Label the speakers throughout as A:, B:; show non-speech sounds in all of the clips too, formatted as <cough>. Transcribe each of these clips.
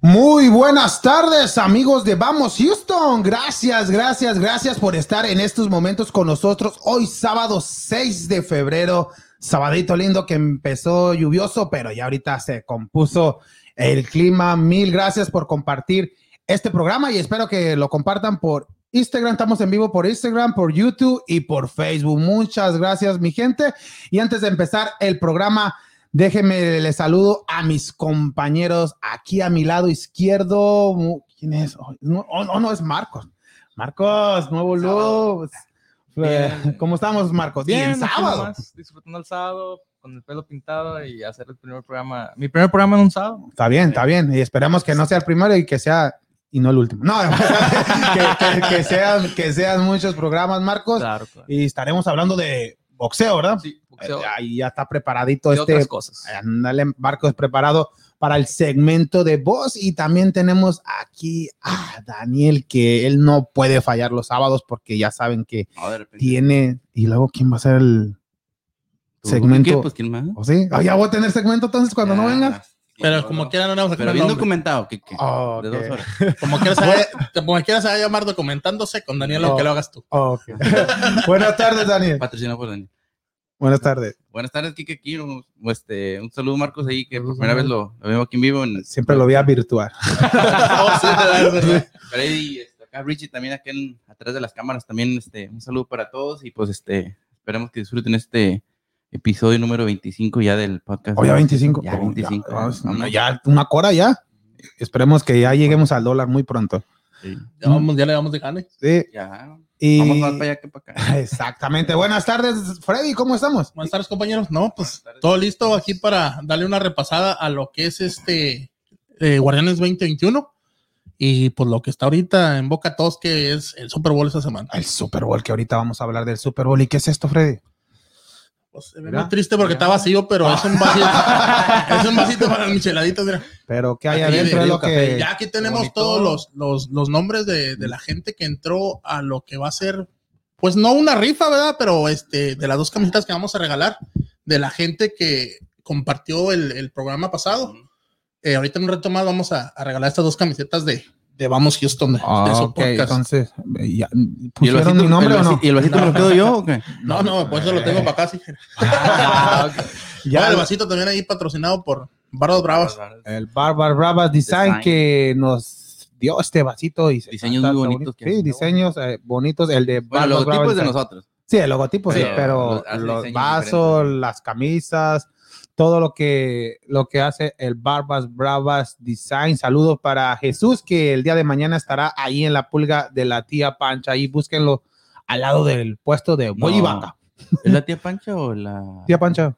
A: Muy buenas tardes, amigos de Vamos Houston. Gracias, gracias, gracias por estar en estos momentos con nosotros. Hoy sábado 6 de febrero, sabadito lindo que empezó lluvioso, pero ya ahorita se compuso el clima. Mil gracias por compartir este programa y espero que lo compartan por Instagram, estamos en vivo por Instagram, por YouTube y por Facebook. Muchas gracias, mi gente. Y antes de empezar el programa, déjenme les saludo a mis compañeros aquí a mi lado izquierdo. ¿Quién es? No, oh, no, no es Marcos. Marcos, nuevo luz.
B: Bien.
A: ¿Cómo estamos, Marcos? Bien,
B: aquí
A: sábado.
B: nomás, disfrutando el sábado, con el pelo pintado y hacer el primer programa, mi primer programa en un sábado.
A: Está bien, está bien. Y esperamos que no sea el primero y que sea y no el último. No, <laughs> que, que- que sean, que sean muchos programas, Marcos.
B: Claro, claro.
A: Y estaremos hablando de boxeo, ¿verdad? Eh,
B: Sí, boxeo
A: Ahí ya está preparadito
B: y
A: este
B: otras cosas.
A: Andale, Marcos, preparado para el segmento de voz. Y también tenemos aquí a Daniel, que él no puede fallar los sábados porque ya saben que
C: No, de repente.
A: tiene. Y luego, ¿quién va a ser el
C: ¿Tú?
A: segmento?
C: ¿Qué? Pues, ¿quién más?
A: ¿O sí? Ah, ya voy a tener segmento entonces cuando no
C: Ya,
A: vengas.
C: ya.
D: Pero
C: No,
D: como
C: no.
D: quiera no le vamos a
C: Pero
D: poner
C: bien
D: nombre.
C: documentado, ¿qué? qué?
A: Ok.
C: De dos horas. <laughs>
D: Como quiera se vaya- como quiera se va a llamar documentándose con Daniel, aunque lo hagas tú. <laughs>
A: Ok. Buenas tardes, Daniel.
C: Patrocinado por Daniel.
A: Buenas tardes.
C: Buenas tardes, Kike aquí. Un, este, un saludo, Marcos, ahí que por primera vez lo, lo vemos aquí en vivo. En,
A: Siempre lo voy a virtuar.
C: Pero ahí, este, acá Richie también, acá en- atrás de las cámaras, también este, un saludo para todos y pues este, esperemos que disfruten este episodio número 25 ya del podcast.
A: Hoy a 25.
C: Ya 25.
A: Ya, no, ya una cora ya. Esperemos que ya lleguemos al dólar muy pronto.
C: Sí.
D: Ya, vamos, ya le vamos de gane.
A: Sí.
C: Ya.
A: Y...
C: Vamos más para allá que para acá.
A: Exactamente. Buenas tardes, Freddy. ¿Cómo estamos?
D: Buenas tardes, compañeros. No, pues todo listo aquí para darle una repasada a lo que es este eh, Guardianes 2021 y pues lo que está ahorita en boca a todos que es el Super Bowl esta semana.
A: El Super Bowl, que ahorita vamos a hablar del Super Bowl. ¿Y qué es esto, Freddy?
D: Pues, se ve
A: Mira,
D: muy triste porque
C: mira.
D: está vacío, pero es
C: <laughs>
D: un vasito, es un vasito para el micheladito, mira.
A: Pero ¿qué hay
D: Aquí
A: adentro
D: le
A: de
C: digo
A: lo que...
D: Ya aquí tenemos
C: bonito.
D: todos los, los, los nombres de, de la gente que entró a lo que va a ser, pues no una rifa, ¿verdad? Pero este, de las dos camisetas que vamos a regalar, de la gente que compartió el, el programa pasado. Eh, ahorita en un reto más vamos a, a regalar estas dos camisetas de, de Vamos Houston, de,
A: Ah,
D: de su
A: ok,
D: podcast.
A: entonces, ya,
C: ¿Y el
A: ¿pusieron
C: vasito-
A: mi nombre
C: el
A: o no?
C: vasi- ¿Y el vasito me lo quedo yo
A: <laughs>
C: o qué?
D: No, no, por eso lo tengo para acá, sí.
C: Ah, ok.
A: Ya,
D: Ah, el vasito también ahí patrocinado por Barros
E: Ah, pues,
D: Bravas.
A: el Barbar Bravas Design,
C: Design.
A: que nos dio este vasito. Y
C: Diseños
A: está-
C: muy
A: está
C: bonitos
A: bonito.
C: que
A: Sí,
C: hacen.
A: diseños eh, bonitos. El de
C: Bueno,
A: Barbas
C: los
A: Bravas
C: tipos de
A: Design.
C: nosotros.
A: Sí, el logotipo, sí,
C: Pero
A: pero
C: los- hace
A: los,
C: diseños
A: vasos,
C: diferentes.
A: las camisas, todo lo que, lo que hace el Barbas Bravas Design. Saludos para Jesús, que el día de mañana estará ahí en la pulga de la tía Pancha. Ahí búsquenlo al lado del puesto de Buey y
C: No.
A: Vaca.
C: ¿Es la tía Pancha o la.?
A: Tía Pancha.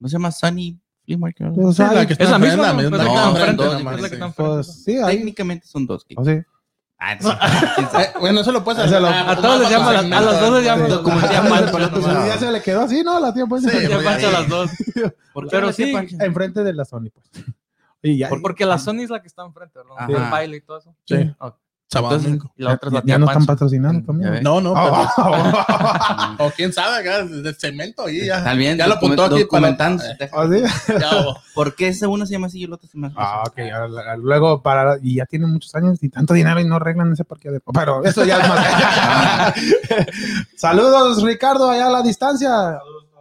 C: ¿No se llama Sunny Flea Market?
A: o sea,
D: Sí, la que
A: pues,
D: está
B: ¿Es la
D: enfrente,
B: misma?
D: misma,
C: No,
D: que está
C: son
D: enfrente,
C: dos
D: nada más,
C: diferentes.
D: sí.
A: sí, ahí.
C: Técnicamente son dos.
A: o sí.
C: Ah, sí.
D: Eh, bueno, eso lo puedes
A: Ese lo-
D: Ah,
F: A todos les llaman, a, a los dos les llaman.
C: Como
F: documental.
C: tía Pancha, ¿no?
A: Pues, ya se le quedó así, ¿no? La tía Pancha.
D: Sí,
F: Ya
D: pues,
F: pasa
D: ahí.
F: a las dos.
C: ¿Por qué
F: Pero
C: la tía
F: sí,
C: Pancha?
A: Enfrente de la Sony, pues. Y ya.
F: Por- Porque la Sony es la que está enfrente, ¿verdad?
C: Ajá.
F: El baile y todo eso.
D: Sí.
F: Ok.
D: Sábado,
C: Entonces,
D: domingo.
C: y la otra es la
A: ya
C: tía
A: no están
C: Pancha.
A: patrocinando también.
C: Ya
D: No, no, pero-
A: Ah, ah,
C: <laughs>
A: ah,
E: <laughs>
D: O quién sabe, acá, desde el cemento ahí ya.
C: Está bien,
D: Ya lo apuntó aquí para-
C: documentando.
A: <laughs> ah, sí.
D: ya hubo.
C: ¿Por qué ese uno se llama así y el otro se llama así?
A: Ah, ok. al- al- Luego, para, y ya tienen muchos años y tanto dinero y no arreglan ese parque de... Pero eso ya es
C: <laughs>
A: más. Saludos, Ricardo, allá a la distancia.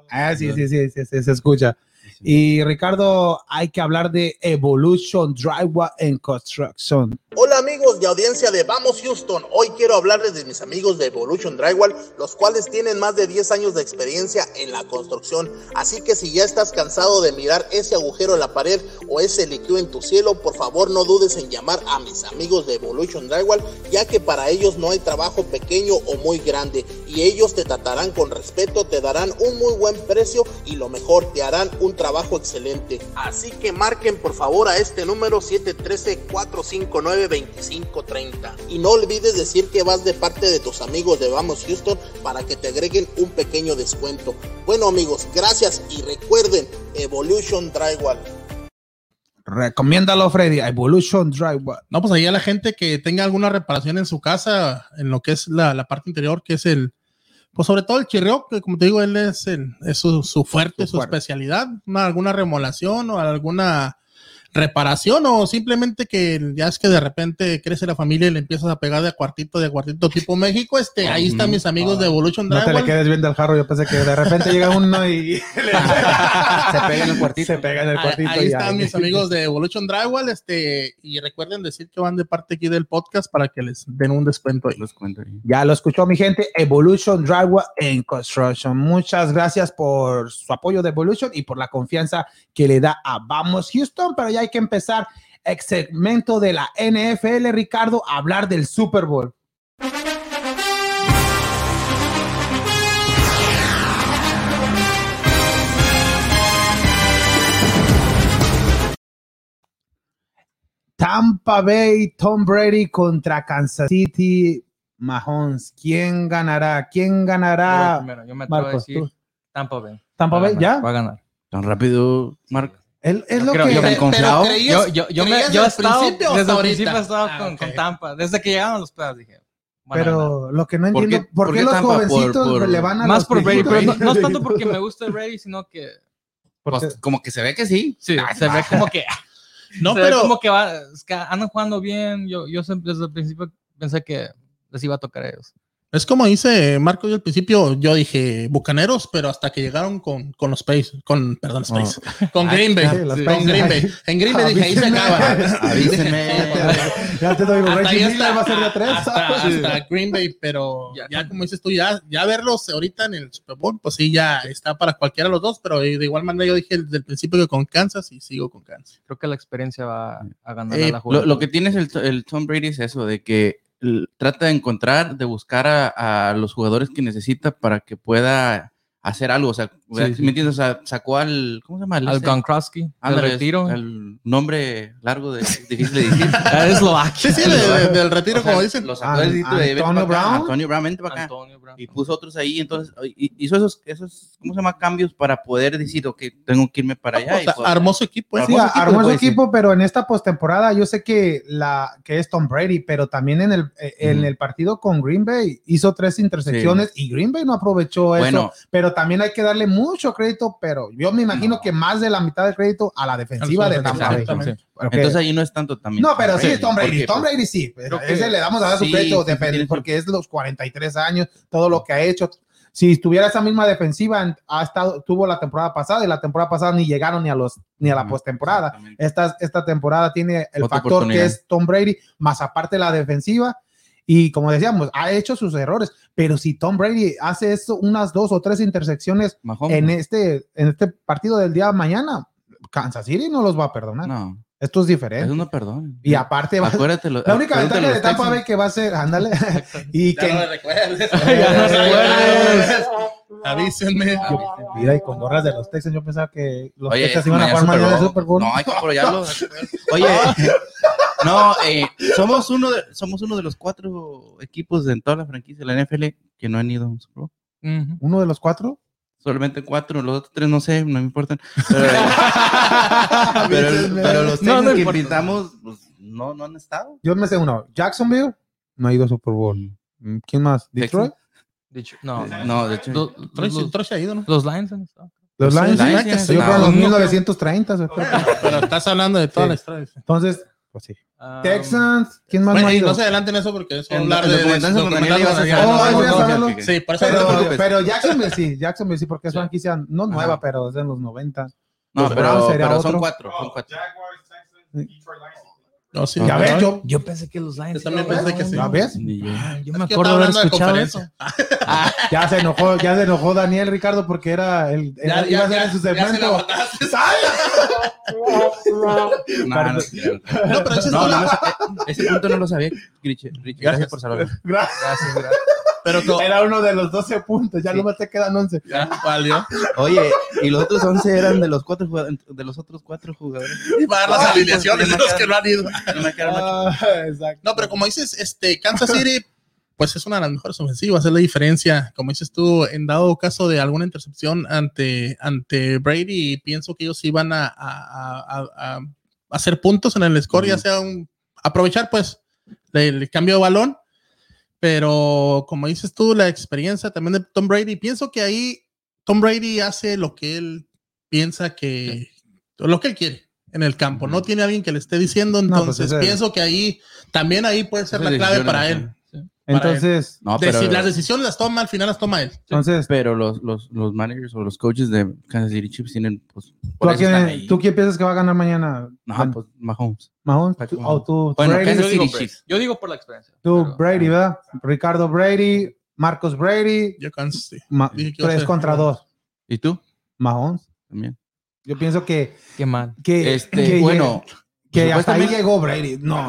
A: Ah, sí, sí, sí, sí, sí, se escucha. Y Ricardo, hay que hablar de Evolution Drywall and Construction.
E: Hola amigos de audiencia de Vamos Houston, hoy quiero hablarles de mis amigos de Evolution Drywall, los cuales tienen más de 10 años de experiencia en la construcción, así que si ya estás cansado de mirar ese agujero en la pared o ese líquido en tu cielo, por favor no dudes en llamar a mis amigos de Evolution Drywall, ya que para ellos no hay trabajo pequeño o muy grande y ellos te tratarán con respeto, te darán un muy buen precio y lo mejor, te harán un trabajo excelente. Así que marquen por favor a este número 713-459-2530. Y no olvides decir que vas de parte de tus amigos de Vamos Houston para que te agreguen un pequeño descuento. Bueno amigos, gracias y recuerden, Evolution Drywall.
A: Recomiéndalo, Freddy. Evolution Drywall.
D: No, pues ahí a la gente que tenga alguna reparación en su casa, en lo que es la, la parte interior, que es el, pues sobre todo el chirrió, que como te digo, él es, el, es su, su fuerte,
A: Su
D: su
A: fuerte.
D: especialidad, una- alguna remolación o alguna reparación o simplemente que ya es que de repente crece la familia y le empiezas a pegar de a cuartito, de a cuartito tipo México, este, ahí están mis amigos de Evolution
A: No te le
D: Drywall.
A: quedes viendo al jarro. Yo pensé que de repente llega uno y <laughs>
C: Se pega en el cuartito.
A: se pega en el
D: Ah,
A: cuartito.
D: Ahí
A: y ya.
D: están mis amigos de Evolution Drywall, este, y recuerden decir que van de parte aquí del podcast para que les den un descuento ahí.
C: Los cuento ahí.
A: Ya lo escuchó mi gente, Evolution Drywall and Construction. Muchas gracias por su apoyo de Evolution y por la confianza que le da a Vamos Houston, pero ya hay que empezar el segmento de la NFL, Ricardo, a hablar del Super Bowl. Tampa Bay, Tom Brady contra Kansas City, Mahomes. ¿Quién ganará? ¿Quién
B: Yo voy
A: ganará?
B: primero, yo me atrevo a
A: Ah, Marcos,
B: decir
A: tú.
B: Tampa Bay.
A: Tampa
B: Va a
A: Bay,
B: ganar,
A: ¿ya?
B: Va a ganar.
C: Tan rápido, Marco.
A: Es, es
B: Yo
A: lo
B: creo-
A: que...
C: yo me- confiado.
B: Yo, yo, yo, me, yo he estado-
D: principio
B: desde el
D: ahorita?
B: principio he estado
D: Ah,
B: con, con
D: ok.
B: Tampa. Desde que llegaron los playoffs dije. van a ganar.
A: Pero lo que no
C: ¿Por qué-
A: entiendo, ¿por
C: por
A: qué,
C: qué
A: los
C: Tampa? Por-
A: jovencitos
C: por-
A: le van a
B: más
A: Ah, los
B: por Brady,
A: viejitos?
B: pero no, no es
A: <laughs>
B: tanto porque me gusta Brady, sino que
A: Porque-
C: Pues, como que se ve que
B: <laughs>
C: sí.
B: sí, se ve como que
D: No,
B: se ve
D: pero
B: como que, va, es que andan jugando bien. Yo, yo siempre desde el principio pensé que les iba a tocar a ellos.
D: es como dice Marco yo al principio, yo dije Bucaneros, pero hasta que llegaron con, con los Space, con, perdón, Space, <laughs> con Green Bay.
A: Oh. Sí, los
D: con
A: Patriots.
D: Green Bay. En Green Bay dije, ahí se
A: Avísenme.
D: acaba.
A: <laughs>
C: Avísenme.
A: <laughs> Ya te doy,
D: Hasta ahí
A: Pues Reggie Miller
D: está,
A: va a ser de tres.
D: hasta-
A: ¿sabes?
D: hasta Green Bay, pero ya,
B: Ya.
D: como dices tú, ya, ya verlos ahorita en el Super Bowl, pues sí, ya está para cualquiera de los dos, pero de igual manera yo dije desde el principio que con Kansas y sigo con Kansas.
B: Creo que la experiencia va a ganar
C: Eh,
B: a la jugada.
C: lo, lo que tiene es el, el Tom Brady es eso, de que l- trata de encontrar, de buscar a, a los jugadores que necesita para que pueda hacer algo. O sea,
B: Sí, sí.
C: ¿me entiendes? O sea, sacó al, este, ¿cómo se llama?
B: al
C: ese-
B: Gronkowski, al
C: Ándale,
B: retiro.
C: El nombre largo de difícil de <laughs> decir.
B: Ah, <laughs> Es Eslovaquia.
D: <laughs> Sí, sí, de- de- del retiro,
C: O sea,
D: como dicen.
C: Lo sacó del
A: An-
C: sitio de "Vente
A: Antonio
C: pa' acá,
A: Brown.
C: Antonio Brown, vente para acá.
B: Antonio Brown.
C: Y puso otros ahí, entonces y- hizo esos, esos, ¿cómo se llama? Cambios para poder decir, ok, tengo que irme para allá.
D: O
C: y
D: sea,
C: pues-
D: armó su equipo.
C: Armó
D: ¿eh?
A: Sí,
C: Hermoso equipo,
A: armó su
C: güey, sí.
A: equipo, pero en esta postemporada yo sé que la que es Tom Brady, pero también en el eh, en
C: Ujú.
A: el partido con Green Bay hizo tres intersecciones y Green Bay no aprovechó eso.
C: bueno,
A: Pero también hay que darle mucho crédito, pero yo me imagino
C: No.
A: que más de la mitad del crédito a la defensiva de Tampa Bay.
D: Exactamente.
A: Porque-
C: entonces ahí no es tanto también.
A: no, pero sí,
C: Brady,
A: Tom Brady.
C: porque,
A: Tom
C: pues,
A: Brady sí.
C: que
A: Ese le damos a dar su
C: sí,
A: crédito
C: sí,
A: defen-
C: tiene su-
A: porque es los 43 años, todo lo que ha hecho. Si tuviera esa misma defensiva, en- ha estado, tuvo la temporada pasada y la temporada pasada ni llegaron ni a los ni a la
C: Ujú,
A: postemporada.
C: exactamente.
A: Esta, esta temporada tiene el
C: Otra
A: factor que
C: oportunidad.
A: es Tom Brady, más aparte la defensiva. Y como decíamos, ha hecho sus errores, pero si Tom Brady hace eso, unas dos o tres intersecciones
C: Mahomes,
A: en este, en este partido del día de mañana, Kansas City no los va a perdonar.
C: No,
A: Esto es diferente.
C: eso no perdón.
A: ¿Eh? Y aparte, va,
C: Acuérdate,
A: la única ventaja de Tampa Bay que va a ser, ándale, <laughs> y que <laughs>
D: recuerdes.
B: Ya no recuerdes.
D: Avísenme.
A: mira, y con gorras de los Texans, yo pensaba que los
C: Oye,
A: Texans iban a
C: mañana
A: jugar mañana el
C: Bowl.
A: Super Bowl.
C: No, <laughs> hay que apoyarlo. Oye, no, eh, somos, uno de, somos uno de los cuatro equipos en toda la franquicia de la NFL que no han ido a un Super Bowl.
B: Ujú.
A: Uno de los cuatro.
C: Solamente cuatro, los otros tres no sé, no me importan. <laughs> Pero, eh, pero- pero los
B: No,
C: no,
B: no
C: que
B: importa.
C: invitamos pues, no, no han estado.
A: Yo me sé uno. Jacksonville no ha ido a Super Bowl. Mm, ¿Quién más? Detroit.
B: Dicho- No,
C: No, de hecho.
B: Los,
D: Troy-
B: los-
D: Troy se ha ido, ¿no?
B: los Lions han estado.
A: Los Lions.
C: Lions,
A: ¿verdad?
C: ya
A: Yo creo
C: no.
A: en los
B: No, no.
A: 1930. yo creo.
D: Pero estás hablando de toda
A: Sí.
D: la historia.
A: Entonces, pues sí.
B: Ah,
A: Texans. ¿quién más no
D: Bueno,
A: ha
D: y
A: ido?
D: no se adelanten eso porque es
C: El-
D: hablar
C: el
D: de
C: documental sobre Daniel ibas a
D: documental.
C: sacar,
A: Oh,
C: ¿no?
A: ahí voy a
C: Ok, ok,
A: saberlo.
C: ok.
D: Sí, por eso
A: Pero,
C: no te preocupes.
A: pero Jacksonville sí, Jacksonville sí, porque es
B: Sí.
A: franquicia no nueva, pero es de los 90.
C: No,
A: Los
C: pero,
A: Browns sería
C: pero
A: otro.
C: son cuatro. Son <laughs> cuatro.
D: No, sí,
A: Ya ves, yo,
B: Yo pensé que los Lions.
D: Yo también
B: iban a
D: pensé
B: ganar.
D: que sí.
A: ¿ya ves?
C: Ni yo.
B: Yo
D: Es
B: me acuerdo
D: que está
B: haber
D: hablando de
B: escuchado
D: conferencia.
B: eso.
A: Ya se enojó, ya se enojó Daniel Ricardo porque era el era- iba a ser en su
D: ya se la
A: segmento.
D: botaste.
C: No, no, sí, claro.
D: No, pero ese es
C: No,
D: todo.
C: no, ese- ese punto no lo sabía, Richie. Richie, <laughs>
D: Gracias.
C: gracias por saberlo. <laughs>
A: Gracias.
B: Gracias, gracias.
D: Pero co-
A: Era uno de los 12 puntos, ya nomás te quedan 11.
D: Ya, valió.
C: Oye, y los otros 11 eran de los cuatro jugado- de los otros cuatro jugadores.
D: Y va a dar las alineaciones de los que no han ido.
C: No me quedaron ocho.
A: Ah, exacto.
D: No, pero como dices, este, Kansas City, pues es una de las mejores ofensivas, es la diferencia. Como dices tú, en dado caso de alguna intercepción ante, ante Brady, pienso que ellos iban a, a- a- a- a hacer puntos en el score, ya
C: Ujú.
D: sea un, aprovechar pues el cambio de balón. Pero como dices tú, la experiencia también de Tom Brady, pienso que ahí Tom Brady hace lo que él piensa que, lo que él quiere. en el campo. No tiene alguien que le esté diciendo,
A: No, pues,
D: entonces
A: ese-
D: pienso que ahí, también ahí puede ser
C: Esas
D: la clave
C: decisiones,
D: para
C: sí.
D: él.
A: Entonces,
C: No,
D: Deci-
C: pero,
D: las decisiones las toma, al final las toma él.
A: entonces
C: pero los, los, los managers o los coaches de Kansas City Chiefs tienen, pues,
A: ¿tú,
C: por
A: a
C: eso están
A: quién,
C: ahí.
A: ¿tú quién piensas que va a ganar mañana?
C: No,
A: Dan-
C: pues, Mahomes.
A: Mahomes
C: Patrick
A: tú-
C: Mahomes.
A: o tú,
C: Bueno,
A: Brady,
C: Kansas
G: Yo digo,
C: City
G: Brady.
C: Chiefs.
G: Yo digo por la experiencia.
A: tú,
G: pero-
D: eh,
A: Brady, ¿verdad? Ricardo Brady, Marcos Brady,
D: Yo Kansas City.
A: ma-
D: Dije que iba a
A: tres
D: ser-
A: contra dos.
C: ¿Y tú?
A: Mahomes.
C: También.
A: Yo pienso que,
B: ah, Qué mal.
A: que,
C: Este,
A: que
C: bueno,
A: que hasta ahí
C: supuestamente-
A: llegó Brady. No,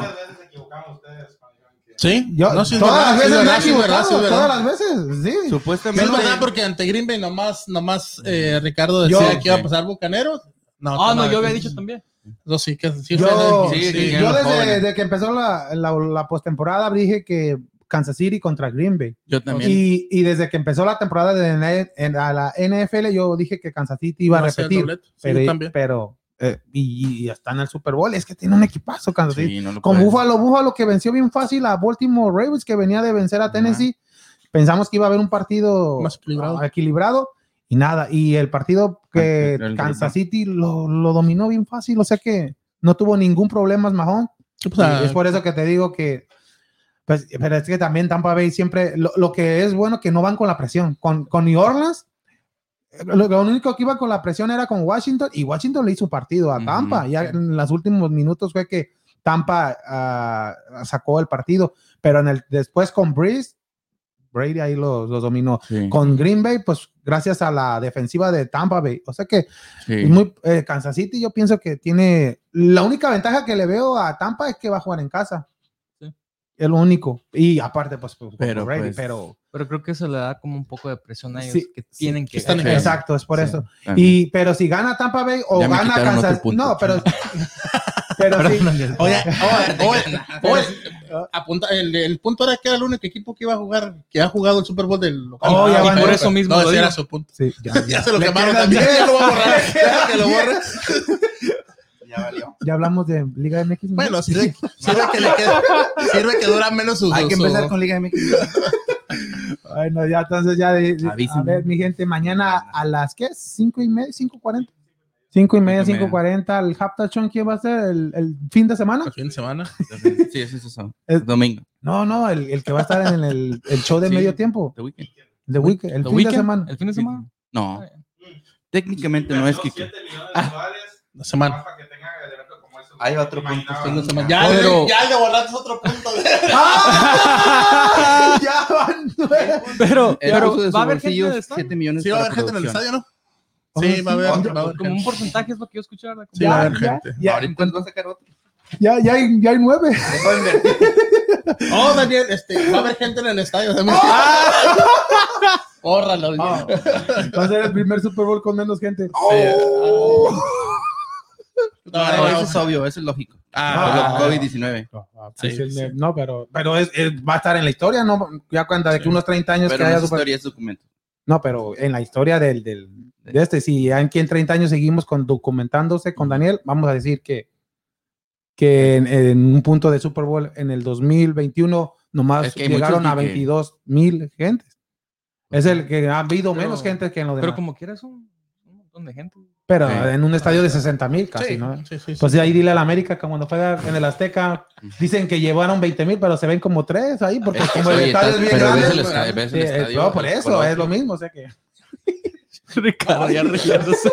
D: Sí,
A: yo,
D: No, sí, es
A: todas las
D: verdad, sí, es
A: veces me
D: verdad,
A: he
D: sí, es verdad, sí,
A: equivocado,
D: es
A: todas
D: verdad.
A: las veces, sí.
D: Sí,
C: supuestamente...
D: es verdad,
A: pues,
D: porque ante Green Bay nomás, nomás eh, Ricardo decía
A: Yo-
D: que iba a pasar Bucaneros. No,
G: Ah, no,
D: madre.
G: yo había dicho también.
D: Eso sí, que sí,
A: Yo,
D: sí,
C: Sí,
D: sí.
C: que-
A: yo
C: los
A: desde,
C: jóvenes.
A: desde que empezó la, la, la postemporada dije que Kansas City contra Green Bay.
C: Yo también.
A: Y, y desde que empezó la temporada de N- en- a la NFL, yo dije que Kansas City iba a
D: Va ser
A: repetir.
D: doblete. Sí,
A: pero
D: yo también.
A: pero, eh, y, y está en el Super Bowl. Es que tiene un equipazo Kansas City.
C: Sí, no lo
A: Con
C: puedes-
A: Buffalo, Buffalo que venció bien fácil a Baltimore Ravens, que venía de vencer a
C: Ajá.
A: Tennessee. Pensamos que iba a haber un partido
D: Más equilibrado.
A: ah, equilibrado, y nada. Y el partido que
C: Contra el
A: Kansas City lo, lo dominó bien fácil, o sea que no tuvo ningún problema Mahón.
D: Sí, pues, ah,
A: es por eso que te digo que, pues, pero es que también Tampa Bay siempre, lo, lo que es bueno que no van con la presión. Con, con New Orleans, lo, lo único que iba con la presión era con Washington y Washington le hizo partido a
C: Ujú,
A: Tampa. ya
C: sí.
A: en los últimos minutos fue que Tampa ah, sacó el partido, pero en el, después con Breeze, Brady ahí los, los dominó.
C: Sí,
A: Con Green Bay, pues gracias a la defensiva de Tampa Bay. O sea que
C: sí.
A: es muy, eh, Kansas City yo pienso que tiene... La única ventaja que le veo a Tampa es que va a jugar en casa.
B: Sí.
A: Es lo único. Y aparte, pues, pues,
C: Pero,
A: con Brady,
C: pues,
A: pero...
B: Pero creo que eso le da como un poco de presión a ellos
A: Sí,
B: que tienen que.
D: Están en
C: Sí.
A: Exacto, es por
C: Sí.
A: eso.
C: También.
A: Y, pero si gana Tampa Bay o
C: Ya me
A: gana
C: quitaron
A: Kansas...
C: otro punto,
A: no,
C: <laughs>
A: pero... <laughs> pero sí. <laughs>
D: Oye, oye, oye, oye, apunta- el, el punto era que era el único equipo que iba a jugar, que ha jugado el Super Bowl del local.
A: Oh, ya
D: Ah,
A: van,
D: pero-
A: por
B: eso mismo
D: No,
B: lo
D: ese
B: digo.
D: era su punto.
A: Sí, ya,
D: Ya se lo
A: Le
D: quemaron
A: quedan
D: también.
A: diez.
D: Ya lo voy a borrar.
A: Le quedan
D: Ya que lo borre.
C: Ya valió.
A: ya hablamos de Liga MX. ¿no?
D: Bueno, sirve, sirve que le quede- sirve que dura menos su.
A: Hay que
D: su-
A: empezar con Liga MX. <laughs> bueno, ya entonces ya de- de- a
C: Avísenme.
A: ver, mi gente, mañana a las ¿qué? cinco y media, cinco cuarenta. Cinco y media,
C: Cinco y
A: cinco cuarenta, el Haptachon, ¿quién va a ser? ¿El, el fin de semana?
D: el fin de semana.
C: Sí, eso es eso.
A: <laughs> Es-
C: Domingo.
A: No, no, el, el que va a estar en el, el show de
C: Sí.
A: medio tiempo,
C: The weekend.
A: The Week, el
B: ¿The
A: fin
B: weekend?
A: de semana.
B: El fin
A: <laughs>
B: de semana.
C: No.
B: Ah,
C: Técnicamente no es que.
D: La semana.
C: Hay otro punto.
D: Fin de semana. Ya,
B: Pero-
D: ya le borraste otro punto.
A: ¡Ah! ya van nueve.
B: Pero,
C: Él
B: pero
C: puso de su
B: va a haber gente
C: bolsillo
B: en el stand?
C: 7 millones
D: Sí, va a haber
C: para
D: gente en el
C: producción.
D: estadio, ¿no?
A: Oh,
D: Sí, va a haber.
A: Otro-
D: va a haber
B: Como
D: gente.
B: un porcentaje es lo que yo escuché, ¿verdad?
D: Sí, va a haber gente.
A: Ya,
C: Ahorita va a sacar otro.
A: ya, ya hay, ya hay nueve.
D: Oh, Daniel, este, va a haber gente en el estadio también. Bórralo.
A: Va a ser el primer Super Bowl con menos gente.
C: No,
D: No,
C: no,
D: no.
C: eso es obvio, eso es lógico.
D: Ah,
C: Por lo COVID-19.
A: Sí,
D: Sí,
A: sí, No, pero, pero es, es- va a estar en la historia, ¿no? Ya cuenta de que unos 30 años
C: Pero
A: que
C: no
A: haya
C: es
A: Super-
C: historia, es documento.
A: No, pero en la historia del, del de este, si aquí en 30 años seguimos con, documentándose con Daniel, vamos a decir que, que en, en un punto de Super Bowl en el 2021 nomás
C: Es que hay
A: llegaron
C: muchos
A: a
C: que-
A: 22 mil gentes. Es el que ha habido menos gente que en los demás. Pero,
B: Pero como quieras, un, un montón de gente.
C: Sí.
A: en un estadio de 60 mil casi,
D: sí,
A: ¿no?
D: sí, sí, sí.
A: Pues de ahí dile a la América que cuando juega en el Azteca dicen que llevaron 20 mil, pero se ven como tres ahí porque
C: Es que
A: como el
C: oye,
A: estadio es
C: estás-
A: bien
C: pero ves
A: grande.
C: el
A: pues,
C: estadio, ves el
A: sí, es-
C: estadio,
A: no, por
C: el
A: eso
C: color.
A: es lo mismo, o sea
C: <laughs>
A: que
B: Ricardo,
D: <laughs>
B: ya riéndose.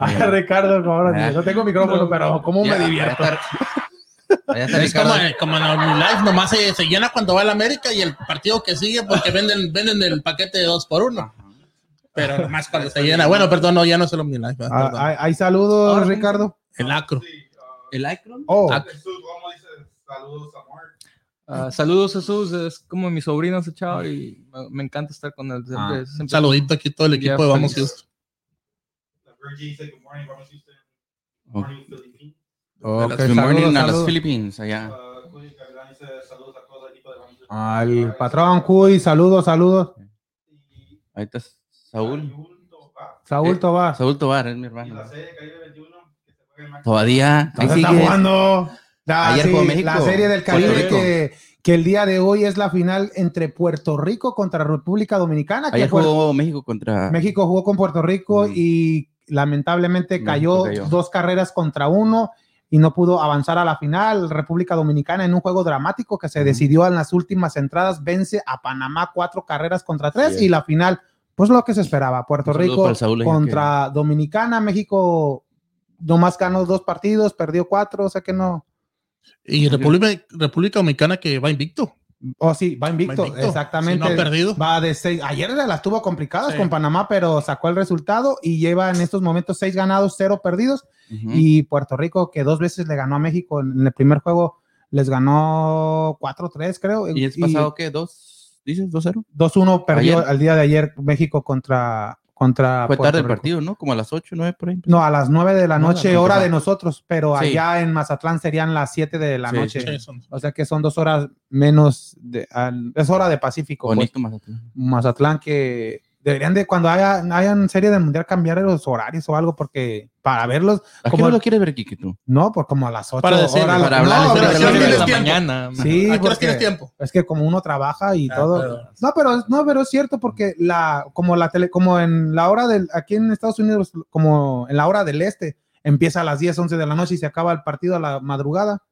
A: Ay, Ah, Ricardo, como ahora
C: Ah.
A: sí, no tengo micrófono,
B: No.
A: pero ¿cómo
C: Ya,
A: me divierto?
C: allá está- allá está
D: Es como,
C: Ricardo.
D: como en OmniLife, nomás se, se llena cuando va el América y el partido que sigue porque venden, venden el paquete de dos por uno. Pero nomás cuando se llena. Bueno, perdón, no, ya no es el OmniLife. ah,
A: Ah,
D: perdón.
A: Hay hay saludos,
B: Ahora,
A: Ricardo.
D: el Acro.
C: El Icron.
A: Oh,
D: Ah,
B: Ah, saludos, Jesús. Es como mi sobrino ese chaval y me, me encanta estar con él. Siempre,
A: Ah,
D: Un
B: siempre-
D: saludito aquí todo el equipo
B: Ya,
D: de Vamos
B: feliz.
D: Houston.
H: é né?
A: ok,
C: Good
A: saludos,
C: morning
A: saludos.
C: a las Philippines
B: Ah.
C: allá.
H: Ah, é
A: Al patrón Cuy, saludos, saludos.
C: Ahí está Saúl.
A: Saúl
C: Eh,
A: Tobar.
C: Saúl Tobar es mi
B: Ah,
C: hermano. Todavía. ahí
A: Ahí está
C: sigue.
A: jugando. La,
C: Ayer
A: sí,
C: jugó México.
A: la serie del
C: Puerto
A: Caribe
C: Rico.
A: que, que el día de hoy es la final entre Puerto Rico contra República Dominicana. que
C: Ayer
A: Puerto-
C: jugó México contra.
A: México jugó con Puerto Rico
C: Ah. Mm.
A: y lamentablemente
C: México
A: cayó,
C: cayó.
A: dos carreras contra uno y no pudo avanzar a la final. República Dominicana en un juego dramático que se decidió en las últimas entradas vence a Panamá cuatro carreras contra tres
C: Así es.
A: y la final, pues lo que se esperaba, Puerto
C: Un saludo para
A: Rico
C: el Saúl, ahí
A: contra Dominicana, México nomás ganó dos partidos, perdió cuatro, o sea que no.
D: Y República, República Dominicana que va invicto.
A: Oh, sí, va invicto,
D: Va invicto.
A: exactamente.
D: Sí, no ha perdido.
A: Va de seis. Ayer las tuvo complicadas
D: Sí.
A: con Panamá, pero sacó el resultado y lleva en estos momentos seis ganados, cero perdidos.
C: Ujú.
A: Y Puerto Rico, que dos veces le ganó a México en en el primer juego, les ganó 4-3, creo.
C: ¿Y es pasado qué? ¿Dos? ¿Dices 2-0?
A: 2-1 perdió
C: Ayer.
A: al día de ayer México contra. contra
C: Fue
A: Puerto
C: tarde el
A: Rico.
C: partido, ¿no? Como a las 8, 9 por ahí.
A: No, a las 9 de la
C: No,
A: noche,
C: no,
A: hora
C: no.
A: de nosotros, pero
C: Sí.
A: allá en Mazatlán serían las 7 de la
C: Sí,
A: noche.
D: Sí, son-
A: O sea que son dos horas menos. De, al- es hora de Pacífico. pues.
C: Bonito Mazatlán.
A: Mazatlán que deberían de cuando haya, hayan serie del mundial cambiar los horarios o algo porque para verlos
C: ¿A qué
A: Como-
C: no lo quieres ver, Kike, tú?
A: no pues como a las 8
D: Para decirle,
C: para
A: no,
C: hablar,
A: pero
D: para
A: sí,
D: hablar.
A: sí,
D: tienes
B: la
D: tiempo.
B: mañana.
A: sí,
D: ¿A qué horas
A: porque
D: tienes tiempo?
A: es que como uno trabaja y
D: Ah,
A: todo
D: pero-
A: no pero no pero es cierto porque la como la tele como en la hora del aquí en Estados Unidos como en la hora del este empieza a las 10 11 de la noche y se acaba el partido a la madrugada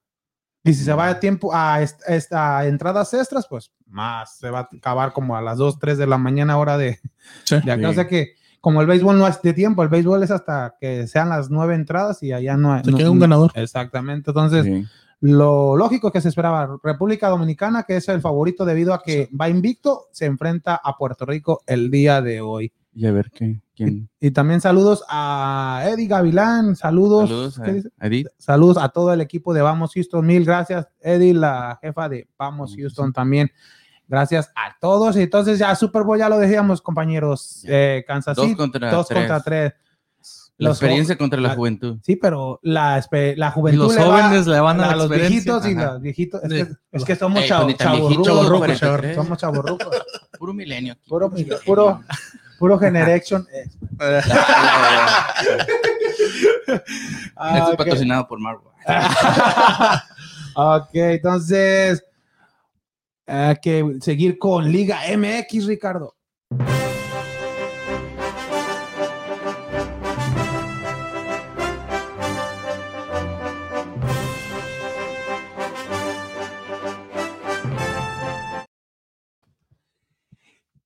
A: y si se va
D: Mm.
A: a tiempo a, est- est- a entradas extras pues más se va a acabar como a las 2 3 de la mañana hora de
D: Sí.
A: de acá. O
C: Sí.
A: sea que, como el béisbol no es de tiempo, el béisbol es hasta que sean las nueve entradas y allá no hay.
D: Se
A: no-
D: queda un ganador.
A: Exactamente. Entonces,
C: Sí.
A: lo lógico que se esperaba, República Dominicana, que es el favorito debido a que va invicto, se enfrenta a Puerto Rico el día de hoy.
C: Y a ver qué. ¿Quién?
A: Y también saludos a Eddie Gavilán, saludos.
C: Saludos a
A: ¿qué dice?
C: a Edith.
A: Saludos a todo el equipo de Vamos Houston. Mil gracias, Eddie, la jefa de Vamos Houston también. Gracias a todos. Y entonces ya Super Bowl ya lo decíamos, compañeros. Eh, Kansas
C: Dos
A: City,
C: contra
A: dos
C: Ah, tres.
A: contra tres.
C: La
A: Los Ah.
C: experiencia contra la
A: la-
C: juventud.
A: Sí, pero la, espe- la
B: Y
A: juventud
B: los
A: pues le va
B: jóvenes le van a,
A: a,
B: la
A: los
B: experiencia.
A: viejitos y
C: Ajá.
A: los viejitos. Es
D: Sí.
A: que, es que somos
C: Ey,
A: chavo-
C: pues, ni tan
A: chavorrucos,
C: viejito,
A: somos
C: cuarenta y
A: chavor-
C: tres.
A: Somos chavorrucos.
C: <laughs> Puro milenio aquí.
A: Puro, puro, puro
C: <laughs>
A: generation. eh. Ah,
C: Esto es
A: ok.
C: patrocinado
A: <laughs>
C: por Marvel.
A: ok, entonces hay que seguir con Liga MX, Ricardo.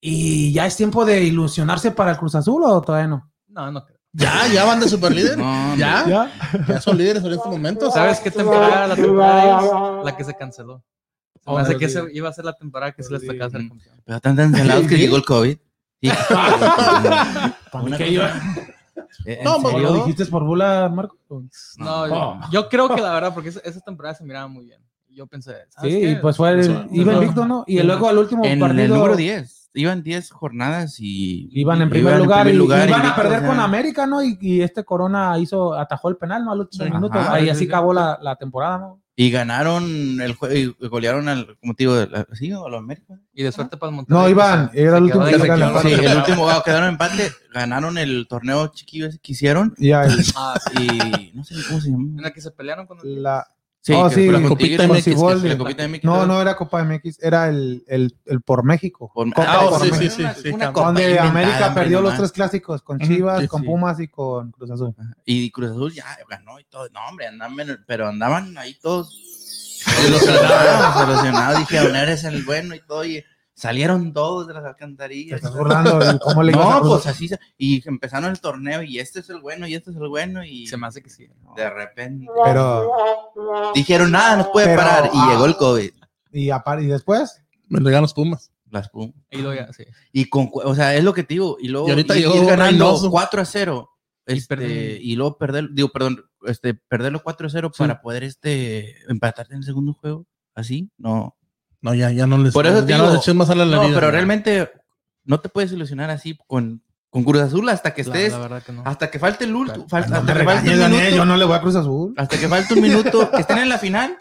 A: Y ya es tiempo de ilusionarse para el Cruz Azul o todavía no.
B: No, no creo.
D: Ya, ya van de super líder.
C: No,
D: ya, ya,
A: <laughs> ¿Ya?
D: son líderes en estos momentos.
B: ¿Sabes qué temporada? La temporada es la que se canceló. Se me
A: Oh,
B: hace que esa iba a ser la temporada que se les tocaba ser campeón.
C: Pero están tan salados que llegó el COVID.
A: <laughs>
C: Sí. Una cosa- Eh,
D: No,
C: ¿en
D: pues,
C: serio?
A: ¿Lo dijiste por bula, Marco?
B: No,
A: Oh.
B: yo, yo creo que la verdad, porque esa, esa temporada se miraba muy bien. Yo pensé, ¿sabes
A: Sí,
B: qué?
A: y pues fue
D: Sí.
A: el, iba invicto, ¿no? Y luego al último
C: en
A: partido
C: el número 10. Iban 10 jornadas y.
A: iban en
C: y-
A: primer lugar,
C: primer
A: y-
C: lugar
A: y iban a
C: invictos,
A: perder
C: o sea,
A: con América, ¿no? Y, y este Corona hizo atajó el penal, ¿no? Al último
D: Sí.
A: minuto.
C: Ajá,
A: Ahí
B: sí,
A: así
B: sí.
A: acabó la, la temporada, ¿no?
C: Y ganaron el juego y golearon al. ¿Cómo te digo? al- ¿Sí? ¿O al América?
B: Y de suerte para el Monterrey.
A: No,
B: que
A: iban,
B: se-
A: era
B: se
A: el último
B: quedó
A: que
B: ahí.
A: se ganó.
C: Sí, el último. ah, quedaron empate. Ganaron el torneo chiquillo ese que hicieron.
A: Ya, <laughs> y
B: Ah, sí.
C: Y. No sé ni cómo se
B: En
C: llamó.
B: la que se pelearon con el...
A: la,
C: Ah, Sí,
A: Oh,
C: que fue
A: sí,
C: la con
D: Copita
C: Tigres,
A: MX,
C: que es
A: gol
C: la
A: de-
C: Copita MX,
A: no,
C: creo.
A: no era Copa MX, era el, el, el por México.
C: Por-
A: Copa
C: Ah, oh,
A: por
C: sí,
A: México.
C: sí, sí, sí,
D: Una
C: Copa
A: donde
C: inventada,
A: América
C: hombre,
A: perdió los
C: nomás.
A: tres clásicos, con
D: Ujú,
A: Chivas,
C: sí,
A: con
C: sí.
A: Pumas y con Cruz Azul.
C: Y Cruz Azul ya ganó y todo. No, hombre, andaban, en- pero andaban ahí todos
A: <laughs>
D: Ilusionados.
C: ilusionados, ilusionados. Dije, "Aún eres el bueno y todo. Y salieron todos de las
A: Te
C: alcantarillas.
A: estás burlando, ¿y ¿cómo le ibas a
C: <laughs> No,
A: Cruz
C: pues
A: Azul?
C: así. se- Y empezaron el torneo y este es el bueno y este es el bueno. Y
B: Se me hace que sí. ¿no?
C: de repente
A: Pero,
C: dijeron, nada, nos puede
A: Pero,
C: parar. Y
A: ah.
C: llegó el COVID.
A: y, apar- y después,
D: Me regalan los Pumas.
C: Las pum.
B: Y luego ya, sí.
C: Y con, cu- o sea, es lo que te digo. Y luego
D: Y ahorita
C: ir-
D: llegó
C: ir ganando
D: Reynoso.
C: 4 a 0.
B: Y
C: este,
B: perdí.
C: y luego perder, digo, perdón, este, perderlo 4 a 0 para poder este, empatarte en el segundo juego. Así, no.
D: No, ya, ya no les.
C: Por eso te
D: ya no
C: digo,
D: les echen más a la
C: No,
D: herida.
C: pero realmente no te puedes ilusionar así con, con Cruz Azul hasta que
B: La-
C: estés,
B: la verdad que no.
C: hasta que falte el último,
A: no
C: hasta,
A: te
C: que falte
A: regañes,
C: un
A: Daniel, yo
C: minuto,
A: no le voy a Cruz Azul.
C: hasta que falte un minuto, que estén en la final,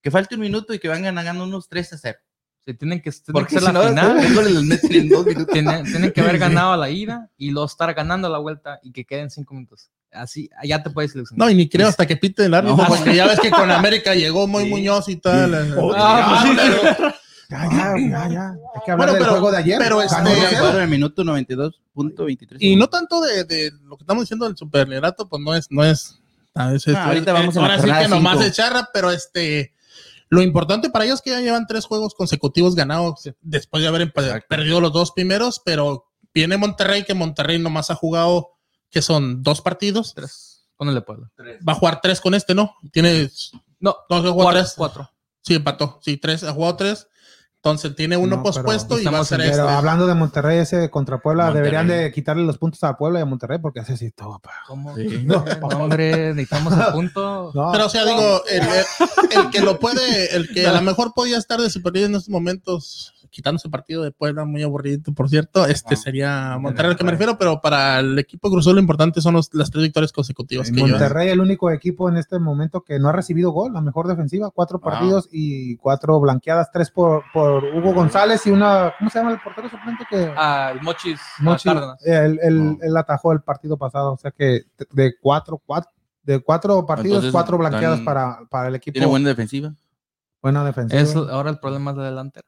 C: que falte un minuto y que van ganando unos 3 a 0.
B: Se tienen que, tienen
C: Porque
B: que
C: si
B: ser
C: no, <laughs>
B: la final.
C: luego les meten en
B: <laughs>
C: dos minutos.
B: Tienen, tienen que haber ganado la ida y luego estar ganando la vuelta y que queden cinco minutos. Así, ya te puedes ilusionar.
D: No, y ni creo hasta que pite el árbitro.
C: Pues, No.
D: porque ya ves que con América llegó muy Muñoz y tal. eh,
B: Ah, pues sí.
A: Ya, ya, ya, ya. Hay que hablar
D: Bueno,
A: del
D: pero-
A: juego de ayer.
D: pero
A: Ganó
D: este-
A: 2-0.
C: en el minuto 92.23.
D: Y no tanto de, de lo que estamos diciendo del superliderato, pues no es, no es A veces,
C: Ah, ahorita vamos a la
D: ahora sí
C: jornada
D: que nomás
C: cinco.
D: de charra, pero este. Lo importante para ellos es que ya llevan tres juegos consecutivos ganados después de haber empa-
C: Exacto.
D: perdido los dos primeros, pero viene Monterrey, que Monterrey nomás ha jugado, que son dos partidos.
B: Tres. Con el de Puebla.
D: Va a jugar tres con este, ¿no? Tiene.
B: No,
D: No, se jugó
B: cuatro.
D: tres.
B: cuatro.
D: Sí, empató. Sí, tres. Ha jugado tres. Entonces tiene uno
A: No, pero
D: pospuesto y va a
B: estamos
D: ser
B: en-
A: Pero
D: este.
A: hablando de Monterrey, ese contra Puebla,
C: Monterrey.
A: deberían de quitarle los puntos a Puebla y a Monterrey porque hace así todo. pa.
B: ¿Cómo?
C: Sí.
B: No, hombre, necesitamos el <laughs> punto.
A: No,
D: Pero, o sea, digo, el, el- el que lo puede, el que a lo mejor podía estar de superior en estos momentos, quitándose partido de Puebla, muy aburrido, por cierto, este
C: Ah,
D: sería Monterrey al que me refiero, pero para el equipo Cruzul lo importante son los- las tres victorias consecutivas
A: en
D: que llevan.
A: Monterrey, el único equipo en este momento que no ha recibido gol, la mejor defensiva, cuatro
C: Wow.
A: partidos y cuatro blanqueadas, tres por, por Hugo González y una, ¿cómo se llama el portero suplente que
B: Ah, el Mochis.
A: Mochi,
B: ah, Cárdenas.
A: él, él-
C: Oh.
A: él atajó el partido pasado, o sea que de cuatro, cuatro de cuatro partidos,
C: Entonces,
A: cuatro blanqueadas
C: están-
A: para, para el equipo.
C: Tiene buena defensiva.
A: buena defensiva.
B: Es ahora el problema es la delantera.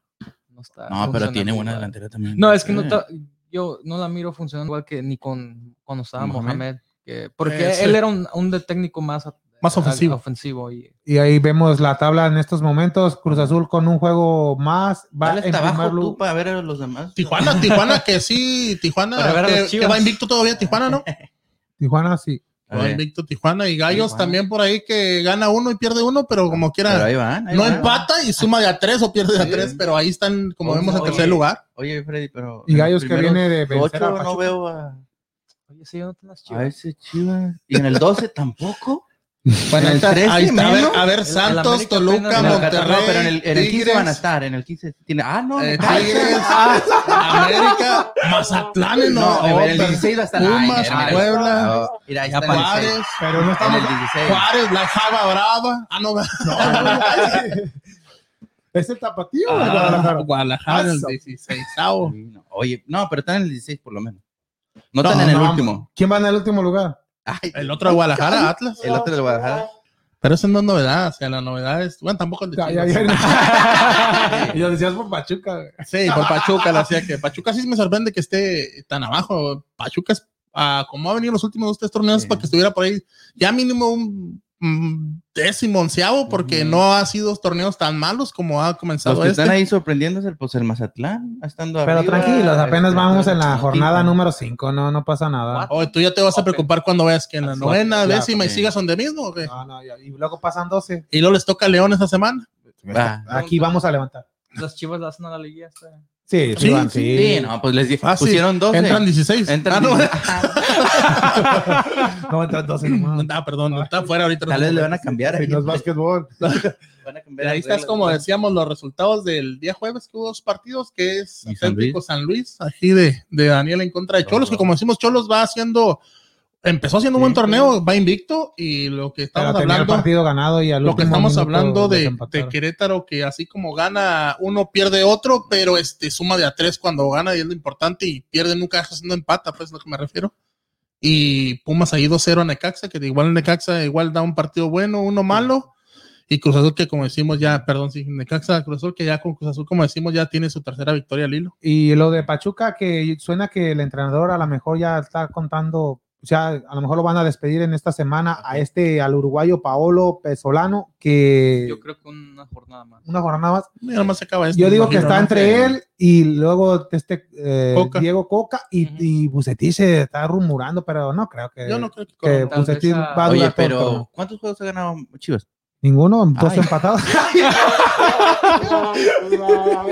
B: No, está
C: No, pero
B: funcionando
C: tiene buena
B: igual.
C: delantera también.
B: No, es que no
C: Sí.
B: ta- yo no la miro funcionando igual que ni con cuando estaba
C: Mohamed.
B: Mohamed. que- porque
D: Eh, sí.
B: él era un, un de técnico más, a-
D: Más
B: a-
D: ofensivo.
B: ofensivo y
A: Y ahí vemos la tabla en estos momentos. Cruz Azul con un juego más va
C: Dale
A: en
C: hasta abajo
A: primer
C: tú
A: lugar.
C: para ver a los demás.
D: Tijuana, Tijuana que sí,
B: Para
D: Tijuana
B: ver a
D: que,
B: los
D: que
B: Chivas.
D: va invicto todavía Tijuana, ¿no?
A: Tijuana sí.
C: A
D: Va
C: ver,
D: invicto Tijuana y Gallos
C: Tijuana.
D: también por ahí que gana uno y pierde uno, pero como
C: pero
D: quiera,
C: ahí van. ahí
D: no
C: van.
D: empata y suma de a tres o pierde de a
C: Sí.
D: tres, pero ahí están, como
C: Oye,
D: vemos, en
C: oye.
D: tercer lugar.
C: Oye, Freddy, pero.
A: Y
C: en los
A: Gallos que
C: primeros
A: viene de vencer
C: Ocho,
A: a
C: no
A: Pachuca.
C: veo a,
B: oye, sí, no te las
C: a
B: chivas.
C: ese Chivas. Y en el 12 tampoco.
D: Bueno,
C: En
D: ahí
C: el
D: está,
C: 13
D: ahí está, a ver,
C: menos.
D: a ver,
B: El- el
D: Santos,
B: América
D: Toluca,
B: apenas-
C: En el
D: Monterrey.
C: 14, no, pero en el, en el 15 van a
D: Tigres.
C: estar. En el 15 tiene. Ah, no.
D: Eh,
C: no, ah,
D: Tigres, <laughs> América, Mazatlán, ah. no,
C: No, en el
D: pero-
C: 16 hasta la
D: Pumas, Puebla,
C: Mira, ahí
B: Ya
C: está en el
B: parece.
C: 16.
D: Juárez,
A: Pero no
C: En
A: estamos.
C: el 16.
D: Juárez, la Java Brava. Ah, no,
A: <laughs>
C: <laughs>
A: es el tapatío. de
D: Ah,
A: Guadalajara.
D: Guadalajara, el
A: Eso.
D: 16. avo.
C: Sí, no. Oye, no, pero están en el 16 por lo menos. No,
D: No,
C: están en el
A: no.
C: último.
A: ¿Quién va en el último lugar?
C: Ay,
D: El otro de Guadalajara, Atlas.
C: el otro de Guadalajara.
D: Pero eso no es novedad. O sea, la novedad es. Bueno, tampoco el
C: Pues
D: de
A: Ya, ya,
D: Chivas.
C: <laughs>
A: ya. Y lo decías por Pachuca. güey.
D: Sí, por Pachuca, la hacía que Pachuca sí me sorprende que esté tan abajo. Pachuca es ah, como ha venido los últimos dos, tres torneos
C: Sí.
D: para que estuviera por ahí ya mínimo un mm, décimo, onceavo, porque
C: Ujú.
D: no ha sido torneos tan malos como ha
C: Los
D: comenzado
C: que están
D: este.
C: ahí sorprendiéndose, pues el Mazatlán, estando
A: Pero
C: arriba,
A: tranquilos, apenas
C: este,
A: vamos en la
C: Toluca.
A: jornada número 5. No, no pasa nada.
D: Oye, tú ya te vas a preocupar cuando veas que en
C: Ah,
D: la
B: Ope.
D: novena,
A: Ya,
D: décima y
C: sí.
D: sigas donde mismo. ¿o qué?
C: Ah.
A: No, no, ya. Y luego pasan 12.
D: Y luego les toca a León esa semana.
C: Va.
A: Aquí vamos a levantar.
B: Las chivas las hacen a la liguilla. está-
A: Sí,
D: Sí,
A: van,
D: sí,
C: Sí, no, pues les di-
D: Fácil.
C: pusieron 12.
D: Ah, Entran 16.
C: Entran
D: Ah, no,
C: 16.
A: No entran 12
C: <laughs>
A: nomás.
D: <laughs> ah, perdón, está fuera ahorita.
C: Tal vez le van a cambiar. ahí.
A: Y no es básquetbol.
C: Van a cambiar
D: Ahí
C: las
D: estás
C: reglas.
D: como decíamos los resultados del día jueves, que hubo dos partidos, que es
C: Y San
D: Atlético San Luis, aquí de, de Daniel en contra de
C: No,
D: Cholos,
C: no.
D: que como decimos, Cholos va haciendo, empezó haciendo un buen
C: Sí.
D: torneo, va invicto, y lo que
A: Pero
D: estamos
A: tenía el
D: hablando,
A: partido ganado y al
D: lo que
A: último
D: estamos
A: minuto
D: hablando de, de
A: desempataron.
D: Querétaro, que así como gana uno, pierde otro, pero este suma de a tres cuando gana, y es lo importante, y pierde nunca haciendo empata, pues es lo que me refiero. Y Pumas ahí 2-0 a Necaxa, que igual Necaxa igual da un partido bueno, uno malo. Y Cruz Azul, que como decimos ya, perdón, sí, Necaxa, Cruz Azul, que ya con Cruz Azul, como decimos, ya tiene su tercera victoria al hilo.
A: Y lo de Pachuca, que suena que el entrenador a lo mejor ya está contando, o sea, a lo mejor lo van a despedir en esta semana a este, al uruguayo Paolo Pesolano, que
B: Yo creo que una jornada más.
A: una jornada más.
D: Mira, más se acaba esto.
A: Yo digo
D: me
A: que
D: imagino,
A: está
D: ¿no?
A: entre él y luego este eh,
D: Coca.
A: Diego Coca y,
B: Ujú.
A: y Bucetich se está rumorando, pero no creo que,
D: Yo no creo que
A: que
D: Corona-
B: Tal vez
A: Bucetich
B: a-
A: va a durar
C: Oye,
A: todo el torneo.
C: pero ¿cuántos juegos ha ganado Chivas?
A: Ninguno, dos
C: Ay.
A: empatados. <laughs>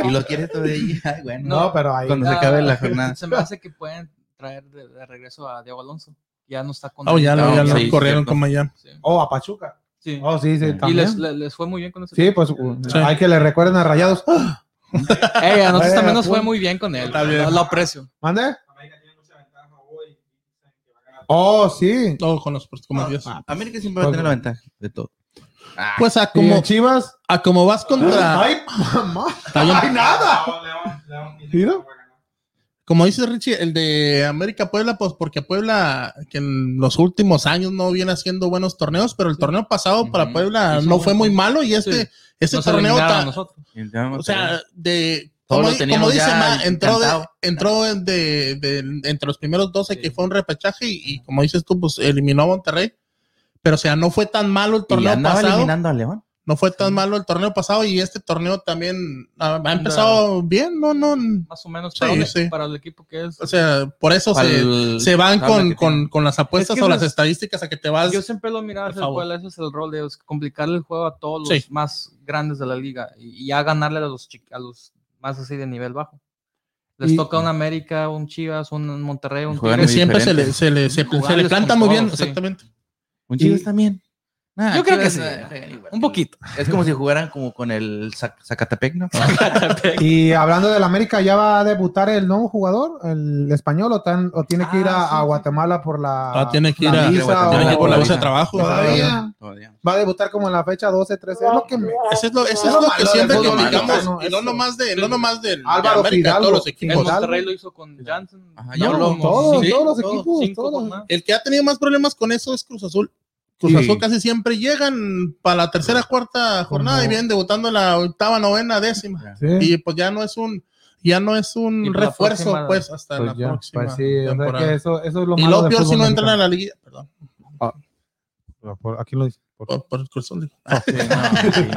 C: Y lo quieres todavía. <laughs> Ay, bueno.
A: No, pero ahí.
C: Cuando se acabe la jornada.
B: Ah, <laughs> Se me hace que pueden traer de, de regreso a Diego Alonso. Ya no está con
D: Oh, ya, lo, ya lo
C: Sí,
D: corrieron
C: cierto.
D: con Miami.
B: Sí.
A: Oh, a Pachuca.
B: Sí.
A: Oh, sí, sí,
C: Y
B: y
A: también.
B: les, le- les fue muy bien con ese
A: Sí, pues
B: Eh,
D: Sí.
A: hay que le recuerden a Rayados. ¡Ah!
B: a nosotros
A: <laughs> Vaya,
B: también nos fue
A: punto.
B: muy bien con él.
D: Está bien.
B: Lo, lo aprecio.
A: ¿Mande? Oh, sí.
D: Todo con los
C: Ah,
D: como Dios.
C: América siempre va a tener la ventaja de todo.
D: Pues a
A: ¿Y
D: como, Ah.
A: en Chivas?
D: a como vas contra.
A: ¡Ay, mamá!
D: Está bien.
A: <laughs> ¡Ay,
H: Ah,
A: nada! Mira.
D: Como dice Richie, el de América Puebla, pues porque Puebla, que en los últimos años no viene haciendo buenos torneos, pero el torneo pasado para
C: Ujú.
D: Puebla
B: Hizo
D: no
B: un-
D: fue muy malo y este,
B: Sí.
D: este
B: Nos
D: torneo
B: eliminaron a
D: tan,
B: nosotros.
D: o sea, de
C: Todos
D: como,
C: lo
D: di-
C: teníamos
D: como dice
C: ya
D: Ma, entró de,
C: encantado.
D: entró de, de- entre los primeros 12 que
B: Sí.
D: fue un repechaje y, y como dices tú, pues eliminó a Monterrey. Pero o sea, no fue tan malo el
C: Y
D: torneo
C: andaba
D: pasado.
C: eliminando a León.
D: No fue tan malo el torneo pasado y este torneo también ha, ha empezado bien, no, no.
B: más o menos
D: Sí,
B: para, un-
D: sí.
B: para el equipo que es.
D: O sea, por eso se,
C: Al-
D: se van
C: tabla
D: con,
C: que
D: con, con las apuestas
B: Es que
D: o
B: eso
D: las
B: es-
D: estadísticas a que te vas.
B: Yo siempre lo miraba
D: Por
B: ese
D: favor.
B: cual, ese es el rol de ellos, complicarle el juego a todos los
D: Sí.
B: más grandes de la liga y y ya ganarle a los, chi- a los más así de nivel bajo. Les
A: Y-
B: toca un América, un Chivas, un Monterrey, un
C: Juegan
D: que
B: Tigres.
C: muy
D: siempre se le,
C: diferentes.
D: se, le, se, le- se le
B: Jugarles
D: planta
B: con
D: muy
B: todo,
D: bien,
B: sí.
D: exactamente.
C: Un Chivas también. Nah,
B: Yo creo que
C: Chivas,
B: sí.
C: eh,
B: Un poquito.
C: Es como si jugaran como con el Zac- Zacatepec, ¿no?
D: <laughs>
A: Y hablando del América, ¿ya va a debutar el nuevo jugador, el español, o, tan- o tiene que ir a,
C: Ah, sí,
A: a
C: sí.
A: Guatemala por la.
D: Ah, tiene que ir
A: la
D: a-
A: visa
C: tiene
A: o-
D: Tiene que ir por la bolsa de
C: Todavía.
D: trabajo.
A: Todavía.
C: Todavía.
A: Va a debutar como en la fecha 12, 13. Es lo que me-
D: Eso es lo, eso es
A: No,
D: lo
A: malo
D: que
A: del
D: siempre
A: fútbol
D: criticamos.
A: mexicano,
D: Y no
A: eso.
D: nomás, de, no nomás del de
A: Álvaro
D: América,
A: Fidalgo,
D: todos los equipos.
B: El
A: Total.
B: Monterrey lo hizo con Janssen.
C: Ajá,
A: No,
C: ya hablamos.
A: todos,
C: Sí.
A: todos los
B: todos,
A: equipos,
B: cinco
A: todos.
B: jornadas.
D: El que ha tenido más problemas con eso es Cruz Azul. Cruz
C: Sí.
D: Azul casi siempre llegan para la tercera, cuarta jornada
A: Ujú.
D: y vienen debutando en la octava, novena, décima.
A: Sí.
D: Y pues ya no es un, ya no es
B: Y
D: un
B: para la
D: refuerzo,
B: próxima-
D: pues, hasta
A: Pues
D: la
A: ya,
D: próxima.
A: pues sí, o sea
D: temporada.
A: que eso, eso es lo
D: y
A: malo
D: lo
A: del
D: peor si
A: fútbol
D: no entran
A: mexicano.
D: a la liguilla, perdón,
A: Por- Aquí lo dice. por-
D: por, por el Cruz Azul, digo.
C: Sí, no, sí.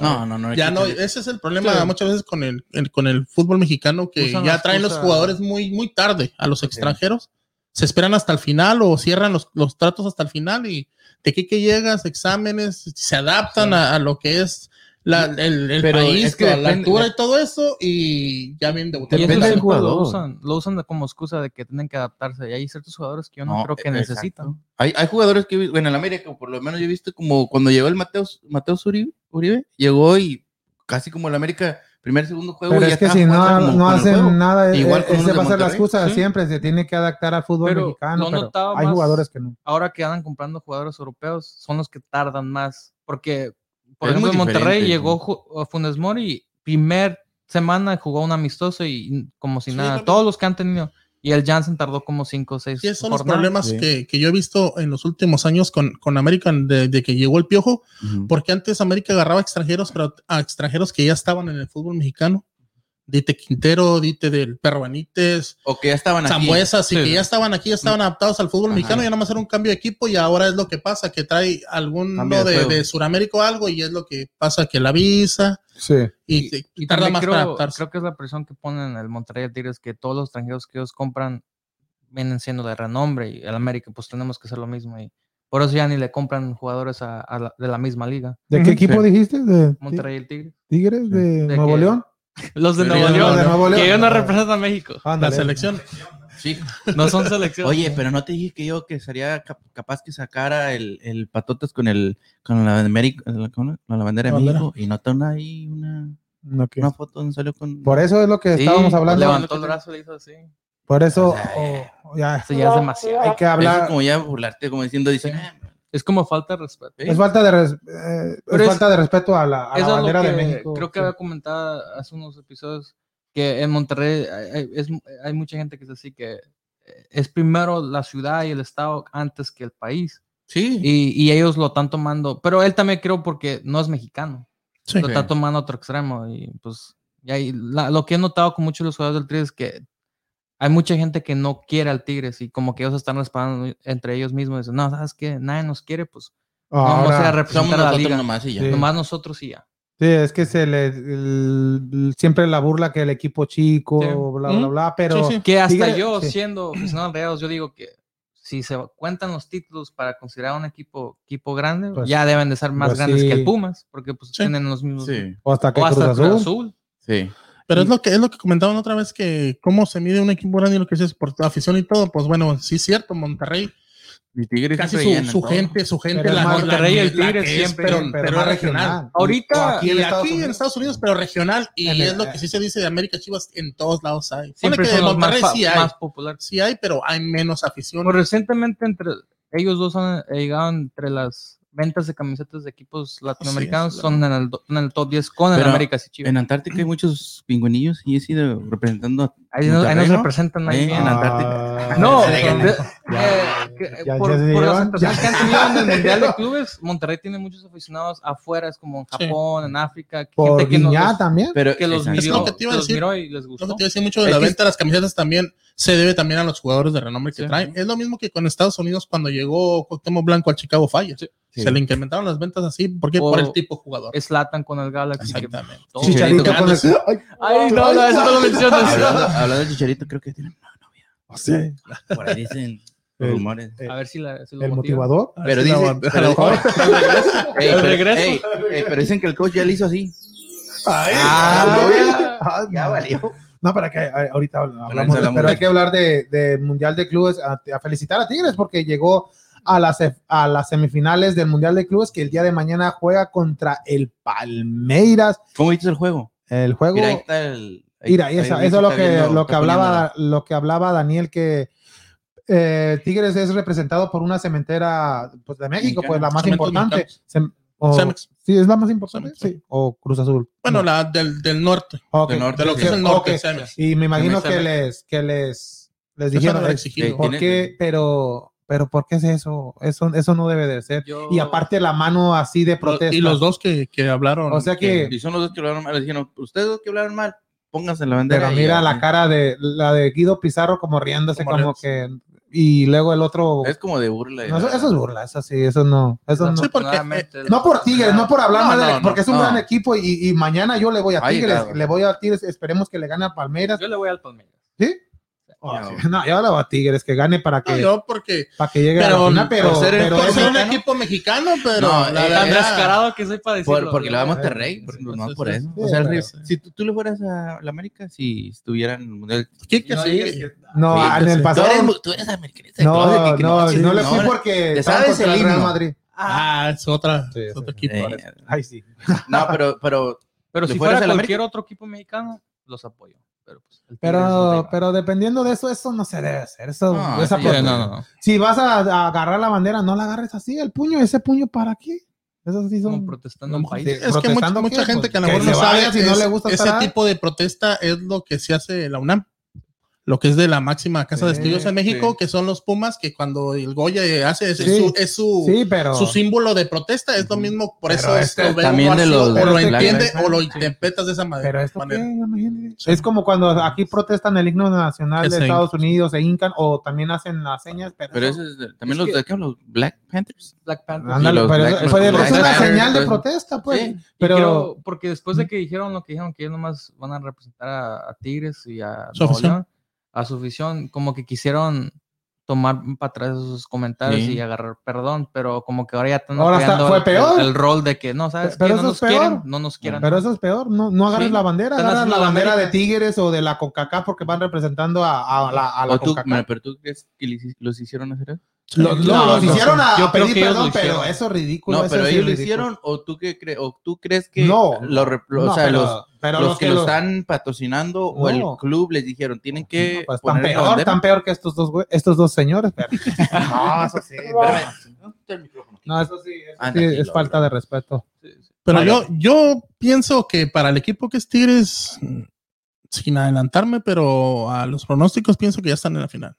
C: No, no, no. eh,
D: Ya no,
C: existe.
D: ese es el problema muchas veces con el, el- con el fútbol mexicano que
B: Usan
D: ya
B: las
D: traen los
B: cosas-
D: jugadores muy, muy tarde a los extranjeros. Se esperan hasta el final o cierran los, los tratos hasta el final y de qué que llegas, exámenes, se adaptan a, a lo que es la, el, el
C: Pero
D: país,
C: es que
D: a la
C: depende-
D: altura y todo eso y ya vienen
B: Y eso
D: debutando.
C: Depende del
B: siempre Lo
C: jugador.
B: usan, lo usan como excusa de que tienen que adaptarse. Y hay ciertos jugadores que yo no,
C: No,
B: creo que
C: eh,
B: necesitan.
C: Hay, hay jugadores que, vi- bueno, en el América, por lo menos yo he visto como cuando llegó el Mateos, Mateos Uribe, Uribe, llegó y casi como el América, primer, segundo juego.
A: Pero
C: ya
A: es que
C: estaba
A: si no,
C: jugando como
A: no
C: con el juego.
A: hacen nada, e-
C: Igual
A: e-
C: con unos
A: ese
C: de
A: va a ser la
C: Monterrey,
A: excusa de
B: sí.
A: siempre. Se tiene que adaptar al fútbol
B: Pero
A: mexicano.
B: lo
A: pero
B: notaba
A: hay
B: más-
A: jugadores que no.
B: Ahora que andan comprando jugadores europeos, son los que tardan más. Porque, por
C: Es
B: ejemplo,
C: muy
B: en Monterrey
C: diferente,
B: llegó Ju- eh, Funes Mori, primer semana jugó un amistoso y como si
D: Sí,
B: nada.
D: también.
B: Todos los que han tenido. Y el Janssen tardó como 5 o 6
D: Sí, esos son los
B: jornadas.
D: problemas
C: sí.
D: que, que yo he visto en los últimos años con, con América de, de que llegó el piojo,
C: Ujú.
D: porque antes América agarraba extranjeros, pero a extranjeros que ya estaban en el fútbol mexicano. Dite Quintero, dite del Perro Benítez,
C: O que ya estaban aquí.
D: Zambuesa, así
B: Sí.
D: que ya estaban aquí, ya estaban adaptados al fútbol
C: Ajá.
D: mexicano, ya nada más era un cambio de equipo y ahora es lo que pasa, que trae
C: Cambio
D: alguno
C: de
D: de,
C: juego.
D: de Sudamérica o algo y es lo que pasa, que la visa
A: Sí.
D: y, te-
B: Y
D: tarda
B: también
D: más
B: creo,
D: para adaptarse.
B: creo que es la presión que ponen en el Monterrey al Tigres, que todos los extranjeros que ellos compran vienen siendo de renombre y el América, pues tenemos que hacer lo mismo. Y por eso ya ni le compran jugadores a, a la- de la misma liga.
A: ¿De
D: Ujú.
A: qué equipo dijiste? ¿De ti-
B: Monterrey y el Tigres.
A: Tigres? ¿De,
B: ¿De
A: Nuevo
B: qué?
A: León?
B: <laughs> Los de
D: Sí,
B: Nuevo
D: los de
B: León.
D: Nuevo
B: Que ellos no
A: Ah,
B: representan a México.
D: La
A: ándale.
D: selección.
C: Sí.
B: <laughs> No son selecciones.
C: Oye, pero no te dije que yo que sería cap- capaz que sacara el, el patotas con el con la, de América- la- con la bandera de
D: La bandera.
C: México y no están ahí una,
A: No, que-
C: una foto donde salió con.
A: Por eso es lo que
B: Sí, pues
A: estábamos hablando.
B: Levantó el brazo y le hizo así.
A: Por eso
C: O sea,
A: oh, ya,
B: Eso ya es demasiado.
A: hay que
C: Eso
A: hablar.
C: es como ya burlarte, como diciendo, dice, "Ah,
B: Es como falta de respeto.
C: ¿eh?".
A: Es falta de, res- eh, es
B: Pero es-
A: falta de respeto a la, a la
B: Eso es lo
A: bandera de
B: que
A: México.
B: Creo que
A: sí.
B: había comentado hace unos episodios que en Monterrey hay, hay- es- hay mucha gente que es así, que eh, es primero la ciudad y el estado antes que el país.
C: Sí.
B: Y, y ellos lo están tomando, pero él también creo porque no es mexicano,
D: Sí.
B: lo está tomando a otro extremo. Y pues y ahí la- lo que he notado con muchos de los jugadores del Tigres es que hay mucha gente que no quiere al Tigres y como que ellos están respaldando entre ellos mismos. Dicen, no, ¿sabes qué? Nadie nos quiere, pues vamos a ir
A: Ahora,
B: a
C: Somos
B: representar a la
C: nosotros
B: liga.
C: nomás y ya.
A: Sí.
B: Nomás nosotros y ya.
A: sí, es que se le el- siempre la burla que el equipo chico,
B: Sí.
A: bla, bla,
D: Mm.
A: bla, pero
D: Sí, sí.
B: Que hasta
A: Tigre-
B: yo,
A: sí. <clears throat>
B: siendo aficionado al Rayados, yo digo que si se cuentan los títulos para considerar un equipo, equipo grande,
A: Pues-
B: ya deben de ser más
A: pues
B: grandes que
A: sí.
B: el Pumas, porque pues
D: Sí.
B: tienen los mismos.
C: Sí.
A: o hasta que
B: O
A: Cruz
B: hasta Cruz
A: Azul.
B: Azul.
C: Sí.
D: Pero es lo que es lo que comentaban otra vez que cómo se mide un equipo grande y lo que dices por tu afición y todo, pues bueno, sí es cierto, Monterrey,
C: Y Tigres
D: casi
C: se
D: su,
C: llenan
D: su
C: todo.
D: gente, su gente
A: Pero
D: la
B: Monterrey y el
D: la- la
B: Tigres
D: que es,
B: siempre,
D: pero,
A: pero
D: pero
A: más
D: más regional.
B: Ahorita-
A: O aquí
D: Y
A: en
D: de
A: Estados
D: aquí en
A: Unidos.
D: Estados Unidos, pero regional. Y
A: En
D: es
A: el-
D: lo que sí se dice de América Chivas en todos lados hay. Pone
B: Siempre
D: que de
B: son los más,
D: Monterrey
B: fa-
D: sí hay.
B: más populares.
D: Sí hay, pero hay menos
B: Pero
D: afición.
B: recientemente entre ellos dos han eh, llegado entre las ventas de camisetas de equipos latinoamericanos,
D: la-
B: son en el, do- en el top 10 con el
C: Pero
B: América sí, Chivas.
C: En Antártica hay muchos pingüinillos y he sido representando a
B: Ahí, no- ahí nos
C: Monterrey, ¿no?
B: representan ahí
C: Ahí en
B: bien.
C: la-
A: Ah,
B: No,
A: sí.
B: de- Eh, que, eh,
A: ya,
B: por
A: ya se
B: por las
A: llevan,
B: actuaciones
A: ya.
B: que han tenido en
A: <laughs>
B: el Mundial de Clubes, Monterrey tiene muchos aficionados afuera, es como en
D: Sí.
B: Japón, en África,
I: Por
B: gente que, nos-
I: Guiñá también.
C: Pero
B: que los,
C: exacto.
D: Es
B: miró,
D: lo que te iba a
B: que los
D: decir.
B: miró y les
D: Lo que
B: gustó.
D: te iba a decir mucho de
C: Es
D: la
C: que-
D: venta de las camisetas también se debe también a los jugadores de renombre que
B: Sí.
D: traen. Es lo mismo que con Estados Unidos cuando llegó Cuauhtémoc Blanco al Chicago Fire.
C: Sí.
D: Se le incrementaron las ventas así porque
B: O-
D: por el tipo de jugador.
B: Slatan con el Galaxy. que
D: Exactamente.
B: todo-
A: Chicharito con el... Ay,
B: Ay, no, no, eso no lo
C: hablando,
B: mencionas.
C: hablando de Chicharito, creo que tienen
A: o sea, el,
C: por ahí dicen los
A: El- <laughs>
C: rumores.
A: eh,
B: A ver si, la, si lo
A: el
B: motiva.
A: motivador.
D: A ver
C: Pero
D: si la
C: dicen,
D: aguanta.
C: pero, Ey,
B: El
C: pero-
B: regreso.
C: ey, ey, pero dicen que el coach ya le hizo así.
A: Ay,
C: Ah,
A: ya, ya valió.
C: valió.
A: No, para que ay, ahorita hablamos,
C: Bueno, entonces
A: de-
C: hablamos
A: pero
C: de-
A: hay que hablar de, del Mundial de Clubes, a, a felicitar a Tigres porque llegó a las, se- a las semifinales del Mundial de Clubes que el día de mañana juega contra el Palmeiras.
C: ¿Cómo viste el juego?
A: El juego,
C: Mira,
A: mira,
C: ahí está el. ahí- ahí
A: esa-
C: Luis
A: eso es lo
C: está
A: que,
C: viendo,
A: lo, que
C: está
A: hablaba, lo que hablaba Daniel, que eh, Tigres es representado por una cementera pues, de México,
C: Mexicana.
A: pues la más
D: Cementos
A: importante.
D: mexicanos.
A: Cem- o-
D: Cemex.
A: sí, es la más importante,
D: Cemex.
A: sí. O Cruz Azul.
D: Bueno, la del, del norte.
A: Ok.
C: Del norte,
D: De lo que
C: sí.
D: es el norte.
A: Ok.
D: Cemex.
A: Y me imagino que
C: Cemex.
A: les, que les, les
D: Eso
A: dijeron,
D: era
A: "Ey,
D: exigido.
C: Sí.
A: ¿Por
C: Tiene-
A: qué? Pero, pero ¿por qué es eso? Eso, eso no debe de ser.
B: Yo-
A: Y aparte la mano así de protesta.
D: Y los dos que, que hablaron.
A: O sea que-
C: Y son los dos que hablaron mal. Le dijeron, ustedes dos que hablaron mal, pónganse la bandera.
A: Pero
C: y
A: mira
C: ya, ¿eh?".
A: la
C: sí.
A: cara de la de Guido Pizarro como riéndose
D: Como
A: como, que y luego el otro
C: Es como de burla.
A: No, eso, eso es burla, eso sí, eso no, eso no.
D: Sí, porque, eh,
B: Desafortunadamente,
A: No por Tigres, no por hablar
D: No,
A: mal de-
D: no, no,
A: porque es un
C: no.
A: gran equipo y, y mañana yo le voy a
C: Ha
A: Tigres,
C: llegado.
A: le voy a Tigres, esperemos que le gane a Palmeiras,
B: Yo le voy al Palmeiras.
A: ¿sí? Oh, sí. No, yo le voy a Tigres, que gane para
D: no,
A: que,
D: yo porque
A: para que llegue a
D: pero-
A: la final, pero,
C: por ser el-
A: pero
D: por
A: es-
D: ser un
C: mexicano?
D: equipo mexicano, pero
C: No,
D: la
C: eh,
B: Tan
D: verdad,
B: descarado que soy para
C: Por-
B: decirlo.
C: porque le va a
B: yo-
C: Monterrey, porque nos van por eso.
A: ¿eh? sí,
C: O sea,
A: pero-
C: Riz, si tú, tú le fueras a la América, si estuvieran en el mundial.
D: Quique,
B: No
D: sí.
B: digas que-
A: no,
C: Sí, pues,
A: en el
C: Tú
A: pasado
C: eres, mu- tú eres americanista. claro
A: No,
C: que- que
A: no, no, le
C: no,
A: fui
C: no.
A: porque
C: ¿Te
A: estaba
C: sabes
A: contra
C: el
A: Real
C: himno?
A: Madrid.
D: Ah, es otra,
A: Sí,
D: es
A: sí,
D: otro
A: sí.
D: equipo. ahora.
C: Eh,
A: Ay, sí.
C: no, pero, pero
B: Pero
C: ¿Le
B: si
C: fueras
B: fuera
C: al América?
B: cualquier otro equipo mexicano, los apoyo. Pero, pues, el Tigres es otro
A: Pero,
B: rival.
A: pero dependiendo de eso, eso no se debe hacer. Eso,
C: No,
A: esa
C: sí,
A: por-
B: Sí, no, no, no.
A: Si vas a, a agarrar la bandera, no la agarres así, el puño, ese puño para qué. Eso sí
B: Como
A: son.
B: protestando en un país.
A: Sí.
D: Es que mucha,
A: ¿Protestando
D: mucha
A: qué?
D: gente que a lo
A: Pues, que
D: mejor no
A: se
D: sabe,
A: vaya si no
D: es-
A: le gusta
D: ese
A: estar ahí.
D: tipo de protesta es lo que se hace la UNAM, lo que es de la máxima casa de
A: Sí,
D: estudios en México,
C: sí.
D: que son los Pumas, que cuando el Goya hace, es,
A: Sí,
D: es su, es su,
A: Sí, pero. este
D: su símbolo de protesta, es lo mismo, por eso es- lo vemos
C: también de
D: así,
C: los
D: o lo
C: Black
D: entiende
A: Lives
D: o lo
A: Matter.
D: interpretas de esa ma-
A: Pero esto
D: manera.
A: qué, imagínate. Es como cuando aquí protestan el himno nacional
D: Que
A: de
D: se
A: Estados Unidos, se hincan o también hacen las señas. Pero,
C: Pero
A: eso-
C: eso es, de- también
B: Es
C: los, de acá, los Black Panthers.
B: Black Panther.
A: ándale,
C: y los
A: pero
C: Black
A: eso- pues,
C: Lives
A: es una
C: Matter,
A: señal de
C: entonces-
A: protesta, pues.
C: Sí.
A: Pero.
B: Pero porque después de que dijeron lo que dijeron, que ellos nomás van a representar a, a Tigres y a
D: Su
B: Nuevo
D: afición.
B: León, a su afición, como que quisieron tomar para atrás sus comentarios
C: Sí.
B: y agarrar perdón, pero como que ahora ya están
A: Ahora está-
B: apoyando
A: fue
B: el-
A: peor.
B: El, rol de que no, ¿sabes?
A: Pe- pero
B: qué?
A: eso es
B: no nos
A: peor.
B: quieren, no nos quieran.
A: Pero eso es peor, no, no agarres
B: Sí.
A: la bandera,
B: Están
A: agarras
B: haciendo
A: la
B: la
A: bandera de
B: bandera.
A: Tigres o de la CONCACAF porque van representando a, a la, a la
C: O tú,
A: CONCACAF.
C: mira, pero tú crees que les- los hicieron hacer eso?
A: Lo- lo-
B: No,
A: los
B: no,
A: hicieron a
B: yo creo
A: pedir
B: que ellos
A: perdón,
B: lo
A: pero
B: hicieron.
A: eso es ridículo.
C: No,
A: eso
C: pero
A: sí es
C: ellos lo
A: ridículo.
C: hicieron o tú, qué cre- o tú crees que
A: No.
C: lo re- lo-
A: No,
C: o sea,
A: pero,
C: los,
A: pero
C: los que lo
A: los-
C: están patrocinando o el
A: No.
C: club les dijeron tienen que
A: No, pues, tan
C: poner la
A: peor,
C: bandera?
A: tan peor que estos dos, güey- estos dos señores. pero- no, eso sí. pero- no, eso sí, eso
C: Anda,
A: sí
C: aquí,
A: es
C: lo-
A: falta de respeto.
D: Pero
C: Vale.
D: yo, yo pienso que para el equipo que es Tigres, mm, sin adelantarme, pero a los pronósticos pienso que ya están en la final.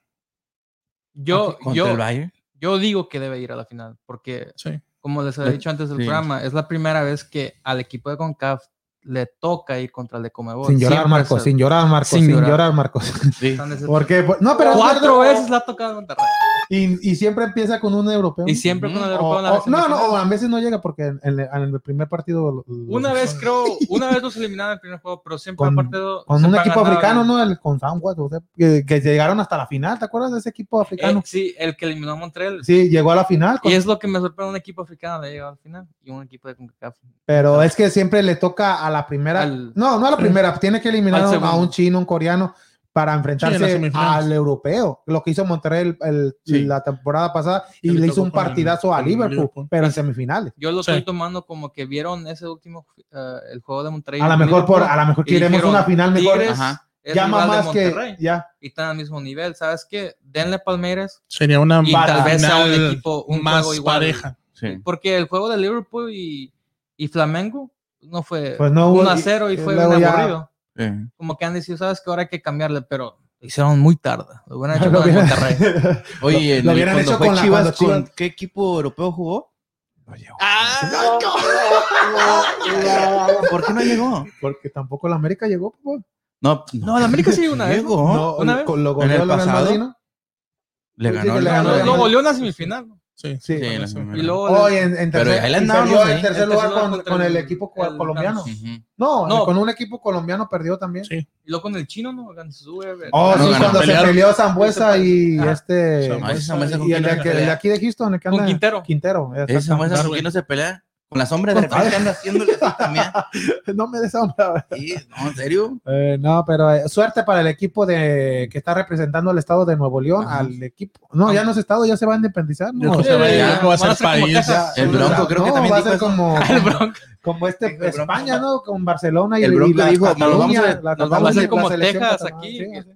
B: Yo,
C: Contra el
B: yo,
C: Bayern.
B: yo digo que debe ir a la final, porque
D: Sí.
B: como les había
C: Le-
B: dicho antes del
C: sí.
B: programa, es la primera vez que al equipo de CONCAF le toca ir contra el de Comebol.
A: Sin llorar,
B: Siempre
A: Marcos,
B: se-
A: sin llorar, Marcos, sin,
B: Oh, Sin llorar.
A: llorar, Marcos. <laughs>
C: Sí.
B: están dese-
A: Porque, no, pero
B: Cuatro veces la ha tocado Monterrey.
A: Y, y siempre empieza con un europeo.
B: Y siempre con el
C: Ujú.
B: europeo en la
A: O- o- no,
B: semifinal.
A: no, o a veces no llega porque en, en- en el primer partido.
B: Una vez creo, una vez los eliminaron en el primer juego, pero siempre
A: Con-
B: aparte de-
A: Con un
B: siempre
A: equipo
B: ganaban.
A: africano, ¿no? El, con Soundwatch, o sea, que, que llegaron hasta la final, ¿te acuerdas de ese equipo
B: Eh,
A: africano?
B: sí, el que eliminó a Montreal.
A: sí, llegó a la final, con-
B: Y es lo que me sorprende, un equipo africano le llegado al final y un equipo de CONCACAF.
A: pero es que siempre le toca a la primera.
B: Al-
A: no, no a la
B: <clears throat>
A: primera, tiene que eliminar
B: Al
A: a un- a
B: segundo.
A: un chino, un coreano, para
D: las
A: enfrentarse
D: semifinales.
A: al europeo. Lo que hizo Monterrey el- el-
D: Sí.
A: la temporada pasada y
D: Que le
A: le hizo
D: tocó
A: un
D: con el-
A: partidazo a
D: con el
A: Liverpool,
D: Liverpool.
A: pero en semifinales.
B: Yo lo
D: Sí.
B: estoy tomando como que vieron ese último eh, el juego de Monterrey.
A: A lo
B: con
A: mejor por,
B: Liverpool,
A: a lo mejor
B: y
A: queremos
B: dijeron,
A: una final mejor.
B: Tigres
C: Ajá.
B: es
A: Llama
B: rival de
A: más que
B: Monterrey,
A: ya.
B: y están al mismo nivel, ¿sabes qué? Denle Palmeiras
D: Sería una
B: y tal vez sea un
D: final
B: equipo un
D: más
B: juego igual.
D: pareja.
C: Sí.
B: Porque el juego de Liverpool y, y Flamengo no fue
A: Pues no hubo-
B: 1 a 0 y,
A: y
B: fue
A: luego
B: bien
A: ya- <laughs>
B: aburrido.
C: Sí.
B: Como que han decidido, sabes que ahora hay que cambiarle, pero
F: Lo hicieron muy tarde. Lo
A: <laughs>
F: hubieran hecho
A: Lo
F: con el
A: hubieran-
F: Monterrey.
C: Oye, en
A: lo
C: el-
A: hubieran
C: cuando
A: hecho
C: fue
A: con la-
C: Chivas,
A: cuando
C: Chivas,
A: con-
C: ¿qué equipo europeo jugó?
D: <laughs>
C: ¿Por qué no llegó?
A: <laughs> Porque tampoco la América llegó, papá.
C: No,
F: No, el América sí llegó una vez,
C: Llegó.
A: No,
F: ¿Una vez?
A: lo, lo
C: ¿En el
A: goleó el Real
C: pasado?
A: Madrid, ¿no? Sí,
C: Le ganó.
A: sí,
C: el
A: le
C: Real
A: ganó,
C: Madrid.
A: le
F: Lo
A: ganó.
F: goleó en la semifinal. ¿no?
D: Sí.
A: Sí.
C: Sí, la
D: Sí.
C: semana.
F: Y luego.
A: Oh, y en, en
C: Pero
A: tercer,
C: ahí ¿eh? la
A: y
C: andábamos
A: perdió en
C: ahí,
A: tercer
F: en
A: lugar
F: tercer lugar
A: con,
F: contra
A: con el
F: el-
A: equipo co-
F: el
A: colombiano.
C: Ujú.
A: No,
F: No.
A: con un equipo colombiano perdió también.
D: Sí.
F: Y luego con el chino, ¿no? Ganzúe,
A: Oh,
C: No,
A: sí,
C: ganó,
A: cuando se
D: pelearon.
A: peleó Zambuesa y
F: Ajá.
A: este.
D: Zambuesa.
C: No, Ah, esa mesa con
A: Y el
C: quién
A: de,
C: no se
A: aquí- el de
C: pelea.
A: aquí de Houston, el que
F: Con
A: anda-
F: Quintero.
A: Quintero.
C: Esa
A: exactamente.
C: mesa con quién no se pelea. Con la sombra de
A: Con-
C: repente anda haciéndole así también.
A: <laughs> No me des sombra.
C: Sí, no, en serio.
A: Eh, no, pero eh, suerte para el equipo de que está representando al estado de Nuevo León,
C: Ajá.
A: al equipo. No, ya no es estado, ya se va a independizar. No,
D: No
A: O
D: se
A: sea,
D: va a
C: ya,
D: llegar, no va a
F: van a
D: ser
F: ser como
D: país.
F: Texas.
C: El Bronco creo que
A: no,
C: también
A: va a
C: dijo
A: ser
C: eso.
A: como,
F: El Bronco.
A: como este
C: Dijo el Bronco.
A: España, ¿no? Con Barcelona y
C: El
A: y
C: Bronco
A: la
C: dijo, nos
A: Cataluña,
C: vamos a-
A: la
C: nos
A: Cataluña,
C: vamos a
F: hacer
A: la
F: como
A: selección
F: Texas
A: catalana,
F: aquí,
A: sí,
F: que-
A: sí.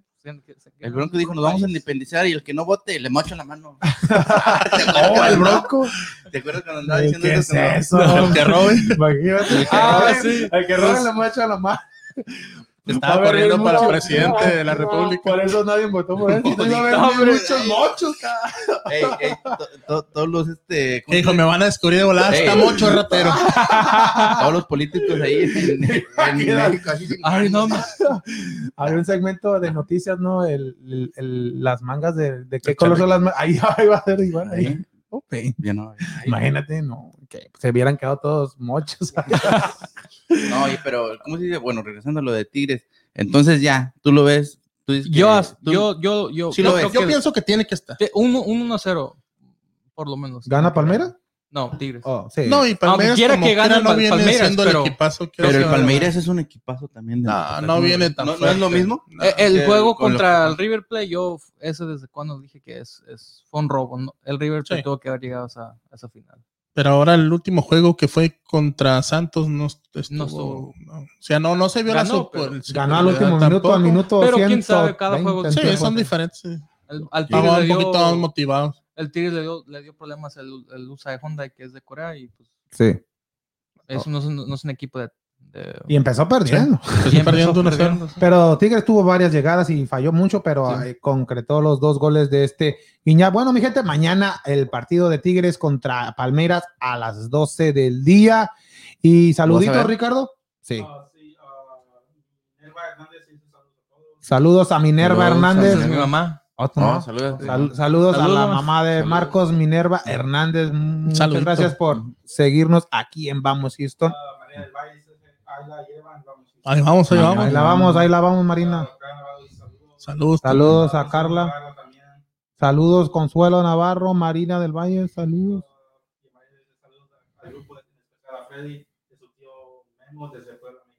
C: El Bronco dijo, nos vamos a independizar y el que no vote le mocho la mano.
A: Oh, el Bronco.
C: ¿Te acuerdas cuando andaba diciendo
A: ¿Qué es
C: eso? que no?
A: eso?
D: El que roben.
A: Imagínate. Ah, sí. El que roba le muestra la mano.
D: Te Estaba
A: Va a haber
D: corriendo
A: mucho-
D: para presidente
A: <laughs>
D: de la República.
A: Por eso nadie votó por él. No iba a haber
C: No, hombre.
A: muchos mochos, cara.
C: Ey, ey, to- to- todos los este
D: Que dijo, me van a descubrir de volada.
C: Ey.
D: Está mucho ratero.
C: <laughs> todos los políticos ahí en, en México así sin-
F: Ay, no, ma-
A: Había un segmento de noticias, ¿no? El, el- el- las mangas de, de qué color son las mangas. Ahí <laughs> ahí va a ser igual. Ahí. Oh,
C: Ahí,
A: Ok.
C: ya no, ahí.
A: Imagínate, no, que se hubieran quedado todos <laughs> mochos.
C: No, oye, pero ¿cómo se dice? Bueno, regresando a lo de Tigres, entonces ya, tú lo ves, tú dices que-
F: Yo,
C: tú-
F: yo, yo, yo,
C: Sí
F: yo
C: lo
F: creo
C: ves.
D: Yo
F: que-
D: pienso que tiene que estar.
F: te- un, un 1-0, por lo menos.
A: ¿Gana Palmeiras?
F: No, Tigres.
A: Oh, sí.
D: No, y Palmeiras
F: quiera
D: como
F: que gane
D: quiera, no
F: Pal-
D: viene
F: Palmeiras,
D: siendo
F: pero-
D: el equipazo que
C: pero
D: hace
C: el
D: ahora.
C: Palmeiras es un equipazo también. de-
D: No, no viene tan
C: ¿No, no es lo
D: fuerte.
C: mismo?
D: No.
F: Eh, el
C: Eh,
F: juego
C: con lo-
F: contra el River Plate, yo, f- eso desde cuando dije que es, es- fue un robo. ¿no? El River Plate
D: Sí.
F: tuvo que haber llegado a esa, a esa final.
D: Pero ahora el último juego que fue contra Santos no estuvo.
F: No estuvo.
D: no. O sea, no, no se vio
F: Ganó,
D: la
F: pero-
A: Ganó al último
D: superioridad
A: minuto,
D: tampoco.
A: al minuto
F: Pero quién sabe, cada
A: 120,
F: juego-
D: Sí,
F: Entiendo.
D: son diferentes. sí.
F: El, al Tigres
D: Estaban
F: le
D: un
F: dio-
D: poquito más motivados.
F: el Tigres le dio, le dio problemas el, el USA de Honda, que es de Corea, y pues
A: Sí.
F: eso no, es un, no es un equipo de... de-
A: Y empezó perdiendo.
B: Pues
D: Empezó
F: siempre
D: pues, perdiendo
F: son
D: una cero.
F: perdiendo, sí.
A: Pero Tigres tuvo varias llegadas y falló mucho, pero
F: Sí.
A: eh, concretó los dos goles de este Guiñá. Bueno, mi gente, mañana el partido de Tigres contra Palmeiras a las 12 del día. Y saluditos,
C: ver?
A: Ricardo. Sí.
H: ah,
A: Saludos a Minerva
C: Saludos a
A: Hernández.
F: Esa es mi mamá.
A: Otro, ¿no?
C: No, saludos.
A: Sal- saludos a la
F: Saludos.
A: mamá de
C: Saludos.
A: Marcos Minerva Hernández. Mm, Muchas
D: Saludito.
A: gracias por seguirnos aquí en Vamos Houston.
D: Ahí vamos, ahí vamos.
A: Ahí la vamos, ahí la vamos, Marina.
D: Saludos.
A: Saludos a Carla. Saludos, Consuelo Navarro, Marina del Valle, saludos.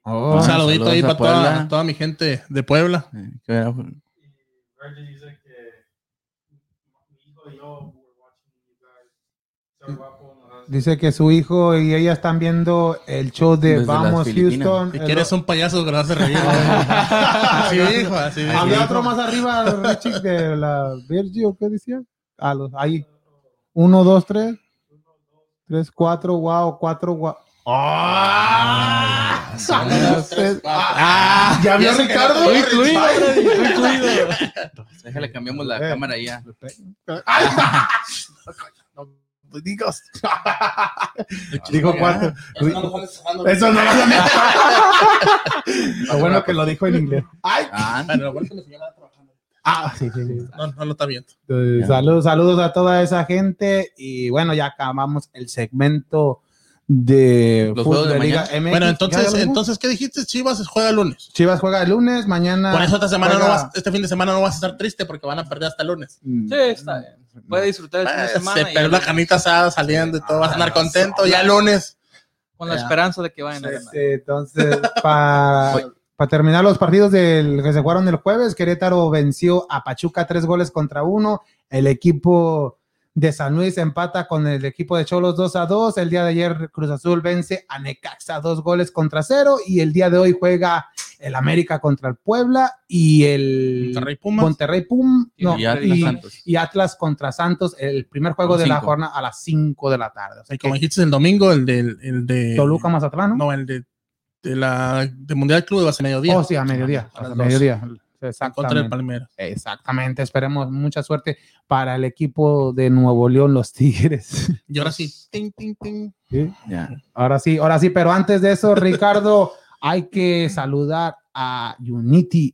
C: Ah,
D: Un saludito ahí
C: saludos a
D: para toda,
C: Puebla.
D: toda mi gente de Puebla.
C: Eh, ¿qué era? No,
A: <laughs> Dice que su hijo y ella están viendo el show de
C: Desde las
A: Vamos
C: Filipinas.
A: Houston.
D: Si
A: El-
D: quieres un payaso, que lo
A: <laughs>
D: hace reír. así dijo, así dijo.
A: Había otro más arriba, Richie, de la Virgil, ¿o qué decía? A los, ahí. Uno, dos, tres. Tres, cuatro, wow, cuatro, wow. ¡Ah! Saludos, tres. ¡Ah! ¿Ya vio Ricardo?
C: Déjale, cambiamos la
A: Eh.
C: cámara ahí ya.
A: ¡Ay! No me digas. Dijo cuatro. Eso no lo Lo bueno que lo dijo en inglés. ¡Ay!
C: Ah,
D: Bueno, lo bueno es que mi señora está trabajando.
A: Ah, sí, sí, sí.
D: No, no lo está viendo.
A: Eh,
C: Ya.
A: Saludos, saludos a toda esa gente. Y bueno, ya acabamos el segmento de
C: Los
A: fútbol
C: juegos de
A: de Liga MX.
D: Bueno,
A: ¿Ya
D: entonces,
A: lo vimos?
D: entonces, ¿qué dijiste? Chivas juega el lunes.
A: Chivas juega el lunes, mañana.
D: Por eso esta semana no
A: Ah, juega-
D: vas, este fin de semana no vas a estar triste porque van a perder hasta el lunes.
A: Mm.
F: Sí, está bien. Puede disfrutar el fin de
D: Eh,
F: semana
D: Se
F: y-
D: perdió la canita asada saliendo y todo, vas a andar contento ya el lunes.
F: con la
D: Ya.
F: esperanza de que vayan a ganar.
A: Este, entonces, para terminar los partidos del, que se jugaron el jueves, Querétaro venció a Pachuca tres goles contra uno. El equipo de San Luis empata con el equipo de Cholos 2 a 2. El día de ayer Cruz Azul vence a Necaxa dos goles contra cero. Y el día de hoy juega el América contra el Puebla y el
D: Monterrey Pumas.
A: Monterrey Pum. no,
C: y Atlas
A: y,
C: Santos.
A: y Atlas contra Santos, el primer juego
C: Con
A: de la
C: cinco.
A: jornada a las 5 de la tarde. O sea
D: Y
A: que
D: como dijiste el domingo, el de, el de
A: Toluca Mazatlán, ¿no?
D: No, el de, de la de Mundial Club va a ser mediodía.
A: Oh, sí, a mediodía.
D: A las
A: a
D: dos.
A: mediodía.
D: contra el
A: Exactamente.
D: Palmeiras.
A: Exactamente. Esperemos mucha suerte para el equipo de Nuevo León, los Tigres.
D: Y ahora sí. tin, tin, tin.
C: Ya.
A: Ahora sí, ahora sí, pero antes de eso, Ricardo, hay que saludar a Unity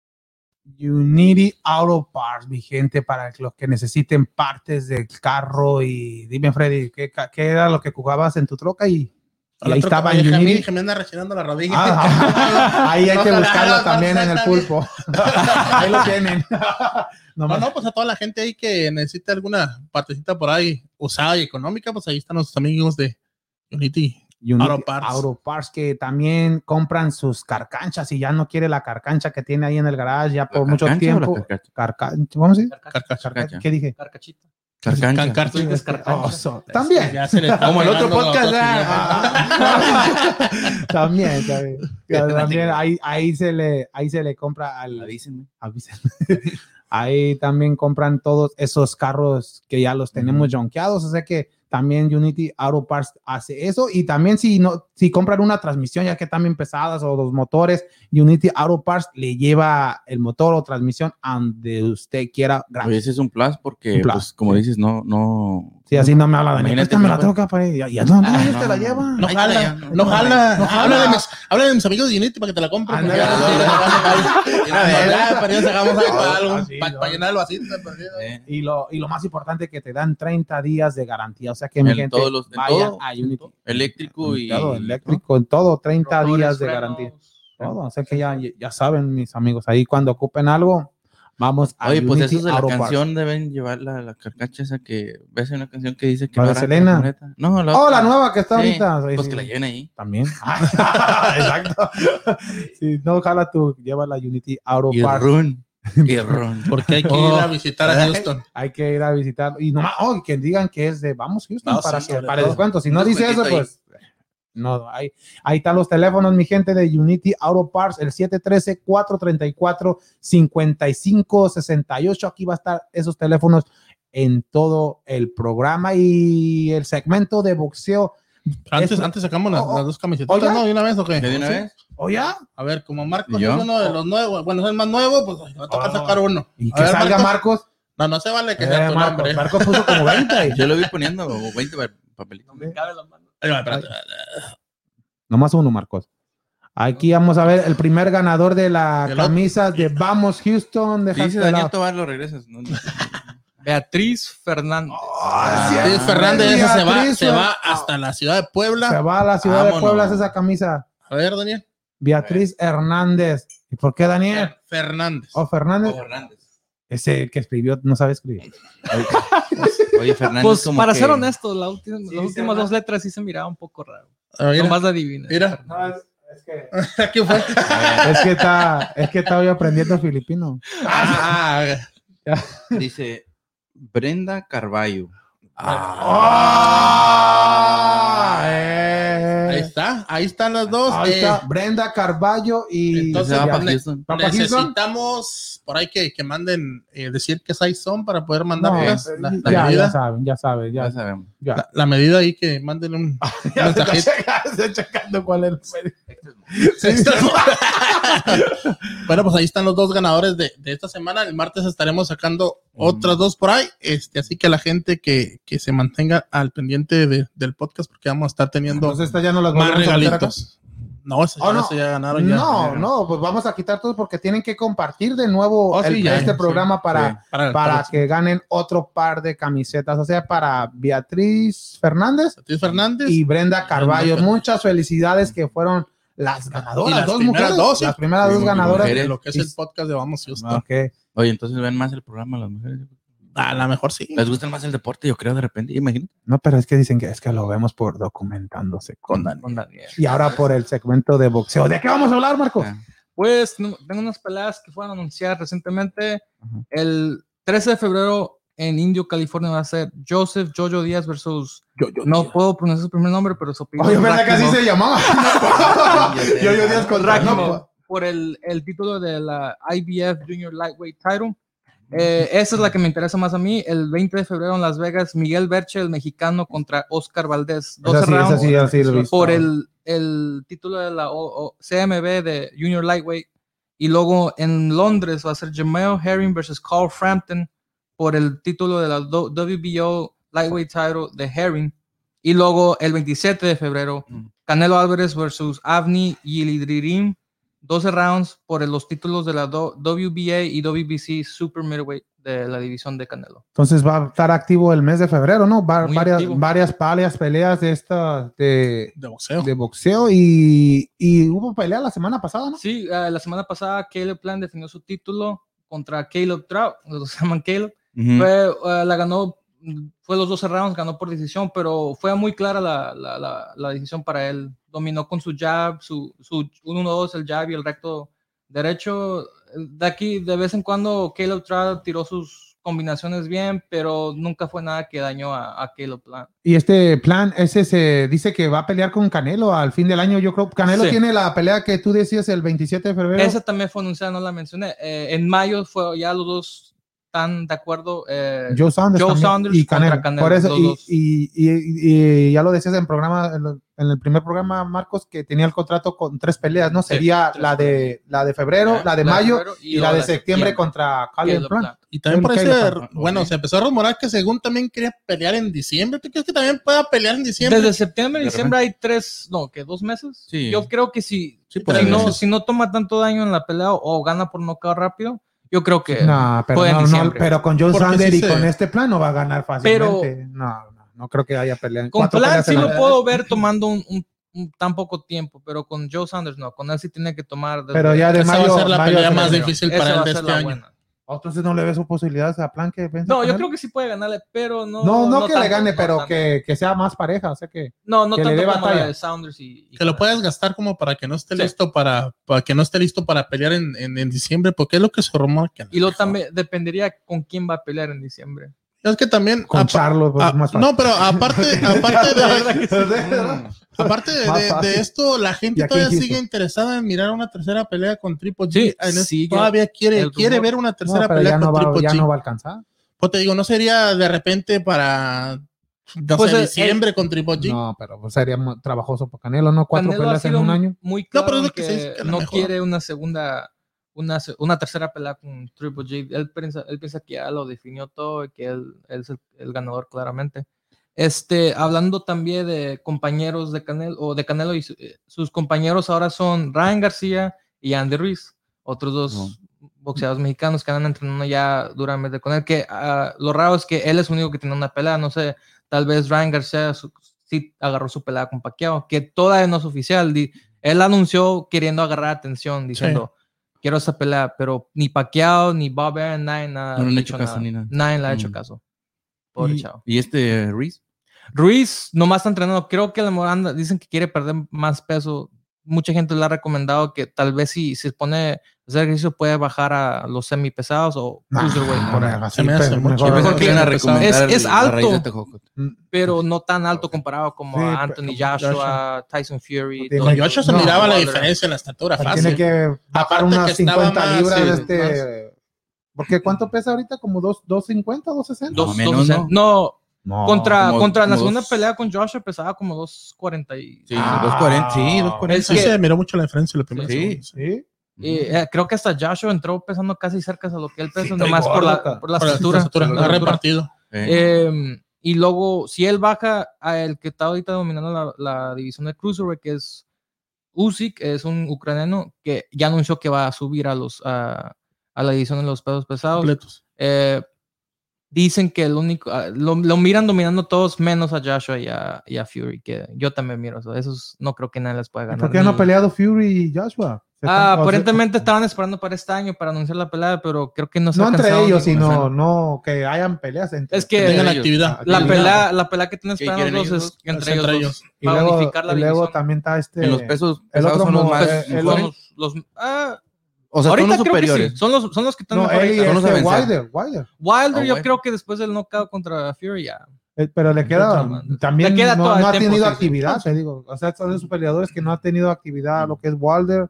A: Unity Auto Parts, mi gente, para los que necesiten partes del carro. Y dime, Freddy, ¿qué, ca- qué era lo que jugabas en tu troca? Y,
D: A
A: y
D: la
A: ahí
D: troca
A: estaba
D: vieja,
A: en
D: mira,
A: Unity.
D: que me anda reaccionando la rodilla. <laughs>
A: Ah, ahí hay que
D: Ojalá,
A: buscarlo
D: ojalá,
A: también en el
D: ojalá.
A: pulpo. <laughs> Ahí lo tienen. <laughs>
D: No,
A: Nomás-
D: no, pues a toda la gente ahí que necesita alguna partecita por ahí usada y económica, pues ahí están nuestros amigos de Unity.
A: Unity
D: Auto Parts.
A: Auto Parts, que también compran sus carcanchas y ya no quiere la carcancha que tiene ahí en el garage ya por
C: ¿La
A: mucho
C: carcancha o la
A: tiempo.
C: carcacha?
A: Carcancha, vamos a decir?
D: Carcacha.
A: Carcancha.
C: Carcacha.
A: ¿Qué dije?
B: Carcachita.
C: Carcancha.
D: Cancarcho.
A: Oh, so- <laughs> También.
D: Ya se le está
C: Como el otro
D: pegando la
C: podcast, Ah,
D: autoestima.
A: también,
C: <laughs>
A: también. También ahí, ahí se le, ahí se le compra al,
C: Avísenme.
A: Avísenme. <laughs> Ahí también compran todos esos carros que ya los tenemos jonqueados, o sea que también Unity Auto Parts hace eso y también si no si compran una transmisión ya que también pesadas o los motores, Unity Auto Parts le lleva el motor o transmisión a donde usted quiera.
C: Oye,
A: Gracias.
C: ese es un plus porque,
A: Un plus.
C: pues, como dices, no, no.
A: Sí, así no me habla de mí.
C: Imagínate,
A: Esta me la
C: no,
A: tengo que apagar. Ya, ya no, no,
C: Ah,
A: ya
C: no,
A: te la
C: no,
A: lleva.
D: No
C: Ahí
D: jala,
C: está ya,
D: no jala.
A: no
D: Habla de
A: jala.
D: mis, habla de mis amigos de Unity para que te la compren.
A: Ándale.
D: porque ya- ya- ya-
A: ver.
D: ya, para que nos hagamos algo,
A: Ah,
D: algo,
A: sí,
D: para
A: no.
D: llenar el vasito, pues, para que-
C: eh,
A: Y lo, y lo más importante que te dan 30 días de garantía, o sea que
C: En
A: mi gente
C: todos los- en
A: vaya
C: todo,
A: a Unity.
C: eléctrico y.
A: Todo eléctrico, en todo, 30
B: Rotores,
A: días de
B: frenos,
A: garantía. Todo, o sea que ya, ya saben, mis amigos, ahí cuando ocupen algo, vamos a
C: Oye, pues
A: Unity
C: eso de la
A: Auto Parts.
C: canción deben llevar la, la carcacha esa que ves en una canción que dice que
A: ¿La de
C: habrá
A: Selena?
C: camioneta. No, la
A: Oh,
C: otra.
A: la nueva que está
C: Sí,
A: ahorita. Sí,
C: Pues
A: sí,
C: que la
A: sí.
C: lleven ahí. <laughs>
A: También. <laughs> Exacto. Si no, jala tú, lleva la Unity Auto
C: Y
A: Parts. <laughs>
C: run. Y run.
D: Porque hay que
A: Oh.
D: ir a visitar a Houston.
A: Hay que ir a visitar. Y nomás, oh, y que digan que es de Vamos Houston
D: No,
A: para,
D: sí,
A: que-
D: sobre
A: para
D: todo.
A: descuento. Si
D: Un
A: no dice eso,
D: descuentito ahí.
A: pues. No, ahí, ahí están los teléfonos, mi gente de Unity Auto Parts, el 713-434-5568. Aquí va a estar esos teléfonos en todo el programa y el segmento de boxeo.
D: Antes,
A: Eso-
D: antes sacamos las,
A: Oh, oh.
D: las dos camisetas,
A: Oh, ya.
D: ¿no? ¿De una vez o qué?
C: ¿Ya de una
D: Sí.
C: vez?
A: ¿O ya?
D: A ver, como Marcos
C: ¿Y
D: es
C: yo?
D: uno de los nuevos, bueno, es el más nuevo, pues ay, va a tocar
A: Oh.
D: sacar uno.
A: Y
D: A
A: que
D: ver,
A: salga
D: Marcos.
A: Marcos.
D: No, no se vale que
A: Eh,
D: sea tu
A: Marcos,
D: nombre.
A: Marcos puso como 20.
D: <laughs>
A: ahí.
C: Yo lo vi poniendo como 20 pa- papelitos.
B: Me cabe la mano.
D: Ahí va, espérate.
A: Nomás uno, Marcos. Aquí vamos a ver el primer ganador de la
D: El otro.
A: camisa de Vamos Houston.
C: Si dice
A: Dejaste
C: Daniel
A: la...
C: Tobar, lo regresas. ¿no?
A: <laughs>
B: Beatriz Fernández.
D: Luis Fernández, esa se va,
A: Beatriz,
D: se va hasta la ciudad de
A: Se
D: Puebla.
A: va a la ciudad de
C: Vámonos.
A: Puebla hace esa camisa.
D: A ver, Daniel.
A: Beatriz Hernández. ¿Y por qué Daniel? Oh,
D: Fernández.
A: ¿O Fernández?
C: Fernández.
A: Ese que escribió, no sabe escribir.
C: Oye, Fernández.
B: Pues
C: como
B: para
C: que-
B: ser honesto, la última-
A: Sí,
B: las
A: se
B: últimas
A: llama-
B: dos letras sí se miraba un poco raro.
D: A ver, mira,
B: Nomás la adivina.
D: mira.
A: que...
D: <laughs> ¿Qué
A: <laughs>
D: fue?
A: Es que está, es que está hoy aprendiendo filipino.
D: Ah,
C: Dice Brenda Carballo.
A: Ah,
D: ahí
A: eh.
D: está, ahí están las dos.
A: Ahí
D: Eh,
A: está Brenda Carballo y
D: Entonces,
A: ya-
C: va para
D: ponle-
C: Houston.
A: Papa Houston.
D: Necesitamos por ahí que, que manden eh, decir que size son para poder
A: No,
D: mandarlas.
A: eh,
D: la, la
A: ya, ya
D: medida,
A: saben, ya saben, ya,
C: Ya sabemos.
A: ya. <laughs>
D: la, la medida ahí que manden un
A: Ya <laughs> se está
D: mensajito.
A: checa- se está checando cuál es. el- <laughs>
D: <laughs> bueno, pues ahí están los dos ganadores de, de esta semana. El martes estaremos sacando otras dos por ahí. Este, así que la gente que, que se mantenga al pendiente de- del podcast, porque vamos a estar teniendo
A: Entonces estas ya Ah, no las
D: más
A: volvemos a meter acá.
D: regalitos. No, eso ya,
A: Oh, no.
D: eso ya ganaron. ya.
A: No, no, pues vamos a quitar todos porque tienen que compartir de nuevo
D: Oh, sí,
A: el-
D: ya,
A: este
D: sí,
A: programa para,
D: Para,
A: para
D: para,
A: que ganen otro par de camisetas. O sea, para Beatriz Fernández
D: Ortiz Fernández.
A: y Brenda Carballo.
D: Fernández.
A: Muchas felicidades que fueron las ganadoras,
D: Y las
A: dos
D: primeras
A: mujeres.
D: dos, sí.
A: Las primeras
C: Sí,
A: dos ganadoras.
C: mujeres.
D: Este, de lo que es el podcast de Vamos Houston.
A: Ok.
C: Oye, entonces ven más el programa las mujeres.
D: A lo mejor sí.
C: Les gusta más el deporte, yo creo, de repente, imagino.
A: No, pero es que dicen que es que lo vemos por documentándose con Dani.
B: con Daniel.
A: Y ahora por el segmento de boxeo. ¿De qué vamos a hablar, Marco?
C: Ah.
B: Pues no, tengo unas peleas que fueron anunciadas recientemente. El 13 de febrero en Indio, California, va a ser Joseph Jojo Díaz versus. no puedo pronunciar su primer nombre, pero su apellido
J: Oye,
B: es
J: ¿verdad que así
B: Rakhimov.
J: se llamaba? yo, yo, Díaz con
B: Rakhimov,
J: no,
B: por el, el título de la IBF Junior Lightweight Title. Eh, esa es la que me interesa más a mí. El 20 de febrero en Las Vegas, Miguel Berche, el mexicano, contra Oscar Valdés. 12
A: Esa sí, esa
B: rounds
A: sí, esa sí lo he visto.
B: por el, el título de la O- O- CMB de Junior Lightweight. Y luego en Londres va a ser Jamel Herring versus Carl Frampton por el título de la do- WBO Lightweight Title de Herring. Y luego el 27 de febrero,
C: Mm.
B: Canelo Álvarez versus Avni Yildirim. 12 rounds por los títulos de la do- WBA y WBC Super Middleweight de la división de Canelo.
A: Entonces va a estar activo el mes de febrero, ¿no? Va-
B: Muy
A: varias,
B: activo.
A: varias, varias peleas de esta de,
D: De boxeo.
A: de boxeo y, y hubo pelea la semana pasada, ¿no?
B: Sí, eh, la semana pasada Caleb Plant defendió su título contra Caleb <laughs> Trout, los llaman Caleb. Fue, eh, la ganó, mm, fue los 12 rounds, ganó por decisión, pero fue muy clara la, la, la- la decisión para él. Dominó con su jab, su, su 1-2, el jab y el recto derecho. De aquí, de vez en cuando, Caleb Trout tiró sus combinaciones bien, pero nunca fue nada que dañó a, a Caleb Plant.
A: Y este plan, ese se dice que va a pelear con Canelo al fin del año. Yo creo que Canelo
B: Sí.
A: tiene la pelea que tú decías el 27 de febrero.
B: Esa también fue anunciada, no la mencioné. Eh, en mayo fue ya los dos están de acuerdo. eh,
A: Joe Saunders,
B: Joe
A: también,
B: Saunders
A: y
B: contra
A: Canelo.
B: Canelo,
A: Por eso,
B: los
A: y,
B: dos.
A: y- y- y ya lo decías en, programa, en, lo- en el primer programa, Marcos, que tenía el contrato con tres peleas, ¿no? Sería
B: tres
A: la, de, la de febrero, la de
B: la
A: mayo
B: febrero
A: y, la de septiembre
B: septiembre.
A: contra Caleb
B: Caleb
A: Plant.
B: Plant.
D: Y también
A: Un
D: parece,
A: Caleb,
C: ajá,
D: bueno,
C: ok.
D: se empezó a rumorar que según también quería pelear en diciembre. ¿Tú crees que también pueda pelear en diciembre?
B: Desde septiembre y
C: De
B: diciembre hay tres, no, que dos meses.
C: Sí.
B: Yo creo que si,
D: Sí, por
B: si,
D: ahí.
B: no, si no toma tanto daño en la pelea o, o gana por nocaut rápido, yo creo que.
A: No, pero,
B: Fue en
A: no, no,
B: diciembre.
A: pero con John
D: Porque
A: Sander
D: sí
A: y
D: se-
A: con este plan no va a ganar
B: Pero-
A: fácilmente. no, no, no creo que haya pelea.
B: Con
A: cuatro
B: Plan
A: peleas
B: sí
A: en la-
B: lo puedo ver tomando un, un- un tan poco tiempo, pero con Joe Sanders no, con él sí tiene que tomar. desde-
A: Pero ya de
D: Esa
A: mayo.
D: va a ser la
A: mayo
D: pelea
A: a
D: más
A: febrero.
D: difícil
B: Esa
D: para
B: va
D: él
B: a
D: de
B: ser
D: este
B: la
D: año.
B: buena.
A: Entonces no le ves posibilidades a plan que venza
B: No,
A: con
B: yo
A: él?
B: creo que sí puede ganarle, pero no.
A: No, no, que le
B: tanto,
A: gane,
B: no
A: pero
B: tanto.
A: que, que sea más pareja. O sea que.
B: No, no
A: que le
B: tanto
A: dé
B: como la
A: batalla.
B: de Saunders y. y
D: Que lo
B: Canelo.
D: puedas gastar como para que no esté
B: Sí.
D: listo para, para que no esté listo para pelear en, en, en diciembre, porque es lo que se rumora que
B: Y lo también dependería con quién va a pelear en diciembre.
D: es que también
A: Con
D: apa-
A: Charlo, pues,
D: ah,
A: más fácil.
D: no, pero
A: <laughs>
D: aparte, aparte de, aparte de,
A: Más
D: de- de
A: fácil.
D: esto, la
A: ¿Y a
D: gente
A: quién
D: todavía
A: quiso?
D: sigue interesada en mirar una tercera pelea con Triple G.
B: Sí,
D: En es-
B: sigue
D: todavía quiere,
B: el
D: quiere
B: rumor.
D: ver una tercera
A: No, pero
D: pelea
A: ya,
D: con
A: no va,
D: Triple
A: ya
D: G.
A: no va a alcanzar.
D: Pues te digo, no sería de repente para no
B: Pues
D: sé,
B: el-
D: diciembre con Triple G.
A: No, pero pues, sería muy trabajoso para Canelo, ¿no? Cuatro
B: Canelo ha
A: peleas en
B: sido
A: un año.
B: Muy
D: pero
B: claro
D: es lo que
B: que,
D: se dice, que a lo
B: no
D: mejor.
B: quiere una segunda, una, se- una tercera pelea con Triple G. Él piensa, él piensa que ya lo definió todo y que él, él es el, el ganador claramente. Este, hablando también de compañeros de Canelo, o de Canelo y su- eh, sus compañeros ahora son Ryan García y Andy Ruiz, otros dos boxeadores mexicanos que andan entrenando ya duramente con él, que ah, lo raro es que él es el único que tiene una pelea, no sé, tal vez Ryan García su- sí agarró su pelea con Pacquiao, que todavía no es oficial. di- Él anunció queriendo agarrar atención, diciendo, quiero esa pelea, pero ni Pacquiao, ni Bob Arum, nadie nada.
C: No le han
B: ha
C: hecho caso
B: nada.
C: ni nada.
B: Nadie le ha hecho
C: Mm.
B: caso. Pobre chavo.
C: ¿Y este eh, Reese?
B: Ruiz nomás está entrenando. Creo que la Moranda dicen que quiere perder más peso. Mucha gente le ha recomendado que tal vez si si se pone a hacer ejercicio puede bajar a los semipesados o
C: Ah,
A: Nah,
B: cruiserweight por ahí.
A: no, Pues, así,
D: Se me hace
A: pero
D: mucho.
A: mejor-
D: Yo
C: Mejor
D: creo
C: que
D: que
C: van a
D: empezó-
C: recomendar
B: Es- es
C: el- la raíz de
B: alto.
C: Tejocote.
B: pero no tan alto comparado como
A: Sí,
B: a
A: pero-
B: Anthony Joshua, Tyson Fury.
A: Digo,
B: todos
D: Con Joshua
B: esos-
D: se
A: No,
D: miraba la
B: Wilder.
D: diferencia en la estatura
A: pero
D: fácil.
A: Tiene que bajar
D: Aparte
A: unas
D: que estaba
A: 50
D: más,
A: libras.
D: sí,
A: este, Porque ¿cuánto pesa ahorita? ¿Como dos- 250, 260?
B: Dos-
C: Más o menos,
B: dos-
C: ¿no?
B: no,
A: No.
B: contra,
C: como-
B: contra la
C: como
B: segunda
C: dos-
B: pelea con Joshua pesaba como 2.40 y,
C: Sí,
A: Ah.
C: 240. Sí, 240.
B: Es
D: Sí,
B: que-
D: se miró mucho la diferencia en la primera.
C: Sí.
D: segunda, sí.
A: Sí.
B: y, eh, creo que hasta Joshua entró pesando casi cerca de lo que él pesa,
A: estoy
B: nomás por
A: gordo,
B: la,
A: cabrón.
B: por la
D: Por la
B: estatura.
D: estatura,
B: por la
D: no ha
B: estatura.
D: repartido.
C: Eh,
B: Eh, y luego, si él baja a el que está ahorita dominando la, la división de Cruiserweight, que es Usyk, es un ucraniano que ya anunció que va a subir a los a, a la división de los pesos pesados.
D: Completos.
B: Eh, dicen que el único, ah, lo, lo miran dominando todos menos a Joshua y a, y a Fury, que yo también miro eso. Esos no creo que nadie les pueda ganar.
A: ¿Por qué han
B: ni-
A: peleado Fury y Joshua? Se
B: Ah,
A: están- o sea,
B: aparentemente estaban esperando para este año para anunciar la pelea, pero creo que no se
A: No entre
B: alcanzaron
A: ellos,
B: ni con
A: sino
B: esa-
A: no que hayan peleas entre
B: Es que
D: Tengan
C: ellos.
D: actividad.
A: Ah,
B: la
A: que-
B: pelea, la pelea que tienen
C: ¿Qué
B: esperando
C: quieren
B: los
C: ellos
B: es
C: dos?
B: entre
D: Es
B: ellos
D: entre
B: dos.
A: Y
B: para
A: luego,
B: unificar la
A: y luego
B: división.
A: también está este.
C: En los pesos
A: el
C: pesados
A: otro
C: son los
A: mo-
C: más.
A: eh, el
B: Son
C: mejores.
A: otro-
B: los, los- ah,
C: o sea, son
B: ahorita
C: los
B: creo que sí,
C: superiores.
B: son los, son los que están
A: no,
B: mejor
A: él y
B: ahorita.
C: Son los
A: este
C: a vencer.
A: Wilder, Wilder.
B: Wilder
C: Ah,
B: yo
C: bueno.
B: creo que después del knockout contra Fury ya.
A: Eh, Pero le
B: Contra
A: queda
B: Amanda.
A: también
B: Le queda
A: no,
B: todo el
A: no ha
B: tiempo,
A: tenido
B: sí, sí.
A: actividad, te digo. O sea, son de sus peleadores que no ha tenido actividad lo que es Wilder,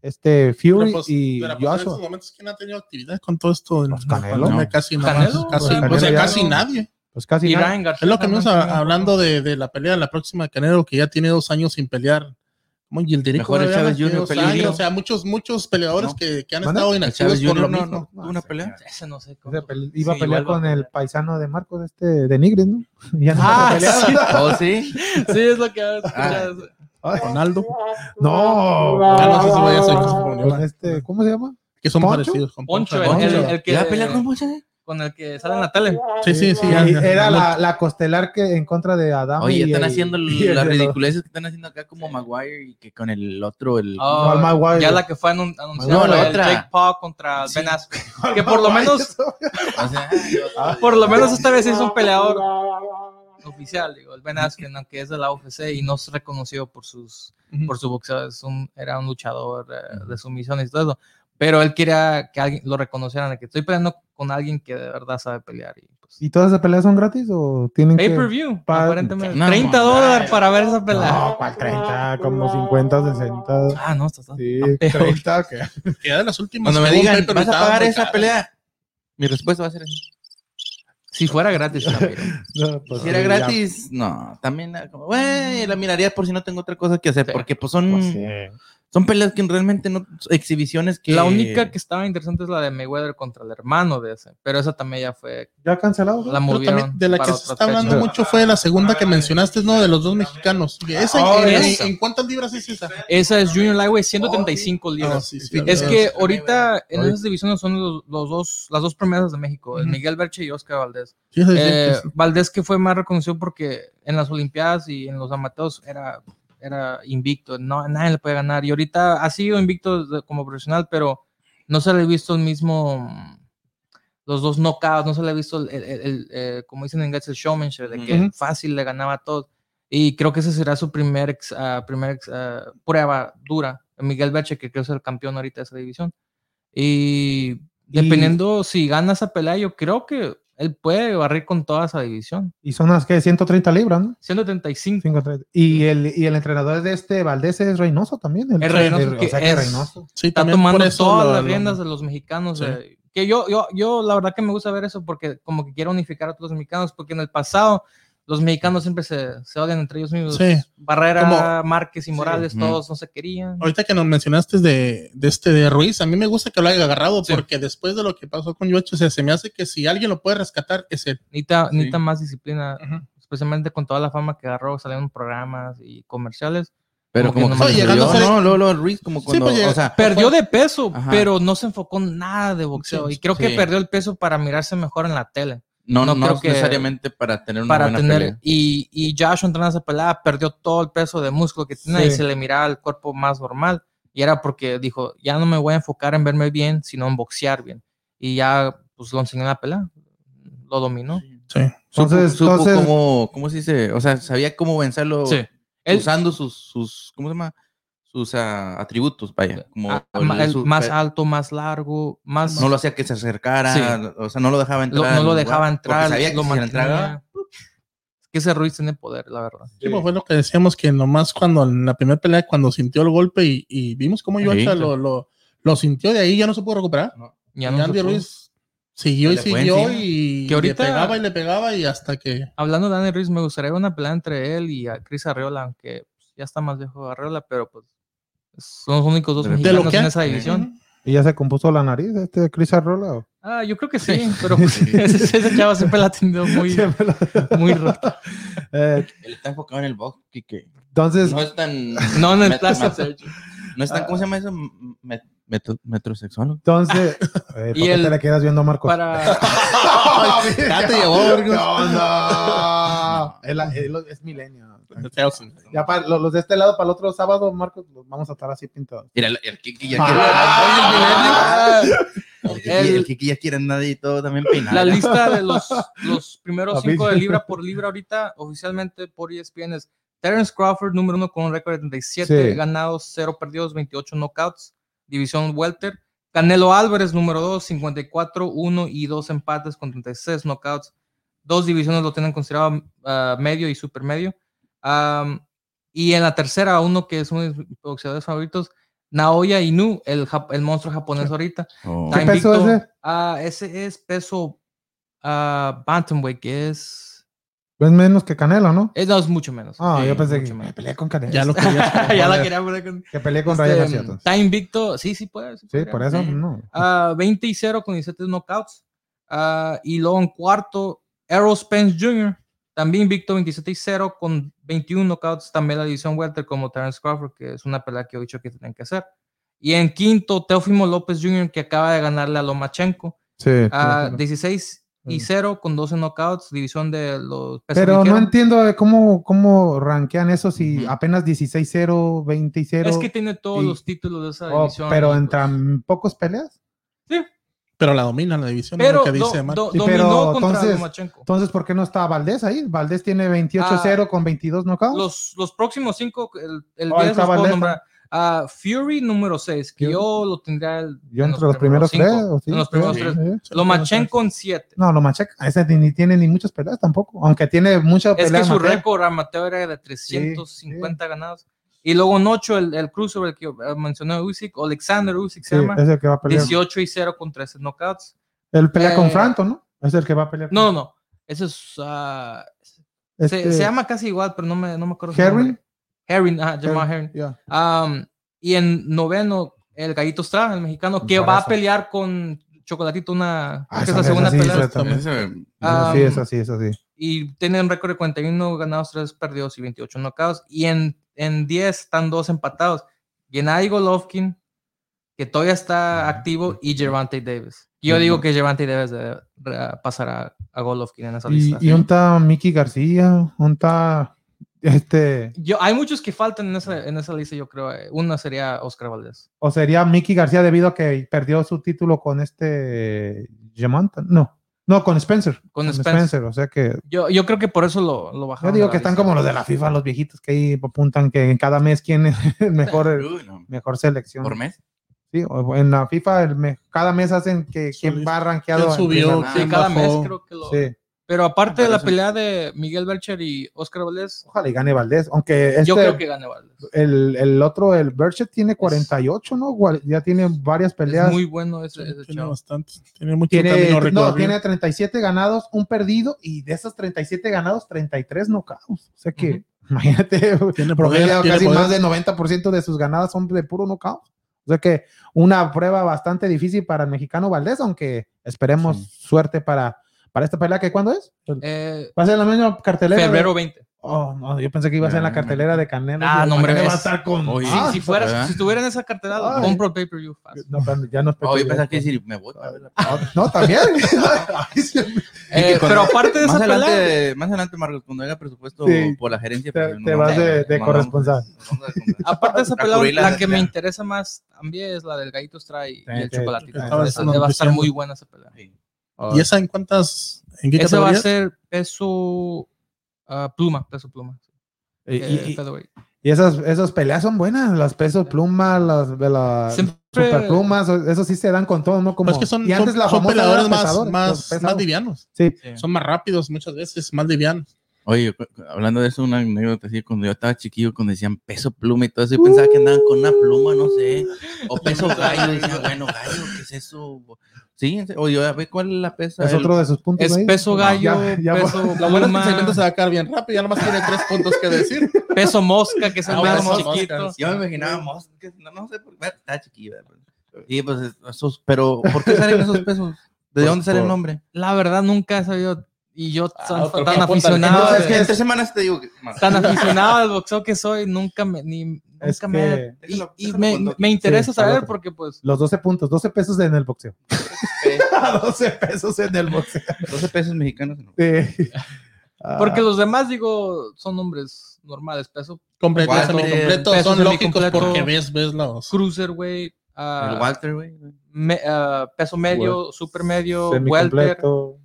A: este Fury
D: Pero, pues,
A: y
D: pero, pues, en estos
A: Joshua.
D: momentos, ¿quién ha tenido actividad con todo esto? de la
A: Pues, Canelo.
D: pandemia? Casi nada más,
B: Canelo,
D: casi,
A: Canelo
D: o sea,
A: ya
D: casi
B: no.
D: nadie.
A: Pues casi
B: Y
A: nada.
B: Ryan García
D: Es lo que nos
B: también.
D: hablando de, de la pelea de la próxima de Canelo, que ya tiene dos años sin pelear. Como Gilderico,
C: Mejor el
D: ¿verdad?
C: Chávez
D: Tiene
C: Jr.
D: dos
C: peleó
D: años,
C: bien.
D: O sea, muchos, muchos peleadores que, que han
A: ¿Manda?
D: estado
C: El
D: inactivos
C: Chávez
D: por lo
C: Jr. no,
D: mismo.
C: no, tuvo una pelea.
B: <laughs> Ese no sé cómo-
A: Ese pel- Iba a
B: Sí,
A: pelear
B: igual va
A: con
B: a
A: el
B: pelear. Ah,
A: paisano de Marcos, este de Nigris, ¿no? <laughs> Ya no está peleando.
C: Oh, sí.
B: Sí, es lo que había escuchado.
A: Ay,
D: Ronaldo.
A: No,
D: Ah, no, eso se vaya a hacer, eso se pone
A: Con
D: mal.
A: este, ¿cómo se llama?
D: Que son
A: ¿Poncho?
D: parecidos. con
B: Poncho,
D: Poncho.
B: el, el- el que
C: Oh, ¿Ya pelea con Mocha?
B: con el que sale en la tele.
D: Sí, sí, sí. ya,
A: Y
D: ya.
A: era la, la costelar que en contra de Adam.
C: Oye,
A: <laughs>
C: están haciendo las
A: ridícula
C: ridiculeces que están haciendo acá como Maguire y que con el otro, el...
B: Ah,
A: Juan Maguire.
B: ya la que fue anun- anunciada
C: No, la
B: el
C: otra.
B: Jake Paul contra
C: Sí.
B: Ben Askren. que por
A: <laughs>
B: lo menos
C: O sea, yo-
B: por lo menos esta vez sí es un peleador oficial, digo, el Ben Askren, aunque es de la UFC y no es reconocido por sus
D: Ujú.
B: por su boxeo, es un, era un luchador eh, de sumisiones y todo eso, pero él quería que alguien lo reconocieran, de que estoy peleando con alguien que de verdad sabe pelear y pues,
A: ¿Y todas esas peleas son gratis o tienen que...?
B: Pay-per-view,
A: Pa-
B: aparentemente.
C: No,
B: 30
C: no,
B: dólares para ver esa pelea.
A: No, ¿cuál 30? Como 50, 60.
B: Ah, no, está, está-
A: Sí,
B: está peor.
A: 30. que-
D: Que era de las últimas.
C: Cuando me
D: que hubo
C: digan,
D: un
C: ¿vas a
D: pay-per-view, estaba
C: pagar
D: muy
C: esa
D: caro.
C: pelea? Mi respuesta va a ser así.
B: Si fuera <laughs> gratis, Ramiro.
A: No, pues,
C: Si era
A: sí, ya.
C: gratis, no, también, eh, como, güey, la miraría por si no tengo otra cosa que hacer,
B: Sí.
C: porque pues son,
A: Pues, sí.
C: son peleas que realmente no, exhibiciones que...
B: La única que estaba interesante es la de Mayweather contra el hermano de ese, pero esa también ya fue,
A: ¿Ya cancelado?
B: la
D: Pero
B: movieron.
D: también de la
B: para
D: que se
B: otra
D: está
B: fecha.
D: hablando mucho fue la segunda que mencionaste, ¿no? De los dos mexicanos. Y esa,
B: Oh,
D: en, en-
B: esa.
D: en cuántas libras es esa?
B: Esa es Junior Lightweight, 135
D: Ah,
B: libras.
D: Oh, sí, sí,
B: Es
D: la
B: que
D: verdad.
B: ahorita en esas divisiones son los, los dos, las dos promesas de México, el
D: Ujú.
B: Miguel Berche y Oscar Valdés.
D: Sí, sí, sí,
B: Eh,
D: sí.
B: Valdés que fue más reconocido porque en las Olimpiadas y en los amateurs era, era invicto, no, nadie le puede ganar. Y ahorita ha sido invicto desde- como profesional, pero no se le ha visto el mismo, los dos knockouts, no se le ha visto, el, el- el- el, eh, como dicen en inglés, el showmanship, de que
A: Ujú.
B: fácil le ganaba a todos. Y creo que esa será su primer, ex- ah, primer ex- ah, prueba dura. Miguel Berche, que creo es el campeón ahorita de esa división. Y dependiendo si gana esa pelea, yo creo que él puede barrer con toda esa división.
A: Y son las que 130 libras, ¿no?
B: 135.
A: 130. Y el, y el entrenador de este Valdés es Reynoso también. El,
B: Es Reynoso,
A: el- o
B: que
A: sea que
B: es-
A: Reynoso.
D: Sí,
B: Está
D: también por
B: tomando
D: eso
B: todas
D: lo-
B: las
D: lo-
B: riendas de los mexicanos.
D: Sí.
B: eh, que yo, yo, yo, la verdad que me gusta ver eso porque como que quiero unificar a todos los mexicanos, porque en el pasado los mexicanos siempre se, se odian entre ellos mismos.
D: Sí.
B: Barrera,
D: Como-
B: Márquez y Morales,
C: ujú.
B: todos no se querían.
D: Ahorita que nos mencionaste de, de este de Ruiz, a mí me gusta que lo haya agarrado porque después de lo que pasó con Yocho, o sea, se me hace que si alguien lo puede rescatar es él.
B: Necesita,
C: Sí.
B: necesita más disciplina,
D: Ajá.
B: especialmente con toda la fama que agarró, salieron programas y comerciales.
C: Pero
B: como
C: como, que
B: que nomás
C: se
D: llegando
C: subió,
D: a ser-
C: No, luego, luego Ruiz como cuando...
D: pues, llega-
C: o sea,
B: Perdió de peso,
C: Ajá.
B: pero no se enfocó en nada de boxeo.
D: Sí,
B: y creo que
C: sí.
B: perdió el peso para mirarse mejor en la tele.
C: no,
B: no
C: no,
B: creo que-
C: necesariamente para tener una
B: para
C: buena
B: tener.
C: pelea.
B: Y, y Josh entrando a esa pelea perdió todo el peso de músculo que tiene y
A: Sí.
B: se le miraba el cuerpo más normal. Y era porque dijo: Ya no me voy a enfocar en verme bien, sino en boxear bien. Y ya, pues lo enseñó en la pelea. Lo dominó.
D: Sí.
A: Entonces,
C: supo, supo
A: entonces-
C: cómo, cómo se dice, o sea, sabía cómo vencerlo
B: Sí. Él-
C: usando sus, sus, ¿cómo se llama? Sus ah, atributos, vaya. Como
B: Ah,
C: el-
B: ma- el
C: su-
B: más
C: pe-
B: alto, más largo, más.
C: no lo hacía que se acercara,
B: Sí.
C: o sea, no lo dejaba
B: lo-
C: entrar.
B: no
C: al
B: lo
C: lugar,
B: dejaba
C: porque
B: entrar.
C: Sabía que
B: lo
C: si se le
B: mantenía.
C: entraba,
B: Es que ese Ruiz tiene poder, la verdad.
D: Sí, pues, fue lo que decíamos que nomás cuando en la primera pelea, cuando sintió el golpe y, y vimos cómo Yocho
C: Sí, sí.
D: lo, lo, lo sintió de ahí, ya no se pudo recuperar.
B: Ya
D: y
B: no se
D: Andy
B: pudo.
D: Ruiz siguió y
C: Se le fue
D: siguió
C: encima.
D: y
B: Que ahorita-
D: le pegaba y le pegaba y hasta que
B: Hablando de Dani Ruiz, me gustaría ver una pelea entre él y a Chris Arreola, aunque pues, ya está más viejo Arreola, pero pues son los únicos dos
C: De repente.
B: mexicanos
D: De lo que-
B: en esa división.
A: Y ya se compuso la nariz este Chris Arrola.
B: Ah, yo creo que sí, pero pues, <laughs> ese, ese chavo siempre la ha
D: <laughs>
B: tenido
A: <laughs>
B: muy,
A: Siempre
B: <laughs>
A: lo-
B: muy rota.
A: Eh,
C: él está enfocado en el box, que, que
A: entonces,
C: no es tan...
B: No en el
C: Meta-
B: plástico.
C: meta- No es tan, ¿cómo se llama eso? Me- metro- metrosexual.
B: <laughs>
A: Entonces, eh, ¿por
B: Y
A: qué te
B: el-
A: le quedas viendo a Marco?
B: Para,
D: <laughs> Ya te llevó, Virgo.
J: No,
A: <laughs>
J: no.
A: Él- él es milenio.
D: Thousand.
A: Ya para, lo- los, de este lado para el otro sábado, Marcos, los vamos a estar así pintados.
C: Mira, el, el Kiki ya
B: <laughs> Ah.
C: quiere. El Kiki-
B: El-
C: el Kiki ya quiere andar y todo también peinado.
B: la lista de los, los
A: La
B: primeros cinco de
A: misma.
B: libra por libra ahorita oficialmente por E ESPN es Terence Crawford, número uno con un récord de 37
A: Sí.
B: ganados, 0 perdidos, 28 knockouts, división welter. Canelo Álvarez, número 2, 54, 1 y 2 empates con 36 knockouts. Dos divisiones lo tienen considerado ah, medio y supermedio. Am, y en la tercera, uno que es uno de mis boxeadores favoritos, Naoya Inu, el, jap- el monstruo japonés ahorita.
C: Oh.
B: Está
A: ¿Qué peso
B: invicto.
A: ese?
B: Ah, ese es peso ah, Bantamweight, que es.
A: Es Pues menos que Canelo, ¿no?
B: es- no, es mucho menos.
A: Ah,
B: Sí,
A: yo pensé
B: mucho
A: que
B: menos.
A: peleé con Canelo.
D: Ya lo querías.
B: ya la quería poner con.
A: Que peleé <laughs> con
B: Este,
A: Ryan García, entonces.
B: está invicto. Sí, sí puede. Sí,
A: Sí,
B: podría.
A: por eso, Mm.
B: Sí.
A: no.
B: Ah, 20 y 0 con 17 knockouts. Ah, y luego en cuarto, Errol Spence Jr. También invicto 27 y 0 con 21 knockouts. También la división Welter como Terence Crawford, que es una pelea que he dicho que tienen que hacer. Y en quinto, Teofimo López Jr., que acaba de ganarle a Lomachenko.
A: Sí.
B: Ah,
A: claro.
B: 16 y
A: Mm.
B: 0 con 12 knockouts, división de los pesos
A: Pero no
B: ligeros.
A: entiendo de cómo, cómo rankean eso si
B: Ujú.
A: apenas 16-0, 20-0.
B: Es que tiene todos
A: y-
B: los títulos de esa
A: Oh,
B: división.
A: pero
B: y,
A: en
B: pues,
A: tan pocos peleas.
D: Pero la domina la división, es
B: pero
D: lo que
B: do-
D: dice Marco.
B: do-
A: Sí,
B: dominó
A: pero
B: contra
A: entonces-
B: Lomachenko.
A: Entonces, ¿por qué no está Valdés ahí? Valdés tiene 28-0 con 22 knockouts.
B: Ah. Los, los próximos cinco, el, el
A: Oh,
B: día
A: ahí
B: los
A: está
B: puedo
A: Valdés.
B: nombrar. Ah, Fury número 6, que
A: Fury.
B: yo lo tendría el-
A: Yo
B: en
A: entre los primeros
B: cinco,
A: tres. ¿o sí?
B: en los primeros
A: Sí,
B: tres.
A: sí.
B: Lomachenko en 7.
A: No, lo machaca. Ese ni, ni tiene ni muchas peleas tampoco. Aunque tiene muchas
B: Es
A: peleas.
B: que su
A: Mateo.
B: récord amateur era de 350 ganados. Y luego en 8, el, el crossover que eh, mencionó Usyk, Alexander Usyk
A: Sí,
B: se llama,
A: es el que va a pelear.
B: 18 y 0 con 13 knockouts.
A: Él pelea con
B: Eh,
A: Franco, ¿no? Es el que va a pelear.
B: No, no, no. Ese es. ah,
A: con-
B: se-
A: este,
B: se, llama casi igual, pero no me, no me acuerdo. su
A: Herring.
B: nombre. Herring, ajá, Jamal Herring.
A: Ya.
B: Am, y en noveno, el Gallito Estrada, el mexicano, que va a
A: Embarazo.
B: pelear con Chocolatito una.
A: Ah,
B: creo que es
A: esa
B: la
A: vez
B: segunda
A: así,
B: pelea.
A: esa también.
C: Ese-
B: Ah,
A: sí, es así, es así.
B: Y tiene un récord de 41 ganados, 3 perdidos y 28 knockouts. Y en, en 10 están dos empatados. Gennady Golovkin, que todavía
A: Ah,
B: está activo, y Gervante Davis. Y Yo digo que Gervante Davis debe eh, pasar a, a Golovkin en esa lista.
A: Y, y un ta Mickey García, un ta este,
B: Yo, hay muchos que faltan en esa, en esa lista, yo creo. Eh, Una sería Oscar Valdés.
A: o sería Mickey García debido a que perdió su título con este Jamanta, no, no con Spencer,
B: Con Spencer.
A: o sea que
B: Yo, yo creo que por eso lo, lo
A: yo
B: bajaron. de
A: digo
B: la
A: que están
B: lista.
A: como los de la FIFA, los viejitos que ahí apuntan que en cada mes quién es <laughs> el
B: <laughs>
A: mejor
C: Uy, no.
A: mejor selección.
C: Por mes.
A: Sí, o en la FIFA el me- cada mes hacen que
D: Su
A: quién
D: lista.
A: va rankeado.
D: ¿Quién subió?
A: en- en-
B: Sí,
D: ¿Quién
B: cada mes
D: bajó?
B: creo que lo.
A: sí.
B: Pero aparte de la
C: Parece-
B: pelea de Miguel Bercher y Oscar Valdés,
A: Ojalá y gane Valdés, aunque este
B: yo creo que gane Valdés.
A: el, el otro, el Burchett, tiene 48, ¿no? Guar- Ya tiene varias peleas.
B: Es muy bueno ese, ese
D: Tiene
B: chavo.
D: bastantes. Tiene mucho
A: tiene,
D: camino
A: no,
D: recorrido.
A: tiene 37 ganados, un perdido, y de esos 37 ganados, 33 knockouts. O sea que,
B: Ujú.
A: imagínate, promedio
D: Tiene poder, tiene
A: casi
D: poder.
A: más del 90% de sus ganadas son de puro knockout. O sea que una prueba bastante difícil para el mexicano Valdés, aunque esperemos suerte para, para esta pelea que cuándo es. El-
B: Eh,
A: Va a ser la misma cartelera. de-
B: febrero 20.
A: Oh, no, yo pensé que iba a ser en la
C: Ah,
A: cartelera de Canelo.
B: Ah, no, hombre,
A: Canelo va a
B: es-
A: estar con.
C: Oye,
B: Sí,
A: Ah,
B: si, fuera,
C: ¿verdad?
B: si estuviera en esa cartera,
A: Ay.
B: lo compro el pay-per-view fast.
A: No, perdón, ya no es
C: Oh, yo
A: peculiar.
C: pensaba que decir, me voy.
A: Ah, No, también. Ay, sí.
B: Eh,
C: que con-
B: pero aparte de
C: Más
B: esa pelea,
C: adelante, más adelante, Marcos, cuando haga presupuesto
A: Sí.
C: por la gerencia.
A: Te-
C: pues,
A: te
C: nos
A: vas de-
C: vamos a-
A: de
C: nos vamos a-
A: corresponsal.
C: nos vamos a comprar.
B: aparte de esa
C: Para
B: pelea,
C: cubrir la
B: la que me
C: necesidad.
B: interesa más también es la del Gallito Stray y
A: Sí,
B: el
A: sí,
B: Chocolatito.
D: estaba
B: Esa- Va a estar
D: diciendo.
B: muy buena esa pelea.
C: Sí.
D: ¿Y esa en cuántas? ¿En qué
B: Esa va a
D: categoría?
B: ser peso ah, pluma, peso pluma.
A: Y,
B: Eh,
A: y-
B: featherweight.
A: y esas, esas peleas son buenas, las pesos pluma, las, de las
B: Siempre-
A: superplumas, eso sí se dan con todo, ¿no? Como,
D: Pues que son,
A: y antes
D: son-
A: la
D: son
A: famosa
D: peleadores
A: era
D: más,
A: pesadores,
D: más,
A: pesados.
D: más livianos.
A: Sí.
D: Son más rápidos muchas veces, más livianos.
C: Oye, yo cu- cu- hablando de eso, una anécdota así, cuando yo estaba chiquillo, cuando decían peso pluma y todo eso, yo pensaba que andaban con una pluma, no sé, o
A: <laughs>
C: peso gallo, y decía, bueno, gallo, ¿qué es eso? Sí, en serio, o yo, a ver, ¿cuál es la pesa?
A: Es
C: El-
A: otro de sus puntos.
B: Es
A: ahí.
B: peso gallo,
A: Ya- ya-
B: peso
D: Lo bueno es que el segmento
B: pluma,
D: se va a quedar bien rápido, ya nomás tiene tres puntos que decir.
B: peso mosca, que es el
D: Ah,
B: más
D: peso mosca,
B: chiquito.
C: <laughs> Yo me
A: <laughs>
C: imaginaba moscas, no, no sé por qué, estaba chiquillo. ¿verdad? Y pues, esos, pero, ¿por qué salen esos pesos? ¿De
A: Por-
C: dónde sale el
A: por-
C: nombre?
B: La verdad, nunca he sabido. Y yo
D: Ah,
B: tan,
D: otro
B: tan
D: que apunta.
B: aficionado,
A: No, es
B: de-
A: que-
C: Ah, En tres semanas te digo que.
B: tan aficionado al boxeo que soy, nunca me, ni, nunca
A: Es
B: me,
A: que-
B: y-
C: Déjalo-
B: y,
C: déjalo
B: me,
C: cuando-
B: me interesa
A: Sí, al
B: saber
A: otro.
B: porque pues,
A: Los 12 puntos, 12 pesos en el boxeo. 12 pesos en el boxeo.
C: 12 pesos mexicanos. ¿no?
A: Sí. Ah,
B: porque los demás digo, son hombres normales, peso
D: Completos,
C: Walter,
D: semicompletos,
B: peso
D: son lógicos
B: semicompleto.
D: porque ves, ves los.
B: cruiserweight, ah,
C: El Walter, güey.
B: me- ah, peso medio, super medio, welter,
A: semicompleto.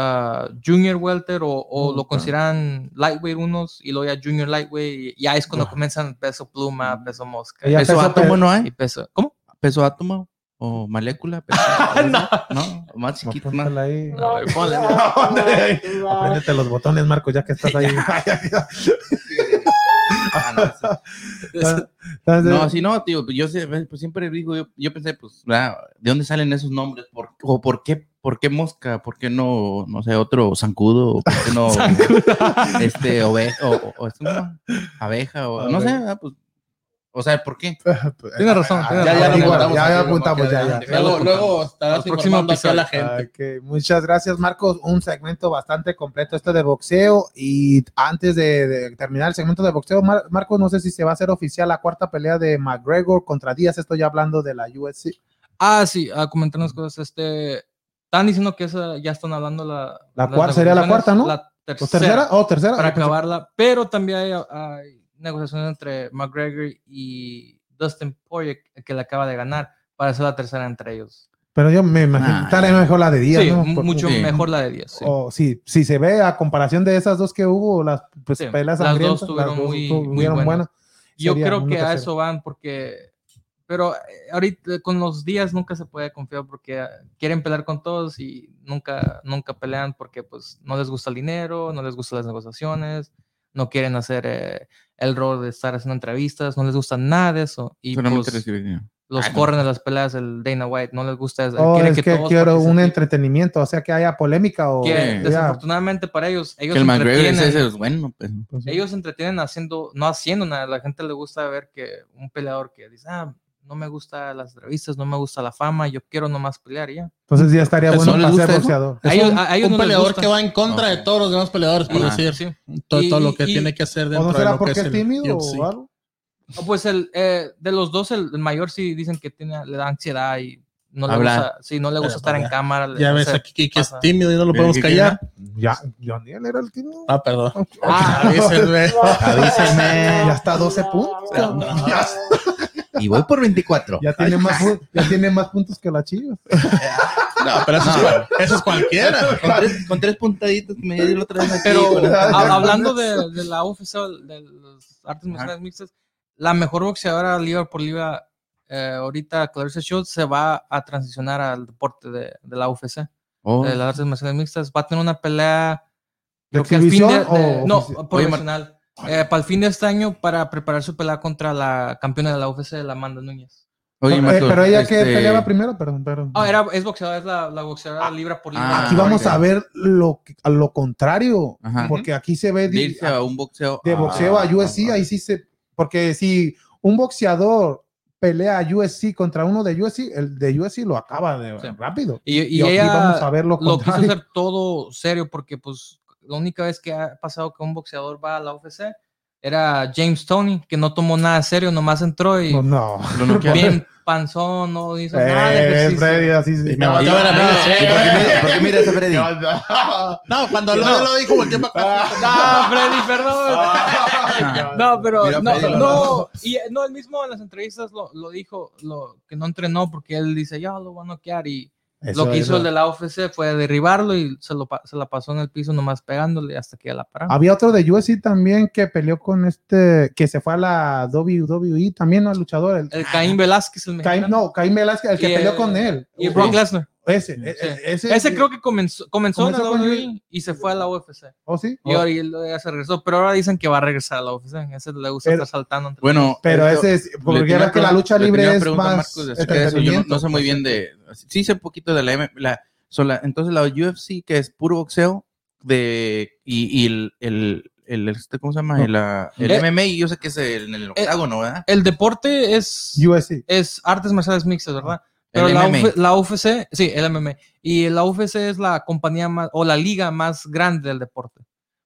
B: ah, junior welter o, o lo
A: Ok.
B: consideran lightweight unos y luego ya junior lightweight y ya es cuando comienzan peso pluma, peso mosca.
A: Y Mm. ya
B: peso
C: ¿Peso
A: peso
C: átomo
A: pe-
C: no
B: y
C: hay?
B: peso. ¿Cómo?
C: ¿Peso átomo? ¿O
A: <laughs>
C: molécula? Peso-
A: Ah,
C: no.
A: pues,
C: Más chiquito, más.
A: Apúntala ahí.
B: A ver, ponle.
A: Apréndete los botones, Marco, ya que estás ahí.
C: Ah, no, sí. <laughs>
A: Entonces,
C: No, sí, no, tío, yo sé, pues, siempre digo, yo, yo pensé, pues, ¿verdad? ¿de dónde salen esos nombres? ¿Por, ¿O por qué, por qué mosca? ¿Por qué no, no sé, otro zancudo? ¿O ¿Por qué <laughs> no, <laughs> este, oveja, o, o- o esto, ¿no? abeja, o no sé, ¿verdad? pues, o sea, ¿por qué?
B: Tienes razón,
A: Ah,
B: tienes
A: ya,
B: razón.
A: ya,
D: lo
A: igual,
D: mandamos
A: ya,
D: aquí,
A: ya
D: lo
A: apuntamos,
D: marqué
A: ya,
D: adelante.
A: ya.
D: Luego, luego estarás
B: Al próximo
D: informando aquí a la
B: episodio.
D: gente.
A: Ok, Muchas gracias, Marcos. Un segmento bastante completo este de boxeo. Y antes de, de terminar el segmento de boxeo, Mar- Marcos, no sé si se va a hacer oficial la cuarta pelea de McGregor contra Díaz. Estoy hablando de la UFC.
B: Ah, sí, a comentar
A: Mm.
B: unas cosas. Este, están diciendo que esa, ya están hablando la.
A: La
B: las
A: cuarta- sería la
B: negociaciones,
A: cuarta, ¿no?
B: La
A: ¿O
B: tercera.
A: tercera? ¿O tercera?
B: Para
A: Yo pensé-
B: acabarla. Pero también hay, hay negociaciones entre McGregor y Dustin Poirier que la acaba de ganar para hacer la tercera entre ellos.
A: Pero yo me imagino.
C: Nah.
A: Tal vez mejor la de Díaz,
B: sí,
A: ¿no?
B: mu-
A: Por-
B: mucho
C: sí.
B: mejor la de 10. sí.
A: o sí, si se ve a comparación de esas dos que hubo, las pues,
B: Sí,
A: peleas
B: las dos
A: sangrientas,
B: tuvieron muy- muy buenas. Yo
A: sería
B: creo
A: una
B: que a
A: tercera.
B: eso van porque. Pero eh, ahorita con los días nunca se puede confiar porque eh, quieren pelear con todos y nunca, nunca pelean porque pues no les gusta el dinero, no les gustan las negociaciones, no quieren hacer eh, el rol de estar haciendo entrevistas, no les gusta nada de eso. Y
C: Solamente
B: pues,
C: recibir dinero.
B: los
C: Ah, no.
B: corren a las peleas, el Dana White no les gusta eso.
A: Oh,
B: quiere
A: es que,
B: todos
A: quiero un
B: participen.
A: entretenimiento, o sea, que haya polémica o...
B: Que,
C: Sí.
A: ya,
B: Desafortunadamente para ellos, ellos
C: Que el McGregor
B: entretienen-
C: ese es <laughs> bueno, pues.
A: pues,
B: ellos se entretienen haciendo, no haciendo nada. La gente le gusta ver que un peleador que dice, ah, no me gusta las entrevistas, no me gusta la fama, yo quiero nomás pelear y ya.
A: Entonces ya estaría
D: Pues,
A: bueno
D: ¿no les
A: para ser
D: gusta eso?
A: boxeador.
B: A
D: Es
B: ellos-
D: un,
B: a ellos
D: un
B: no les
D: peleador
B: gusta.
D: que va en contra
C: Ok.
D: de todos los demás peleadores, por
C: Ajá.
D: decir.
B: Sí.
D: Todo, todo lo
B: Y-
D: que
B: y-
D: tiene que hacer
A: ¿O
D: dentro
A: no
D: de
A: será
D: lo que
A: porque
D: es
A: es
D: el
A: tímido
D: UFC.
A: o algo?
B: Ah, Pues el, eh, de los dos, el, el mayor sí dicen que tiene, le da ansiedad y no le
C: Hablar.
B: gusta, sí, no le gusta
D: Pero, pues,
B: estar en
D: ya-
B: cámara. le-
D: Ya
B: o
D: ves
B: sea,
D: aquí que es
B: pasa.
D: tímido y no lo
C: Pero,
D: podemos
C: ¿qué
D: callar.
A: Ya, Daniel era el tímido.
D: Ah, perdón. <laughs>
B: Ah.
D: Avísenme.
A: Ya
D: Avísenme.
A: está a 12 puntos. cabrón.
D: Ah,
C: Y voy por 24.
A: Ya tiene, más, pu- ya tiene más puntos que la chivas.
D: No, pero eso, Es, cual- eso es cualquiera.
C: Con tres, con tres puntaditos que me dio la otra vez aquí.
B: Pero
C: con-
B: ha- hablando de, de la UFC, de las artes marciales mixtas, la mejor boxeadora libra por libra eh, ahorita, Clarissa Shields, se va a transicionar al deporte de, de la UFC.
C: <laughs> Oh,
B: de las artes marciales mixtas. Va a tener una pelea.
A: ¿De
B: creo que al fin
A: exhibición
B: de- de-
A: o
B: no,
A: ofici-
C: Oye, Mar-
B: profesional. Eh, para el fin de este año, para preparar su pelea contra la campeona de la UFC, la Amanda Núñez.
A: Eh,
C: oye, Marco,
A: pero ella que
C: este,
A: peleaba primero, perdón, perdón.
B: Ah, era, es boxeadora, es la, la boxeadora
C: Ah,
B: libra por libra.
C: ah,
A: Aquí vamos
C: ok.
A: a ver lo, que- a lo contrario,
C: Ajá.
A: porque aquí se ve
C: de
A: di-
C: irse a un boxeo.
A: de boxeo a
C: Ah,
A: UFC,
C: ah,
A: ahí sí se. Porque si un boxeador pelea a UFC contra uno de UFC, el de UFC lo acaba de,
B: Sí.
A: rápido.
B: Y,
A: Y,
B: y
A: aquí vamos
B: ella
A: a ver lo
B: lo quiso
A: contrario.
B: hacer todo serio porque, pues, la única vez que ha pasado que un boxeador va a la UFC era James Tony, que no tomó nada serio, nomás entró y
A: No, <laughs> no.
C: Lo <laughs> noquearon.
B: bien panzón,
A: <laughs>
B: no hizo nada de
A: Eh,
B: ejercicio.
A: Freddy, así sí.
D: Y me
A: No,
D: volteó a ver a mí,
A: no,
D: sí,
C: ¿Y por qué mira- por qué mira ese Freddy?
D: No, cuando lo, lo dijo, volteó para
B: No,
D: acá.
B: Freddy, perdón.
C: Ah.
B: No, pero
C: Mira,
B: no,
C: Freddy, la
B: no, y eh, no, él mismo en las entrevistas lo, lo dijo, lo, que no entrenó porque él dice, ya lo voy a noquear y
A: Eso
B: lo que
A: es
B: hizo el
A: lo-
B: de la UFC fue derribarlo y se, lo, pa- se la pasó en el piso nomás pegándole hasta que ya la paró.
A: Había otro de UFC también que peleó con este, que se fue a la WWE también, ¿no? El luchador. El,
B: El Caín Velázquez, el mexicano.
A: Caín, no, Caín Velázquez, el que
B: Y,
A: peleó
B: eh,
A: con él.
B: Y Brock Lesnar.
A: Ese,
B: Sí.
A: e- e- ese,
B: Ese creo que comenzó, comenzó en la
A: Comenzó con
B: WWE y se fue a la UFC.
A: ¿Oh, sí?
B: Y ahora y él ya se regresó, pero ahora dicen que va a regresar a la UFC. Ese le gusta
A: Pero-
B: estar saltando. entre-
C: Bueno,
A: Pero
C: esto-
A: ese es,
C: le
A: porque
C: tenía
A: era que la
C: pregun-
A: lucha
C: le
A: libre
C: tenía
A: es
C: preguntas,
A: más
C: Marcos, acerca de eso. Yo no, no sé muy
A: entretenimiento.
C: bien de. Sí, sé un poquito de la M. La, so, la- entonces, la UFC, que es puro boxeo, de, y, y el. el el, este, ¿Cómo se llama? El, ah, el
B: Eh.
C: MMA, yo sé que es el, en el octágono, ¿verdad?
B: el deporte es...
A: UFC.
B: es artes marciales mixtas, ¿verdad? Pero
C: El
B: la,
C: MMA.
B: Uf- la UFC, sí, el MMA. Y la UFC es la compañía más, o la liga más grande del deporte.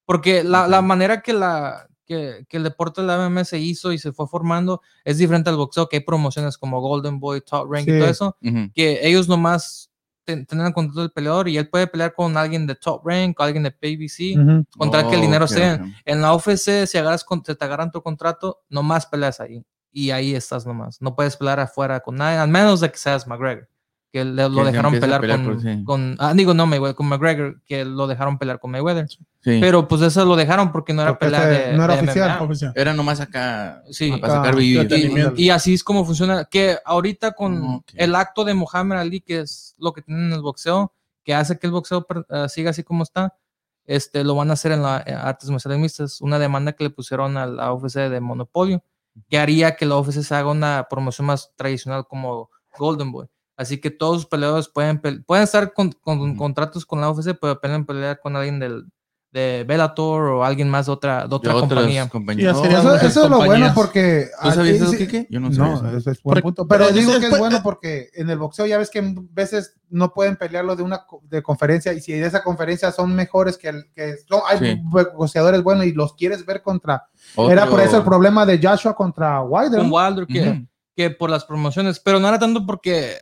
B: Porque la, la manera que, la, que, que el deporte de la MMA se hizo y se fue formando es diferente al boxeo, que hay promociones como Golden Boy, Top Rank
A: Sí.
B: y todo eso,
C: Ujú.
B: que ellos nomás ten- tienen el control del peleador y él puede pelear con alguien de Top Rank, con alguien de PBC,
A: Ujú.
B: contra que el dinero
C: Ok,
B: sea.
C: ok.
B: En la UFC, si agarras con, se te agarran tu contrato, nomás peleas ahí. Y ahí estás nomás. No puedes pelear afuera con nadie, al menos de que seas McGregor. Que le-
C: Que
B: lo
C: se
B: dejaron
C: empiece a
B: pelear,
C: pelear,
B: con,
C: pues, sí.
B: con- ah, digo, no, Mayweather, con McGregor, que lo dejaron pelear con Mayweather.
C: Sí.
B: Pero pues eso lo dejaron porque no era
A: Porque
B: pelea
A: ese
B: de.
A: no era
B: de
A: oficial,
B: MMA.
D: oficial.
C: Era nomás acá
B: Sí.
C: para sacar
A: Acá,
C: billuyo.
D: fíjate. entretenimiento.
B: Y, y así es como funciona. Que ahorita con
C: Ah, Ok.
B: el acto de Muhammad Ali, que es lo que tienen en el boxeo, que hace que el boxeo per- eh, siga así como está, este, lo van a hacer en las artes marciales mixtas. Una demanda que le pusieron a la UFC de monopolio, que haría que la UFC se haga una promoción más tradicional como Golden Boy. Así que todos los peleadores pueden, pe- pueden estar con, con
C: Ujú.
B: contratos con la UFC, pero pueden pelear con alguien del, de Bellator o alguien más de otra, de
C: De
B: otra
C: otras
B: compañía.
C: compañías.
D: Ya
C: No,
D: sería-
A: Eso,
D: muchas
A: eso es lo bueno
D: compañías.
A: porque...
C: ¿Tú sabías
A: aquí
C: eso,
A: sí-
C: Kike? Yo no sabía
A: No,
C: eso.
A: eso es buen
D: Porque-
A: punto. Pero
D: pero
A: digo
D: es-
A: que es
D: pues,
A: bueno porque en el boxeo ya ves que en veces no pueden pelear lo de una co- de conferencia y si de esa conferencia son mejores que el que no, hay
C: Sí.
A: boxeadores buenos y los quieres ver contra.
C: Otro-
A: Era por eso el problema de Joshua contra Wilder.
B: Con Wilder, que,
C: Ujú.
B: que por las promociones, pero no era tanto porque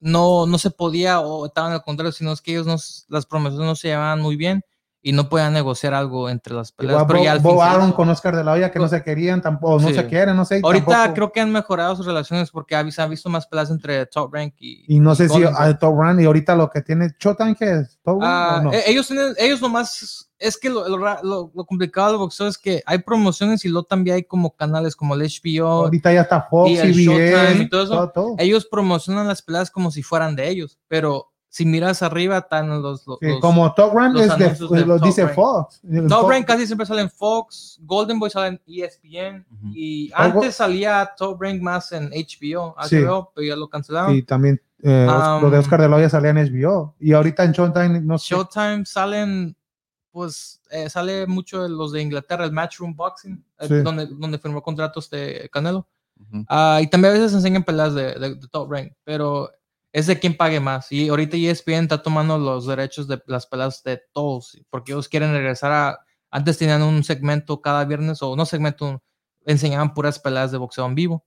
B: no, no se podía o estaban al contrario, sino es que ellos no, s- las promociones no se llevaban muy bien y no podían negociar algo entre las peleas.
A: Igual
B: pero ya
A: Bo,
B: al
A: Bo
B: fin se
A: Arum
B: hizo.
A: con Oscar de la Hoya que no se querían tampoco, no
B: Sí.
A: se quieren, no sé. y
B: Ahorita
A: tampoco-
B: creo que han mejorado sus relaciones porque ha- se han visto más peleas entre Top Rank y...
A: y no sé si
B: Golden Boy.
A: a Top Run y ahorita lo que tiene Chotan que es Top Run,
B: Ah,
A: ¿o no?
B: e- ellos, tienen- ellos nomás... Es que lo, lo ra- lo- lo complicado del boxeo es que hay promociones y luego también hay como canales como el HBO,
A: ahorita ya está Fox,
B: y el Showtime
A: CBS,
B: y todo eso.
A: todo, todo.
B: ellos promocionan las peleas como si fueran de ellos, pero si miras arriba están los... los,
A: Sí,
B: los-
A: como Top Run
B: los
A: es de,
B: anuncios de
A: lo
B: Top
A: dice
B: Rank.
A: Fox.
B: Top
A: Fox-
B: Rank casi siempre sale en Fox, Golden Boy sale en E ESPN
C: Ujú.
B: y
A: Algo-
B: antes salía Top Rank más en HBO, HBO
A: Sí.
B: pero ya lo cancelaron.
A: Y también eh,
B: Um,
A: lo de Oscar de la Hoya salía en HBO. Y ahorita en Showtime, no sé.
B: Showtime salen, pues eh, sale mucho de los de Inglaterra, el Matchroom Boxing, eh,
A: Sí.
B: donde, donde firmó contratos de Canelo.
C: Ujú.
B: Ah, y también a veces enseñan peleas de, de- de top rank, pero es de quien pague más. Y ahorita E ESPN está tomando los derechos de las peleas de todos, porque ellos quieren regresar a... Antes tenían un segmento cada viernes, o no segmento, un- enseñaban puras peleas de boxeo en vivo.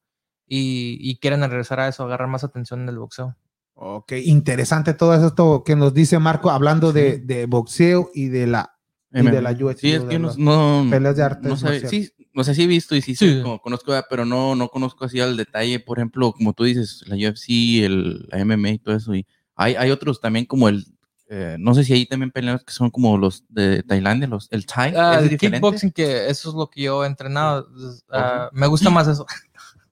B: Y, y quieren regresar a eso, agarrar más atención del boxeo.
A: Ok, interesante todo esto que nos dice Marco hablando de, de boxeo y de la, y de la UFC.
C: Sí, es
A: o
C: que
A: de
C: no,
A: las
C: no-
A: peleas de artes
C: no sabe-
A: marciales.
C: sí, o sea, sí he visto y sí,
B: Sí.
C: sé, como conozco, ah, pero no, no conozco así al detalle, por ejemplo, como tú dices, la UFC, el la MMA y todo eso, y hay, hay otros también como el, eh, no sé si ahí también peleas que son como los de Tailandia, los, el Thai,
B: Ah,
C: ¿es
B: el
C: diferente?
B: kickboxing, que eso es lo que yo he entrenado, ah, me gusta
C: <laughs>
B: más eso.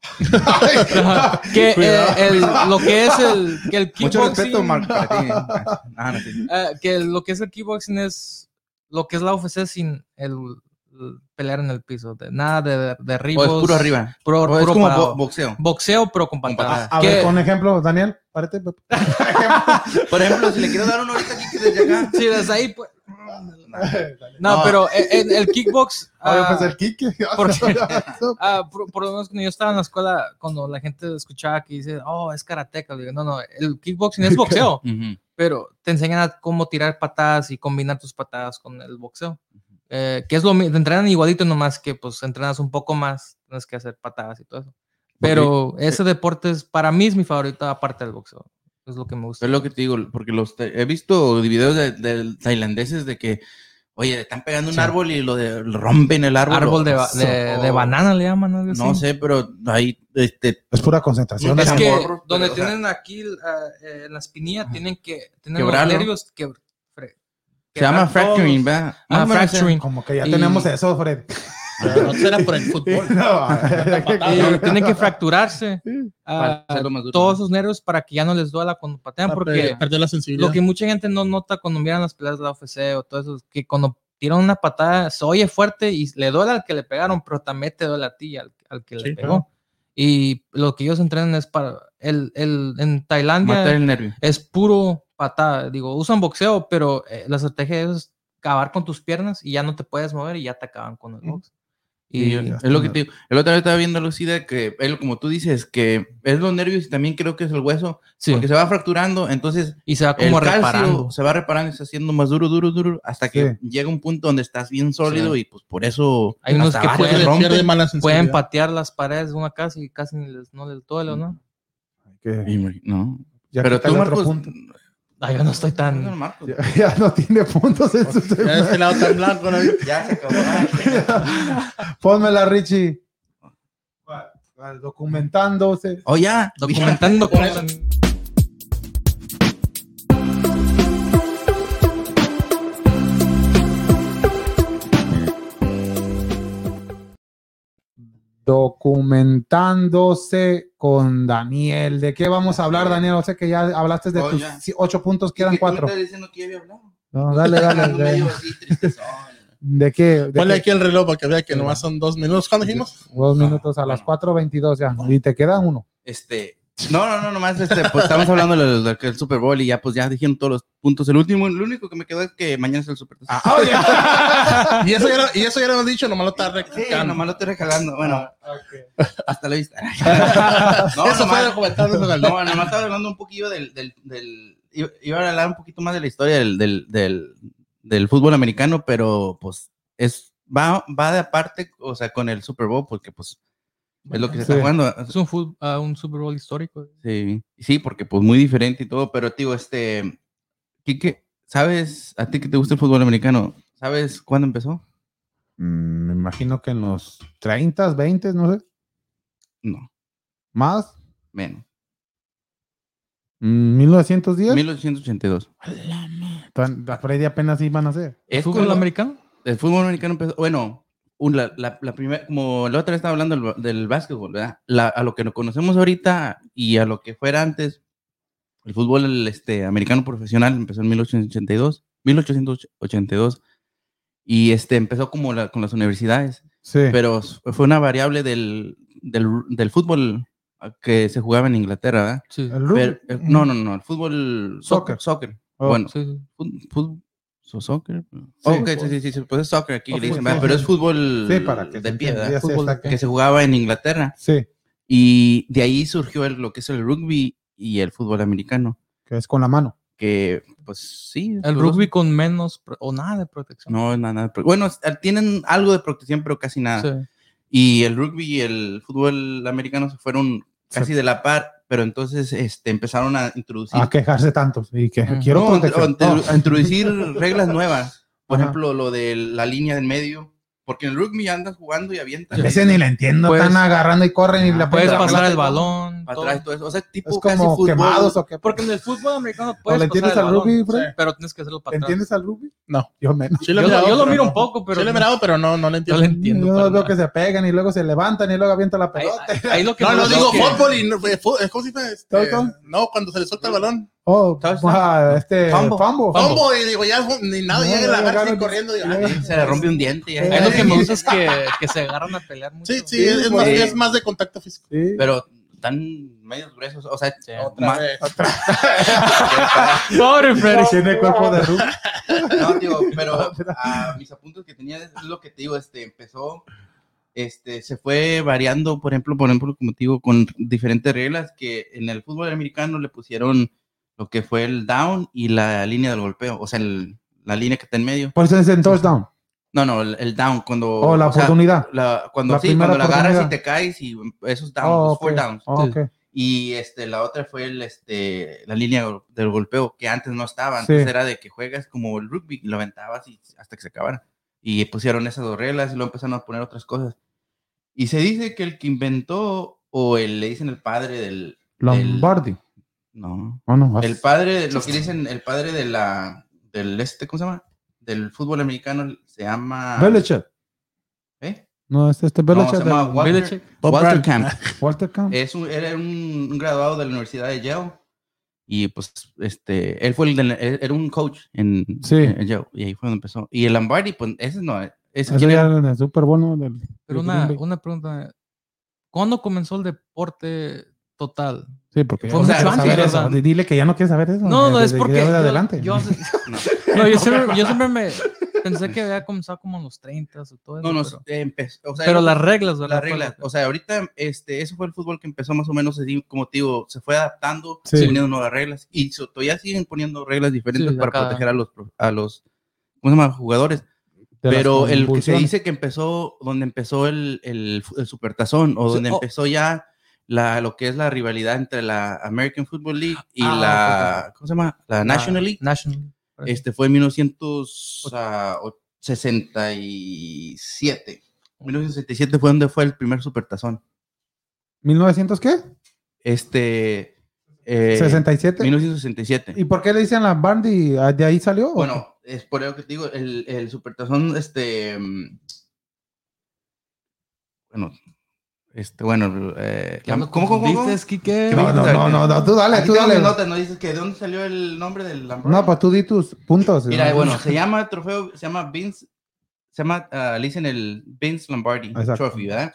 B: <laughs> Ajá, que, eh,
D: Cuidado.
B: el- lo que es el, que el
C: Mucho
B: kickboxing-
C: respeto, Mark, para ti. <laughs> Ah, no, sí.
B: Ah, que lo que es el kickboxing es lo que es la UFC sin el, el pelear en el piso, de- nada de, de
C: O
B: derribos,
C: es puro arriba,
B: puro-
C: o es
B: puro
C: como
B: parado.
C: bo- boxeo.
B: boxeo pero con
C: Con
B: patadas.
A: Ah, A
B: Que-
A: ver, con ejemplo, Daniel, párate. pues,
C: Por ejemplo, si le quiero dar uno ahorita aquí que desde acá.
B: sí, desde ahí, pues, no,
C: No.
B: pero e, el, el- el kickbox,
A: Ahora
B: ah,
A: pues el Kike.
B: ¿por <laughs> qué? ah, por, por lo menos cuando yo estaba en la escuela, cuando la gente escuchaba que dice, oh, es karateca, digo, no, no, el kickboxing es boxeo,
C: Ujú.
B: pero te enseñan a cómo tirar patadas y combinar tus patadas con el boxeo. Eh, que es lo mismo, te entrenan igualito nomás que pues entrenas un poco más, tienes que hacer patadas y todo eso. Pero
C: Eh,
B: ese deporte es para mí es mi favorito aparte del boxeo. Es lo que me gusta.
C: Es lo que te digo, porque los ta- he visto videos de, de tailandeses de que, oye, le están pegando un árbol y lo de, lo rompen el árbol.
B: Árbol de,
C: O-
B: ba- de-
C: o-
B: de banana le llaman algo así.
C: No sé, pero ahí, este,
A: Es pura concentración.
C: Es
B: Es
C: Eran
B: que
C: morros,
B: donde
C: pero, o sea-
B: tienen aquí ah, eh, la espinilla tienen que tener
C: Quebrarlo.
B: los nervios que fre-
C: se llama
B: quebrar todos.
C: fracturing, ¿verdad?
B: Ah, fracturing.
A: Como que ya
B: Y-
A: tenemos eso,
B: <laughs>
A: Fred.
D: No será por el fútbol.
A: <laughs> No,
B: Y tienen que fracturarse ah,
C: Para hacerlo más duro.
B: todos sus nervios para que ya no les duela cuando
C: Ah,
B: patean porque
D: Porque perdió la
B: Lo
D: sensibilidad.
B: que mucha gente no nota cuando miran las peleas de la UFC o todo eso, es que cuando tiran una patada se oye fuerte y le duele al que le pegaron, pero también te duele a ti, al, al que
D: Sí,
B: le pegó. Y lo que ellos entrenan es para. El, el, en Tailandia
C: Matar el nervio.
B: es puro patada. Digo, usan boxeo, pero eh, la estrategia es acabar con tus piernas y ya no te puedes mover y ya te acaban con el box.
C: Y es lo que te digo. El otro día estaba viendo Lucida que es lo- como tú dices, que es los nervios y también creo que es el hueso,
F: Sí.
C: porque se va fracturando, entonces
F: Y se va
C: el
F: como
C: calcio
F: reparando.
C: se va reparando y se haciendo más duro, duro, duro, hasta que llega un punto donde estás bien sólido y pues por eso
F: Hay unos
C: hasta
F: que
C: abajo
F: pueden-
C: se rompe.
D: pierde mala sensibilidad.
F: Pueden patear las paredes de una casa y casi ni les, no les duele, ¿no?
A: Que
C: Y, No.
A: ya
C: Pero
A: quita
C: tú,
A: el otro
C: Marcos,
A: punto. <laughs>
F: Ay, Ah, yo no estoy tan...
C: Marcos.
A: Ya, ya no tiene puntos. en su-
D: Ya de este lado tan blanco, ¿no?
C: Ya se acabó.
A: <laughs> Pónmela, Richie. Documentándose.
C: Oh, ya.
F: Documentando
D: Por
F: cosas.
A: Documentándose con Daniel. ¿De qué vamos a hablar, Daniel? O sea que ya hablaste de
C: Oh,
A: tus
C: ya.
A: si- ocho puntos, quedan
C: ¿Qué- qué me
A: cuatro.
C: estás diciendo que ya había hablado?
A: No, dale,
C: <laughs>
A: dale.
C: Ando medio
A: de,
C: así, tristezón.
A: de qué? de
D: Ponle
A: qué-
D: aquí el reloj para que vea que nomás son dos minutos. ¿Cuándo dijimos?
A: <laughs> Dos minutos a las 4.22 ya. Y te queda uno.
C: Este, no, no, no, nomás este, pues estamos hablando de los- del Super Bowl y ya pues ya dijeron todos los puntos. El último, lo único que me quedó es que mañana es el Super Bowl.
A: Ah, <laughs>
D: Y eso ya lo, y eso ya lo hemos dicho, nomás lo está
C: Sí,
D: recalcando.
C: nomás lo estoy regalando. Bueno, <laughs> hasta la
D: <laughs>
C: vista. no,
D: Ah, Eso fue
C: nomás,
D: el comentario de Galdón.
C: no, nomás estaba hablando un poquillo del, del, del- iba- iba a hablar un poquito más de la historia del, del, del, del fútbol americano, pero pues es, va, va de aparte, o sea, con el Super Bowl, porque pues es lo que se está
A: Sí.
C: jugando.
F: Es un, fut- ah, un Super Bowl histórico.
C: Sí, sí, porque pues muy diferente y todo, pero tío, este, Quique, ¿sabes, a ti que te gusta el fútbol americano, ¿sabes cuándo empezó?
A: Mm, me imagino que en los 30, 20, no sé.
C: No,
A: Más.
C: menos.
A: Mm, 1910.
C: 1882.
A: Tan- a Freddy apenas iban a ser.
C: Es
F: ¿Fútbol
C: cuando
F: americano?
C: El fútbol americano empezó, bueno, un- la, la, la primera, como la otra vez estaba hablando del, ba- del básquetbol, ¿verdad? La- a lo que nos conocemos ahorita y a lo que fuera antes, el fútbol el, este, americano profesional empezó en 1882, 1882 y este, empezó como la- con las universidades.
A: Sí.
C: pero s- fue una variable del, del, del fútbol que se jugaba en Inglaterra, ¿verdad?
F: Sí.
A: El rugby.
C: Pero, eh, no, no, no, el fútbol...
A: Soccer.
C: Soccer.
A: Oh,
C: bueno,
F: Sí, sí.
C: fútbol... ¿Soccer?
F: pues. Oh,
C: ok, sí, sí, sí, sí, pues es soccer aquí,
A: O
C: le dicen,
A: fútbol,
C: ¿verdad?
A: sí,
C: pero
A: sí.
C: es fútbol
A: Sí, para que
C: de
A: se
C: pie,
A: entienda,
C: ¿verdad?
A: ya sé,
F: Fútbol
A: está
C: que
A: que-
C: se jugaba en Inglaterra.
A: Sí,
C: Y de ahí surgió el- lo que es el rugby y el fútbol americano,
A: que es con la mano.
C: que pues sí.
F: El
C: pues,
F: rugby con menos pro- o nada de protección.
C: No, nada, nada. Bueno, es- tienen algo de protección, pero casi nada.
F: Sí.
C: y el rugby y el fútbol americano se fueron
A: Sí.
C: casi de la par, pero entonces este, empezaron a introducir,
A: A quejarse tanto. Y que
F: Mm.
A: quiero
C: no,
A: protección.
C: a- a-
A: No. <laughs>
C: a introducir reglas nuevas. Por
A: Ajá.
C: ejemplo, lo de la línea del medio, porque en el rugby andas jugando y avientas.
A: Ese ni la entiendo.
F: Puedes-
A: están agarrando y corren y
B: ah,
A: la
F: Puedes
C: pelota,
F: pasar
C: pelota,
F: el balón.
C: para
F: todo.
C: atrás y todo eso. O sea, tipo
A: Es
C: casi
A: como
C: fútbol.
A: quemados o qué.
F: Porque en el fútbol americano
A: ¿O
F: puedes
A: le
F: pasar
A: entiendes
F: el
A: al
F: balón,
A: rugby, Fred?
F: pero tienes que hacerlo para
A: ¿Le
F: atrás.
A: entiendes al rugby?
D: No.
A: yo menos.
D: Sí
F: Yo,
D: lo he
F: lo-
D: mirado,
F: yo lo
D: pero
F: miro
D: no.
F: un poco, pero
D: Sí lo he
F: no,
D: mirado, pero no, no lo
F: no
D: <laughs> entiendo.
F: lo
A: Yo
F: entiendo. para
A: los veo
F: nada.
A: que se pegan y luego se levantan y luego avientan la
F: Ahí-
A: pelota.
F: ahí- ahí lo que
D: No, no
F: me-
D: digo
F: que-
D: fútbol y no, eh, fu- eh, ¿cómo se dice? Este,
A: ¿Toto?
D: no, cuando se le suelta el balón.
A: Oh,
C: Touchdown.
A: <laughs> ah, este
C: Fumble.
A: Fambo.
F: Fumble.
D: ¿Cómo? Y digo, ya ni nada,
A: No,
D: llega
A: no,
D: la
A: llegaron
D: garra y
A: los-
D: corriendo. digo,
A: llegaron.
D: ah,
C: Se le rompe un diente. ya.
F: Ahí lo que me
D: Sí.
F: gusta es que, que se agarran a pelear mucho.
D: Sí, sí, es,
A: Sí,
D: más,
A: güey.
D: es más de contacto físico.
A: Sí. <laughs>
C: Pero están medios gruesos. O sea,
D: Otra
C: ma-
D: vez.
F: Pobre Freddy.
A: tiene cuerpo de rugby.
C: No,
A: <laughs>
C: digo, pero a mis apuntes que tenía es lo que te digo, este, empezó, este, se fue variando, por ejemplo, por ejemplo, como te digo, con diferentes reglas que en el fútbol americano le pusieron lo que fue el down y la línea del golpeo, o sea, el- la línea que está en medio.
A: Por eso dicen touchdown.
C: No, no, el, el down cuando...
A: Oh, la
C: o sea,
A: oportunidad.
C: la- cuando
A: La
C: sí,
A: primera
C: cuando la agarras y
A: oportunidad.
C: te caes y esos downs,
A: Oh,
C: los four
A: ok.
C: downs.
A: Oh, ok.
C: Y este, la otra fue el, este, la línea gol- del golpeo, que antes no estaba.
A: Sí.
C: Antes era de que juegas como el rugby, y lo aventabas y hasta que se acabara. Y pusieron esas dos reglas y luego empezaron a poner otras cosas. Y se dice que el que inventó, o el, le dicen el padre del...
A: Lombardi.
C: No.
A: Oh, no.
C: El padre, lo que dicen, el padre de la, del este, ¿cómo se llama? Del fútbol americano se llama...
A: Belichick.
C: ¿Eh?
A: No, es este
C: No,
A: Belichick.
C: se llama Eh,
A: de-
C: Walter-
F: Belichick.
A: Bob
C: Walter
A: Brown.
C: Camp.
A: Walter Camp.
C: Es un- era un, un graduado de la Universidad de Yale. Y pues, este, él fue el, del- él- era un coach en,
A: Sí.
C: en Yale. Y ahí fue donde empezó. Y el Lombardi, pues, ese no. Ese
A: Eso
C: quién
A: ya
C: era?
A: era en el Super Bowl, ¿no? Del-
F: Pero
A: del
F: una,
A: Green Bay.
F: una pregunta. ¿Cuándo comenzó el deporte total?
A: Sí, porque ya
F: Fue
A: no
C: mucho
A: quieres
C: antes,
A: saber
F: ¿verdad?
A: eso. Dile que ya no quieres saber eso.
F: No, no,
A: Desde
F: es
A: que
F: <laughs>
A: <laughs>
F: porque.
A: ya de
F: yo-
A: adelante.
F: Yo,
C: No.
A: <laughs>
F: no, yo siempre, yo siempre me pensé que había comenzado como en los 30 o todo eso.
C: No, no,
F: pero,
C: eh, empezó. O sea,
F: pero
C: yo-
F: las reglas, ¿verdad?
C: las reglas. O sea, ahorita, este, ese fue el fútbol que empezó más o menos así, como te digo, se fue adaptando,
A: Sí.
C: se poniendo nuevas reglas y so- todavía siguen poniendo reglas diferentes
F: Sí,
C: para
F: acá.
C: proteger a los, pro- a los, ¿cómo se llama? Jugadores.
A: de las
C: Pero el que se
A: convulsiones.
C: dice que empezó, donde empezó el, el, fu- el supertazón o
F: Sí,
C: donde
F: oh.
C: empezó ya la, lo que es la rivalidad entre la American Football League y
F: Ah,
C: la, ¿cómo se llama? La National League.
F: National.
C: Este fue en ah, 1967. 1967 fue donde fue el primer supertazón.
A: ¿1900 qué?
C: Este. eh,
A: ¿67?
C: 1967.
A: ¿Y por qué le dicen la Barney? ¿Ah, ¿De ahí salió?
C: Bueno, es por eso que te digo, el, el supertazón, este. mm, Bueno, este, bueno. eh,
F: ¿Qué
C: ¿Cómo, cómo, cómo?
F: dices, Quique?
C: ¿Qué
A: no,
C: me
A: no,
C: dijiste
A: no, no,
C: ahorita?
A: no, tú dale,
C: Aquí
A: tú
C: tengo
A: dale.
C: mis notas, no dices que de dónde salió el nombre del Lamborghini.
A: No, pues tú di tus puntos.
C: Mira,
A: ¿no?
C: bueno, se llama trofeo, se llama Vince, se llama, ah, le dicen el Vince Lombardi
A: Exacto.
C: Trophy, ¿verdad?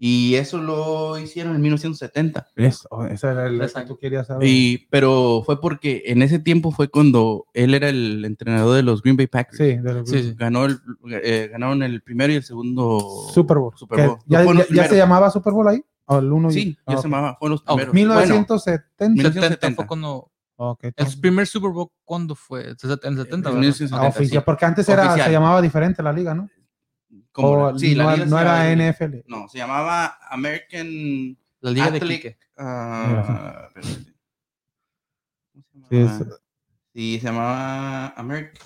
C: Y eso lo hicieron en 1970.
A: Eso, esa era el-
F: Tres
A: que
F: años.
A: tú querías saber.
C: Y, pero fue porque en ese tiempo fue cuando él era el entrenador de los Green Bay Packers.
A: Sí, de los-
F: Sí, sí.
C: Ganó el, eh, ganaron el primero y el segundo.
A: Super Bowl.
C: Super Bowl.
A: Que ¿Ya,
C: No fueron
A: ya- ya
C: los
A: se
C: primeros.
A: llamaba Super Bowl ahí? ¿O el uno y-
C: Sí,
A: ah,
C: ya
A: ok.
C: se llamaba, fueron los
F: Oh,
C: primeros. Bueno,
A: 1970.
F: 70
C: 1970.
F: fue cuando.
A: Ok, entonces-
F: El primer Super Bowl, ¿cuándo fue? En 70, ¿verdad?
C: 1970,
A: Ah, oficial,
C: sí.
A: porque antes era,
C: Oficial.
A: se llamaba diferente la liga, ¿no?
C: Como-
A: O
C: sí, la
A: no,
C: liga se
A: no
C: llamaba-
A: era NFL.
C: No, se llamaba American
F: La Liga de
C: Athletic-
F: Quique.
C: Ah, espérate. ¿Cómo se
A: Sí, es-
C: llamaba? Sí, se llamaba American.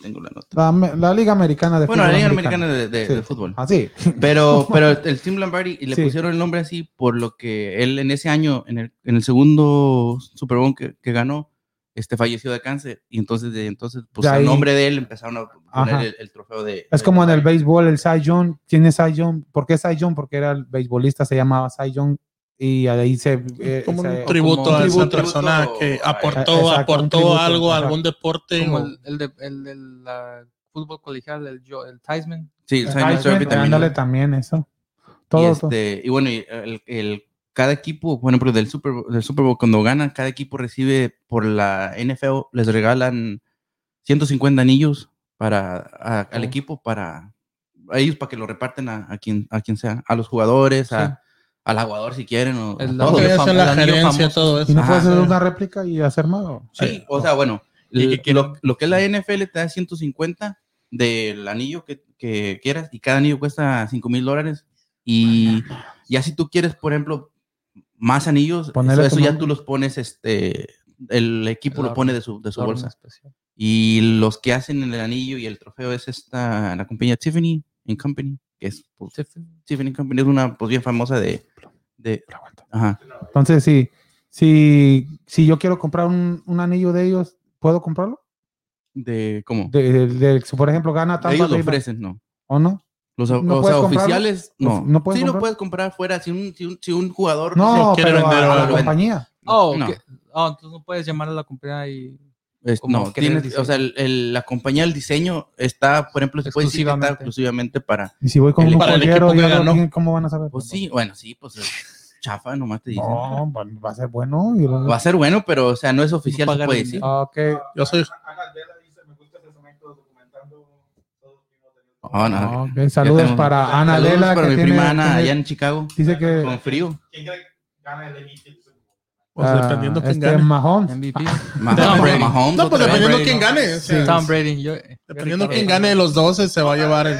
C: Tengo la nota.
A: La, me- la liga americana de
C: Bueno, la
A: fútbol
C: Liga
A: americano.
C: Americana de, de-
A: Sí.
C: de Fútbol.
A: Así.
C: Pero,
A: <laughs>
C: pero el Tim Lombardi y le
A: Sí.
C: pusieron el nombre así por lo que él en ese año, en el, en el segundo Super Bowl que, que ganó, este falleció de cáncer. Y entonces, de, entonces pues
A: De ahí-
C: el nombre de él empezaron a
A: Ajá.
C: poner el, el trofeo de.
A: Es como en el béisbol, el Cy Young. Tiene Cy Young. ¿Por qué Cy Young? Porque era el beisbolista, se llamaba Cy Young. Y ahí se. eh,
D: Como
A: se-
D: un tributo
F: como
D: a esa
C: tributo
D: persona
C: a-
D: que
A: Exacto,
D: aportó,
A: un
D: aportó
A: tributo,
D: algo a
A: ajá.
D: algún deporte.
F: Como
D: o-
F: el, el de- el del ah, fútbol colegial, el, Jo- el Tiesman.
C: Sí, el
A: Cy
C: Simon
A: Young,
C: Survey también.
A: ándale, también eso. Todo,
C: y,
A: todo.
C: este, y bueno, y el, el- cada equipo, bueno, pero del Super, Bowl- del Super Bowl, cuando ganan, cada equipo recibe por la NFL, les regalan 150 anillos para, a- al
F: Oh.
C: equipo, para a ellos, para que lo reparten a, a quien, a quien sea, a los jugadores, a-
F: Sí.
C: al aguador si quieren. O, a
F: El
C: todos.
F: aguador.
D: Creo que
F: fam-
D: esa es la
F: el anillo
D: gerencia y
F: famoso.
D: todo eso.
A: Y no
C: Ajá,
A: puedes hacer
D: sí.
A: una réplica y hacer más. ¿o?
C: Sí, o sea, bueno,
F: Y que
C: l- lo,
F: quieran-
C: lo que es la NFL te da 150 del anillo que, que quieras y cada anillo cuesta 5 mil dólares. Y ya si tú quieres, por ejemplo, más anillos,
A: Ponerle
C: eso, eso
A: tu
C: ya
A: nombre.
C: tú los pones, este, el equipo
F: La
C: lo pone de su, de su
F: La orden
C: bolsa.
F: especial.
C: Y los que hacen el anillo y el trofeo es esta, la compañía Tiffany and Company, que es pues, Tiffany and Company, es una pues bien famosa de... de ajá.
A: Entonces, si, si, si yo quiero comprar un, un anillo de ellos, ¿puedo comprarlo?
C: De, ¿Cómo?
A: De, de- de- si, por ejemplo, gana Tampa
C: Ellos lo
A: Bay,
C: ofrecen, ¿no?
A: ¿O no?
C: Los,
A: ¿No
C: o
A: puedes
C: sea,
A: comprarlo?
C: oficiales, no.
A: ¿No puedes
C: sí,
A: comprar?
C: lo puedes comprar fuera. Si un, si un, si un jugador.
A: No,
D: lo quiere
A: pero a-
D: vender o
A: a, la
D: algo.
A: compañía.
F: Oh,
C: No.
F: que- oh, entonces no puedes llamar a la compañía y.
C: <laughs> es-
F: como
C: no,
F: que del
C: tienes- o sea, el- el- la compañía del diseño está, por ejemplo, se puede decir que está
F: Exclusivamente.
C: exclusivamente para.
A: Y si voy con
C: El-
A: un
D: para el
A: joyero,
D: equipo
A: y
D: que
A: algo,
D: ganó.
A: ¿cómo van a saber?
C: Pues sí, bueno, sí, pues es chafa, nomás te dicen.
A: No, va va a ser bueno. y lo-
C: Va a ser bueno, pero, o sea, no es oficial, se puede decir.
A: Ah, ok.
D: Yo soy
C: No, no,
A: Ah,
C: no.
A: ok. Saludos
C: tenemos-
A: para Ana
C: Saludos
A: Lela.
C: para
A: que
C: mi
A: tiene-
C: prima Ana
A: tiene-
C: allá en Chicago,
A: Dice que
C: con
A: <laughs>
C: frío.
D: pues,
A: ah,
D: dependiendo quién
A: este,
D: gane.
A: Mahomes.
F: MVP.
C: Mahomes,
D: Brady.
C: Mahomes
D: No, pues
C: otra vez.
D: dependiendo quién gane. o sea,
F: Tom Brady. Yo,
D: Dependiendo quién gane de los dos, se va a llevar el.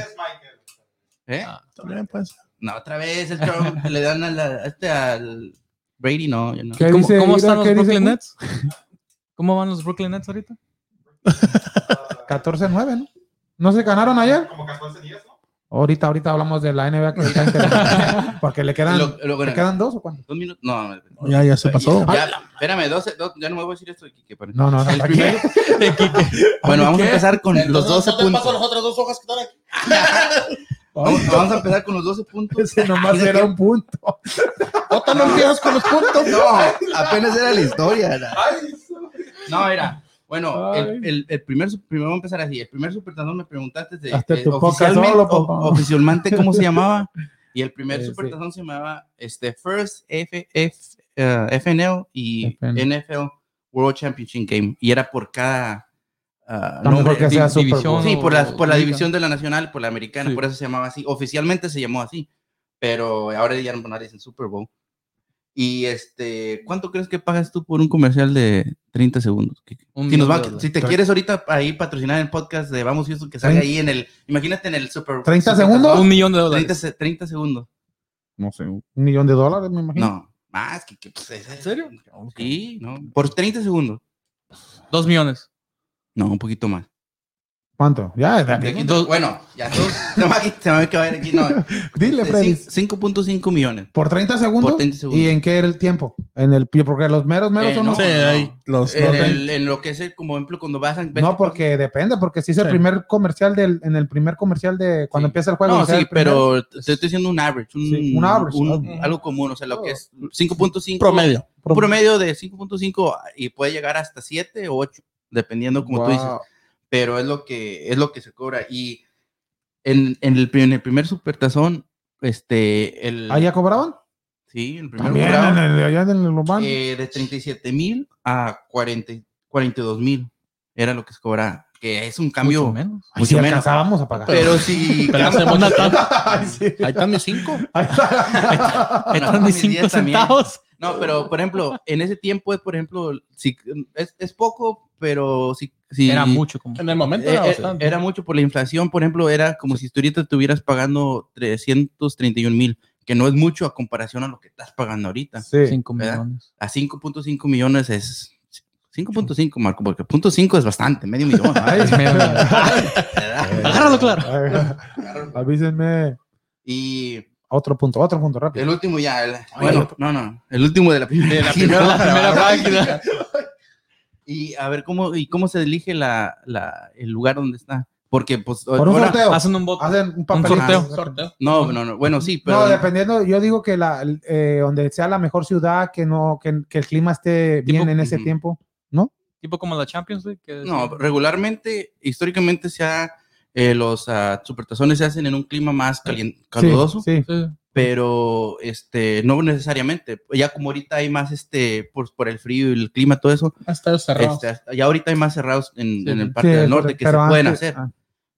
C: ¿Eh?
D: También, pues.
C: No, otra vez, el Trump le dan a la- a este al Brady, no, yo no.
A: ¿Qué
F: ¿Cómo,
A: dice?
F: cómo
A: Mira,
F: están los
A: ¿qué dice?
F: Brooklyn Nets? ¿Cómo van los Brooklyn Nets ahorita?
A: 14-9, ¿no? ¿No se ganaron ayer? Ahorita, ahorita hablamos de la NBA que está interesante.
C: <laughs>
A: Porque le quedan,
C: Lo- lo-
A: ¿le
C: bueno,
A: quedan dos o cuántos.
C: dos minutos. No, no, no.
D: Ya, ya se pasó.
C: Ya, espérame, dos, dos- ya no me voy a decir esto de Quique, pero-
A: No, no, no.
C: El
A: ¿para
C: primero-
A: qué?
D: <laughs>
C: Bueno, vamos a empezar con los 12 puntos.
D: otras dos hojas que están aquí.
C: <laughs> Vamos, vamos a empezar con los 12 puntos.
A: Ese nomás era un punto.
D: Otra no empiezas con los puntos.
C: No, apenas era la historia. la- No, era. Bueno, el, el, el primer, su- primero vamos a empezar así. El primer supertazón me preguntaste de,
A: Hazte
C: de-
A: tu podcast
C: oficialmente,
A: solo, papá.
C: o- oficialmente cómo se llamaba. Y el primer
A: Eh, <laughs> sí.
C: supertazón se llamaba este, First F, F- eh, FNL y
A: FNL.
C: NFL World Championship Game. Y era por cada ah,
A: No
C: nombre.
A: mejor que sea
F: di-
A: Super
F: división.
A: Bowl.
C: Sí, por la, por la
F: Liga.
C: división de la nacional, por la americana,
F: Sí.
C: por eso se llamaba así. Oficialmente se llamó así, pero ahora ya no le dicen Super Bowl. Y este, ¿cuánto crees que pagas tú por un comercial de 30 segundos? Kike?
F: Un
C: Si, nos
F: millón
C: va-
F: de dólares.
C: si te quieres ahorita ahí patrocinar el podcast de Vamos Houston, que salga
A: Trein-
C: ahí en el, imagínate en el Super
A: ¿30
C: Super-
A: segundos?
F: Un millón de
C: 30,
F: dólares.
C: se- 30 segundos. No sé.
A: Un millón de dólares, me imagino.
C: No, más que... que, pues, es-
F: ¿En serio?
C: Sí, no. Por 30 segundos.
F: Dos millones.
C: No, un poquito más.
A: ¿Cuánto? Ya, ya, ya.
F: Dos-
C: bueno, ya dos. <laughs> se me va a- se me va a caer aquí. No,
A: dile,
C: Este,
A: Freddy.
C: cin- 5.5 millones.
A: ¿Por 30 segundos?
C: Por 30 segundos.
A: ¿Y en qué era el tiempo? En el pie, porque los meros meros
C: Eh,
A: son
C: no,
A: los-
D: Sí, ahí, los,
C: En,
D: los-
C: el- en lo que es, el, como ejemplo, cuando vas a... ves-
A: No, porque depende, porque si es el
D: Sí.
A: primer comercial del, en el primer comercial de cuando
C: Sí.
A: empieza el juego.
C: No,
A: o sea,
C: sí,
A: el primer-
C: pero te estoy diciendo un average. Un,
A: Sí, un average, Oh, ah.
C: Algo común, o sea, lo que es 5.5...
D: promedio.
C: Un promedio de 5.5 y puede llegar hasta 7 o 8, dependiendo como tú dices. Pero es lo que, es lo que se cobra. Y en, en el, pri- en el primer supertazón, este... El,
A: ¿Ah, ya cobraban?
C: Sí, el primer
A: También,
C: cobrado,
A: en el, allá en el urbano.
C: eh, de 37 mil a 40, 42 mil era lo que se cobraba. Que es un cambio...
F: Mucho menos.
A: Ay, si
C: mucho menos.
A: alcanzábamos a pagar.
F: <laughs>
C: Pero si
D: Pero hace mucho tiempo.
A: Ay, sí.
D: Ahí están mis cinco.
F: Ahí están
C: no,
F: mis
C: mis
F: cinco
C: 10 Ah, también.
F: centavos.
C: No, pero por ejemplo, en ese tiempo, por ejemplo, si, es, es poco, pero si, si-
F: Era mucho como.
D: En el momento
C: eh,
D: era
C: eh,
D: bastante.
C: era mucho por la inflación, por ejemplo, era como si tú ahorita estuvieras pagando 331 mil, que no es mucho a comparación a lo que estás pagando ahorita.
A: Sí.
F: Cinco
C: ¿verdad?
F: millones.
C: A 5.5 millones es 5.5, Marco, porque 0.5 es bastante, medio millón.
F: <laughs>
C: ¿verdad?
A: Ay,
F: Es medio millón.
C: ¿Verdad?
F: Agárralo, claro.
A: Ay, Avísenme.
C: Y
A: Otro punto, otro punto rápido.
C: el último ya, el- bueno, no, no, el último <laughs> de la primera.
D: De la
C: página.
D: primera- la primera
C: Y a ver, ¿cómo, y cómo se elige la, la- el lugar donde está? Porque, pues,
A: Por un
C: ahora-
A: sorteo.
F: Hacen un voto.
A: Hacen un papel.
F: sorteo.
D: Sorteo.
C: No, no, no, bueno, sí, pero...
A: No, dependiendo, yo digo que la, eh, donde sea la mejor ciudad, que no, que, que el clima esté bien en ese
C: Ujú.
A: tiempo.
F: Tipo como la Champions League. que-
C: No, regularmente, históricamente, se ha, eh, los ah, supertazones se hacen en un clima más calien- caluroso,
A: Sí, sí.
F: Sí.
C: pero este, no necesariamente. Ya como ahorita hay más, este, por, por el frío y el clima, todo eso,
D: Hasta cerrado.
C: este, hasta- ya ahorita hay más cerrados en,
F: Sí,
C: en el
F: sí.
C: parte
A: Sí,
C: del norte que se
A: pero
C: pueden
A: antes-
C: hacer.
A: ah.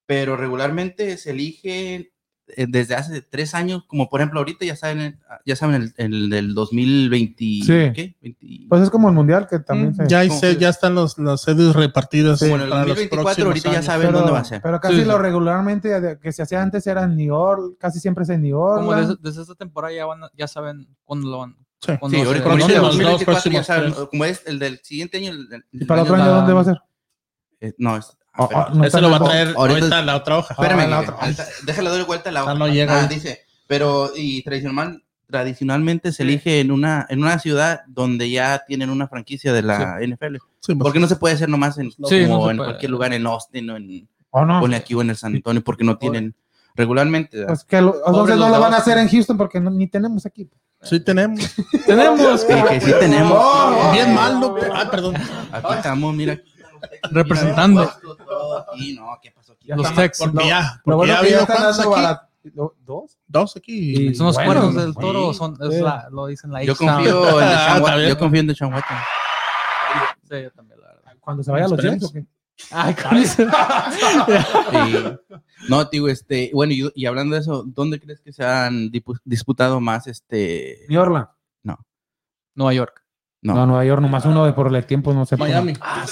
C: pero regularmente se elige eh, desde hace tres años, como por ejemplo ahorita ya saben, eh, ah, ya saben el, el del 2020,
A: Sí.
C: ¿qué? 20
A: Pues es como el mundial que también se.
D: Ya, hay
C: ¿Cómo
D: sed-
C: que-
D: ya están los, los sedes repartidos.
C: Como en el
D: para los
C: 2024
D: próximos
C: ahorita ya
D: años.
C: saben dónde va a ser.
A: pero casi
F: Sí, sí.
A: lo regularmente de- que se hacía antes era en New York, casi siempre es en New York.
F: Como desde, desde esta temporada ya, van, a- ya saben cuándo lo van.
D: Sí.
F: cuándo
C: Sí,
F: va a
C: ahorita
F: ser.
C: ahorita
D: ¿Dónde
C: el
D: los
C: 2024 ya
D: próximos
C: saben, eh,
D: tres?
C: como es el del siguiente año. el del-
A: ¿Y para el otro
C: del
A: año
F: la-
A: dónde va a ser?
C: eh, no, es, ah,
A: Ah,
C: espérame,
A: ah, no
D: Ese
A: está
D: lo
A: en
D: va a
A: el-
D: traer ahorita,
C: Ahorita-
D: la otra hoja.
C: espérame,
A: ah, la
C: eh,
A: otra.
C: ahorita- déjale doy vuelta a la
D: Ah,
C: hoja.
D: no llega.
C: Ah, dice, pero y tradicional, tradicionalmente se elige en una, en una ciudad donde ya tienen una franquicia de la NFL.
D: Sí, pues,
C: Porque no se puede hacer nomás en,
F: Sí,
C: como
F: no se
C: en
F: puede.
C: cualquier lugar, en Austin o en,
A: ¿O no?
C: ponle aquí o en el San Antonio porque no tienen regularmente. ¿verdad?
A: Pues que lo- entonces
F: los
A: no lo van a
F: Dodgers.
A: hacer en Houston porque no- ni tenemos aquí.
D: sí tenemos.
F: Tenemos.
C: Sí, que sí tenemos.
H: Oh,
D: Bien mal, no. Ah, perdón.
C: Aquí estamos, mira.
F: Representando.
C: Y no, ¿qué pasó aquí?
A: Ya
F: Los
A: estamos-
F: Texans.
D: Porque
A: No,
D: ya,
A: Lo
D: porque
A: bueno
D: ya ha
A: que ya
D: habido
A: están
D: cuántos
A: dando
D: aquí.
A: barat- do- dos.
D: Dos aquí.
A: Y-
F: Son los
A: Bueno,
F: cuernos del toro.
C: sí,
F: Son, es
A: sí.
F: la- lo dicen la
C: Yo
F: X-Town.
C: confío
F: <laughs>
C: en
D: Ah,
C: Deshaun
D: está
C: Watson.
D: bien.
C: Yo confío en Deshaun Watson.
F: Sí, yo también, la verdad.
A: Cuando se vaya a los Jets.
D: Esperemos.
A: ¿o qué?
F: Ay, con eso.
C: Y- no, tío, este, bueno, y, y hablando de eso, ¿dónde crees que se han dipu- disputado más este?
A: New Orleans.
F: Nueva York.
C: No.
A: No. Nueva York, nomás uno de por el tiempo, no sé. por-
D: Miami.
C: Ah.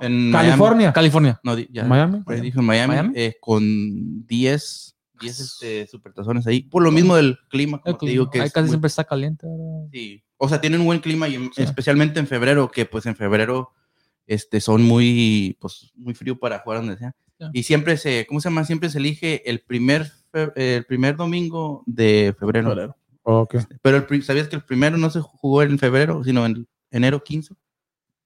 C: En Miami.
A: California.
F: California.
C: No, di- ya.
A: Miami.
C: Pues dijo en Miami,
F: Miami.
C: eh, con 10 10 este, supertazones ahí, por lo mismo del clima, como te digo que
F: Ahí
C: es
F: casi
C: muy-
F: siempre está caliente. ¿verdad?
C: Sí. O sea, tienen un buen clima y en- especialmente en febrero, que pues en febrero este, son muy, pues, muy frío para jugar donde sea.
F: Ya.
C: Y siempre se, ¿cómo se llama? Siempre se elige el primer, fe- el primer domingo de febrero.
A: Ok.
C: Pero el pri- ¿sabías que el primero no se jugó en febrero, sino en enero 15?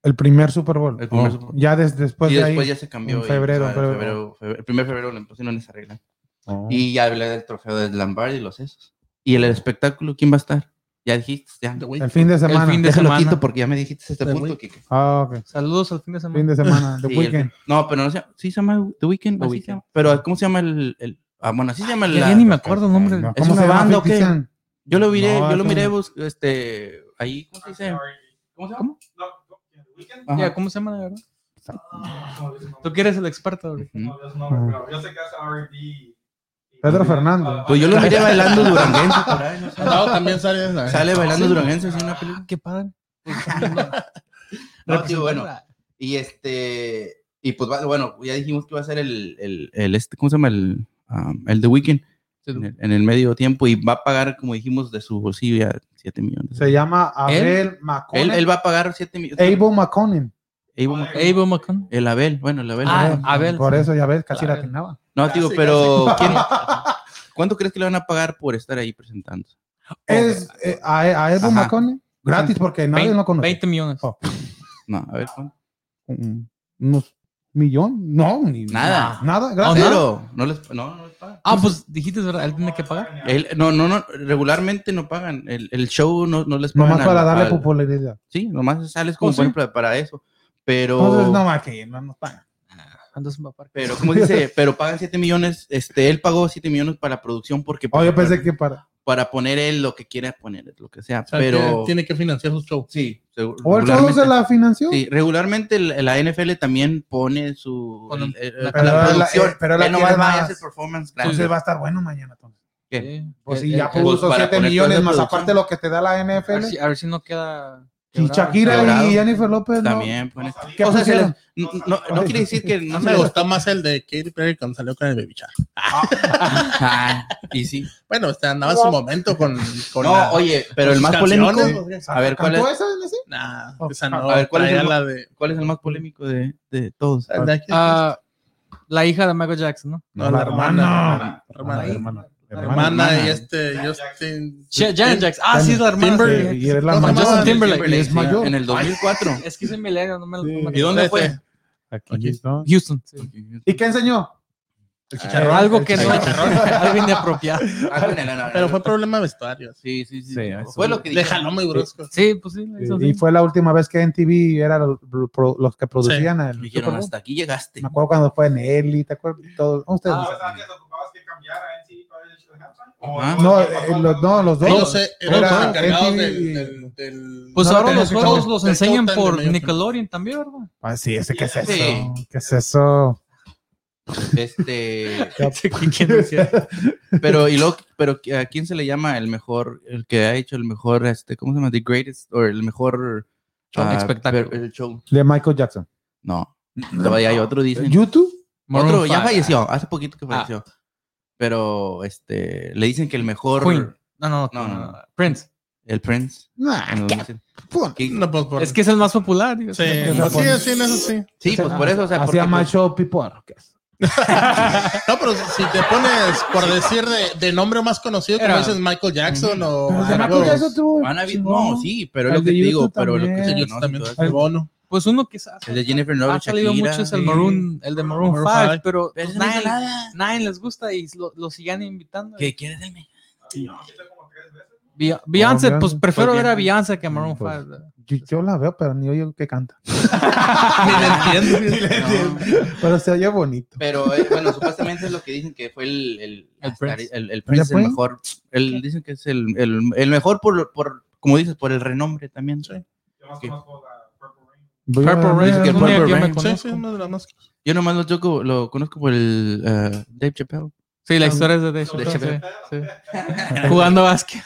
A: El primer Super Bowl.
C: El primer
A: Oh.
C: Super Bowl.
A: Ya des- después
C: y
A: de
C: después
A: ahí.
C: ya se cambió.
A: en
C: y,
A: febrero,
C: o sea,
A: en
C: el,
A: febrero.
C: febrero- el primer febrero lo pusieron esa regla.
A: Oh.
C: Y ya hablé del trofeo de Lombardi y los esos. Y el espectáculo, ¿quién va a estar? Ya dijiste, ya.
A: El fin de semana.
F: fin de
C: Déjalo
F: semana.
C: quito porque ya me dijiste este
D: The
C: punto,
D: Week.
C: Kike.
A: Ah, ok.
F: Saludos al fin de
A: Fin
F: semana.
A: de semana. The
C: <laughs> Sí, el
A: weekend.
C: fin- no, pero no sé. ¿Sí se llama The Weeknd?
F: The
C: Así se
F: Weeknd.
C: llama. Pero ¿cómo se llama el...? el- ah, bueno, así se llama el...
F: Ya ni me acuerdo el nombre.
A: No,
C: ¿Es
A: ¿Cómo
C: una
A: se
C: banda
A: llama?
C: o
A: 50
C: qué?
A: Cent?
C: Yo lo miré,
A: No,
C: yo lo
A: es
C: miré,
A: un-
C: bus- este... Ahí, ¿cómo se dice? ¿Cómo se llama?
F: Ya,
C: Ajá.
F: ¿Cómo se llama la verdad? Tú quieres el experto. güey.
C: Ujú.
H: Yo sé que hace R&B.
A: Mm. Pedro
H: Ah,
A: Fernández.
C: Pues yo lo miré bailando duranguense por ahí, no sé.
D: No, también sale esa. ¿eh?
C: Sale bailando duranguense así en una película. Pues,
F: Ah, Qué padre. <laughs> pues
C: No, tío, bueno. Y este, y pues va- bueno, ya dijimos que iba a ser el, el, el este, ¿cómo se llama? El, um, el The Weeknd en el, en el medio tiempo y va a pagar, como dijimos, de su bolsillo ya 7 millones.
A: Se llama Abel
C: Él,
A: McConen.
C: él va a pagar 7 millones.
A: Abel McConen.
C: Abel-
F: Abel McConnell.
C: El Abel, bueno, el Abel.
F: Ah,
C: Abel.
F: Abel.
A: Por eso ya ves, casi la
F: Abel.
A: atinaba.
C: no, digo, pero ¿quién- ¿cuánto crees que le van a pagar por estar ahí presentando?
A: Es eh, a, a Abel
C: Ajá.
A: McConen. Gratis porque nadie
F: Vein-
A: lo conoce.
F: 20 millones.
A: Oh.
C: No, a ver, ¿cuánto?
A: Un- mm. Unos millón. No, ni
C: Nada.
A: Nada,
F: ¿O
A: gratis.
F: nada?
C: Pero no les, no, no les pagan.
F: Ah, pues dijiste, ¿verdad? Él tiene que pagar.
C: Él- no, no, no, regularmente no pagan. El, el show no, no les pagan.
A: Nomás
C: al-
A: para darle
C: al-
A: popularidad.
C: Sí, nomás sales como
F: Oh, sí.
C: por ejemplo para eso. Pero,
A: Entonces, no más que no nos pagan.
F: Andas en papar.
C: pero
A: <laughs>
C: como dice, pero pagan 7 millones. Este, él pagó 7 millones para la producción porque
A: Oh, yo
C: para,
A: pensé que para.
C: poner él lo que quiera poner, lo que sea.
D: O sea,
C: pero
D: tiene- tiene que financiar su show.
C: sí, segu-
A: O él solo
C: regularmente-
A: se la financió.
C: Sí, regularmente el- la NFL también pone su
F: Con el-
C: el- el-
F: la-
C: la,
A: pero la-
C: producción.
A: eh, pero la
C: Él nomás
A: quieren
C: va y
A: más.
C: hace el performance gratis.
A: Entonces va a estar bueno mañana. Entonces.
C: ¿Qué?
F: Sí.
A: Pues
F: Eh,
A: sí,
F: eh,
A: ya
C: pues,
A: puso
C: para
A: 7
C: poner
A: millones
C: toda
A: más
C: esa
A: aparte lo que te da la
F: a, ver
A: NFL.
F: si, a ver si no queda.
A: Y
F: quebrado.
A: Shakira
C: Quebrado.
A: y Jennifer López. ¿no?
C: También
H: ah,
C: pone-
A: ¿Qué
C: O sea, se les-
A: pusieron?
C: no, no- no quiere decir que
D: No
C: no se
D: me
C: les-
D: gustó más el de Katy Perry cuando salió con el Baby Shark.
C: Ah, y sí.
D: Bueno, este, andaba en su momento con. con
C: No,
D: la-
C: oye, pero el
D: con sus
C: más
D: canciones,
C: polémico.
D: pues,
H: ah,
C: A ver, ¿cuál
A: ¿Cantó
C: es,
A: esa en ese?
D: Nah,
A: Oh,
D: esa no.
C: a ver, ¿cuál es
D: traía
C: el-
D: la de.
C: cuál es el más polémico de, de todos?
D: de aquí-
F: Ah, la hija de Michael Jackson, ¿no?
D: no, la
F: ah,
D: hermana.
A: Hermana,
D: Hermana.
A: hermana.
D: Hermana y
C: hermana.
D: este Justin.
F: Ch- Janet Jackson. Ah, sí, es la hermana.
D: Timberlake.
A: Y eres la
D: ¿Cómo se
A: mayor.
D: llama?
F: Justin Timberlake.
A: Y es mayor.
C: En el 2004.
F: Es que soy milenio, no me lo
A: Sí.
F: no me-
D: ¿Y dónde fue?
A: Aquí
D: Aquí.
A: está.
F: Houston. sí.
A: ¿Y qué enseñó?
C: Eh,
F: Pero algo que
A: El
F: no algo
C: <laughs>
F: inapropiado.
C: Ah, bueno, no, no, no.
D: Pero fue problema de vestuario. sí.
C: Sí, sí, sí.
A: Sí,
C: fue lo que
D: Le
C: dijeron.
D: jaló muy brusco.
F: Sí, pues sí. eso sí.
A: Y fue la última vez que MTV era lo- lo- pro- los que producían. el-
C: Dijeron, hasta aquí llegaste.
A: Me acuerdo cuando fue Nelly, ¿te acuerdas? Todos, ustedes.
H: Ah, o sea, que te ocupabas que cambiar a NC para el show de halftime? ¿O
C: Ah.
A: no, eh, los, no, los dos.
D: Ellos eh, eran los
A: Era
D: encargados
A: MTV.
D: del. del- del-
F: Pues
A: No,
F: ahora
A: no,
F: los
A: no,
F: juegos
A: no,
F: los
D: no,
F: enseñan
D: no,
F: por
D: no, no.
F: Nickelodeon también, ¿verdad?
A: Ah, sí, ese, ¿qué es eso?
C: Sí.
A: ¿Qué es eso?
C: Este,
F: ¿Quién
C: <laughs>
F: decía?
C: pero y luego, pero a quién se le llama el mejor, el que ha hecho el mejor, este, ¿cómo se llama? The greatest o el mejor
F: Show,
C: ah,
F: espectáculo. Mm,
C: per- el show.
A: De Michael Jackson.
C: No, todavía hay otro dicen.
A: ¿YouTube?
F: Maroon
C: Otro ya
F: five.
C: falleció, hace poquito que
F: Ah.
C: falleció. Pero este, le dicen que el mejor
F: Queen. No, no,
C: No,
F: no,
C: no,
F: no. Prince.
C: el Prince.
A: Nah,
C: no,
A: qué
C: dicen.
A: pon-
C: Que-
D: No, pues por.
F: Es que es el más popular. digo.
D: Sí,
F: Es
D: no,
F: más
D: sí,
F: popular.
D: sí, en eso sí.
C: Sí, pues por eso, o sea, porque,
A: Hacía
C: pues,
A: más show people. ¿Qué es?
D: No, pero si te pones por decir de, de nombre más conocido, como
F: Era-
D: dices Michael Jackson o.
A: Pero de
D: algo,
A: Michael Jackson tuvo.
C: van a vi-
A: chingón.
C: Ah, no, sí, pero es
A: El
C: lo que
A: de
C: te digo,
A: YouTube
C: pero lo que
A: también.
C: se
D: Sí,
C: llenó,
D: también
C: todo eso.
D: el bono.
F: Pues uno quizás.
C: El de Jennifer
F: Ha
C: Lawrence,
F: salido
C: Shakira,
F: mucho es el
C: sí.
F: Maroon, el de Maroon
D: Maroon
F: 5,
D: five.
F: pero
C: Pero eso no
F: nadie,
C: hizo
F: <laughs>
C: nada.
F: nadie les gusta y lo, lo sigan invitando.
C: ¿Qué quieres del mejor?
F: Be- Beyoncé,
A: Beyoncé.
F: pues prefiero
C: Pues
F: ver a
C: bien.
F: Beyoncé que a Maroon
A: Pues,
F: 5. ¿verdad?
A: Yo, yo la veo, pero ni oigo que canta.
C: No.
A: Pero se oye bonito.
C: Pero eh, bueno, supuestamente es lo que dicen que fue el, el,
F: El Prince.
C: el- el Prince es el
A: Prince?
C: mejor. El, dicen que es el, el, el mejor por, por, como dices, por el renombre también.
H: Yo más
C: ¿Qué?
H: conozco la Purple Rain.
A: Voy a-
F: Purple Rain,
C: que
F: es un
C: Purple
F: día que me
C: Rain, sí,
D: Sí,
F: conozco.
D: sí, una de las más.
C: Yo nomás lo, choco- lo conozco por el eh,
A: <laughs>
C: Dave Chappelle.
F: Sí, la historia es de Dave
C: De
F: Chappelle, sí, sí. Jugando básquet,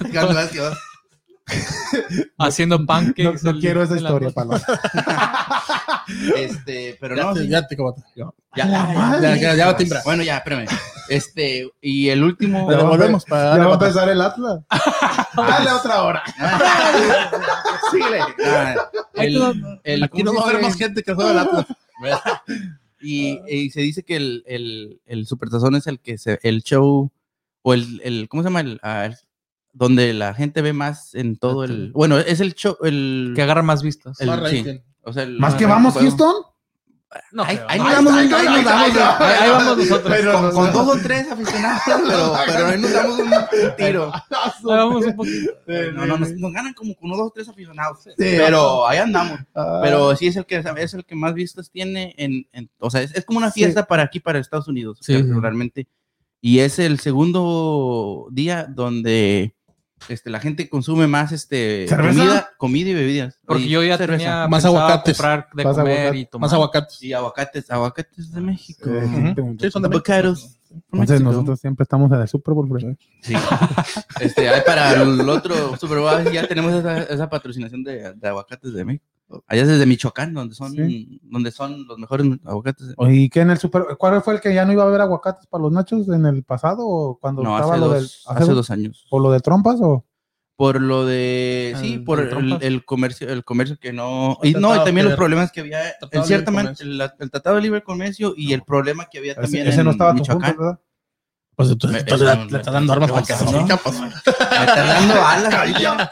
F: haciendo
A: No,
F: pancakes.
A: no
F: el-
A: quiero esa
F: en la
A: historia,
F: noche.
A: Paloma.
C: este, pero
D: Ya
C: no,
D: te-
C: sí,
D: Ya te como-
C: ya,
D: Ya, ya, ya va a timbrar.
C: Bueno, ya, espérame. Este, y el último.
D: Pero volvemos para.
A: Ya va a empezar el Atlas. Dale otra hora.
C: <laughs> Síguele. Ah, el- el-
D: Aquí no
C: ¿cómo
D: va a
C: se
D: haber
C: dice?
D: más gente que juega al Atlas.
C: ¿verdad? <laughs> Y, y se dice que el, el, el supertazón es el que se, el show o el, el ¿cómo se llama? El, ah, el- donde la gente ve más en todo el bueno es el show el,
F: Que agarra más vistas.
C: el-
D: Más
C: sí,
D: rating.
C: o sea, el-
A: Más que vamos,
C: bueno,
A: Houston.
F: No,
C: ahí,
F: pero-
C: ahí
F: no,
C: nos damos un- ahí
A: ahí
C: nos damos un-
A: ahí,
C: ahí vamos
F: nosotros.
C: con, con dos o tres aficionados pero, pero ahí nos damos un, un tiro
F: ahí vamos un poquito.
C: no, no, nos, nos ganan como con unos dos o tres aficionados pero ahí andamos pero sí es el que es el que más vistas tiene en, en- o sea, es, es como una fiesta para aquí para Estados Unidos,
F: Sí.
C: realmente. Y es el segundo día donde este, la gente consume más este,
J: ¿Cerveza?
C: comida, comida y bebidas.
F: Porque
C: Y
F: yo ya
C: cerveza.
F: tenía
D: Más
F: pensado
D: aguacates.
F: comprar de
A: Más
F: comer
A: aguacate-
F: y tomar.
D: Más aguacates.
C: Sí, aguacates, aguacates de México.
D: Ujú. Sí, son de México.
C: Avocados.
A: Entonces
C: México.
A: nosotros siempre estamos en el Super Bowl. ¿verdad?
C: Sí. Este, ahí para el otro Super Bowl ya tenemos esa, esa patrocinación de, de aguacates de México. Allá es desde Michoacán, donde son, donde son los mejores aguacates.
A: Oye, ¿Y qué en el Super ¿Cuál fue el que ya no iba a haber aguacates para los nachos en el pasado? ¿O cuando
C: No,
A: estaba
C: hace
A: lo
C: dos,
A: del. hace
C: hace
A: dos-
C: dos años.
A: ¿O lo de trompas? ¿O
C: Por lo
A: Ah,
C: de, sí,
D: El-
C: por
D: el
C: el,
D: trompas.
C: el comercio, el comercio que no, y no,
D: Tratado
C: y también
D: de-
C: los problemas que había,
D: Tratado
C: en
D: de
C: cierta
D: libre
C: man- el, el Tratado de Libre Comercio y el problema que había también
A: ese, ese
C: en
A: no estaba a tu punto,
C: Michoacán.
A: ¿verdad?
D: Pues entonces
C: Me-
D: tú le, le estás dando armas
C: me-
D: para que
C: me-
D: así, capaz.
C: Me están dando
A: <laughs>
C: alas.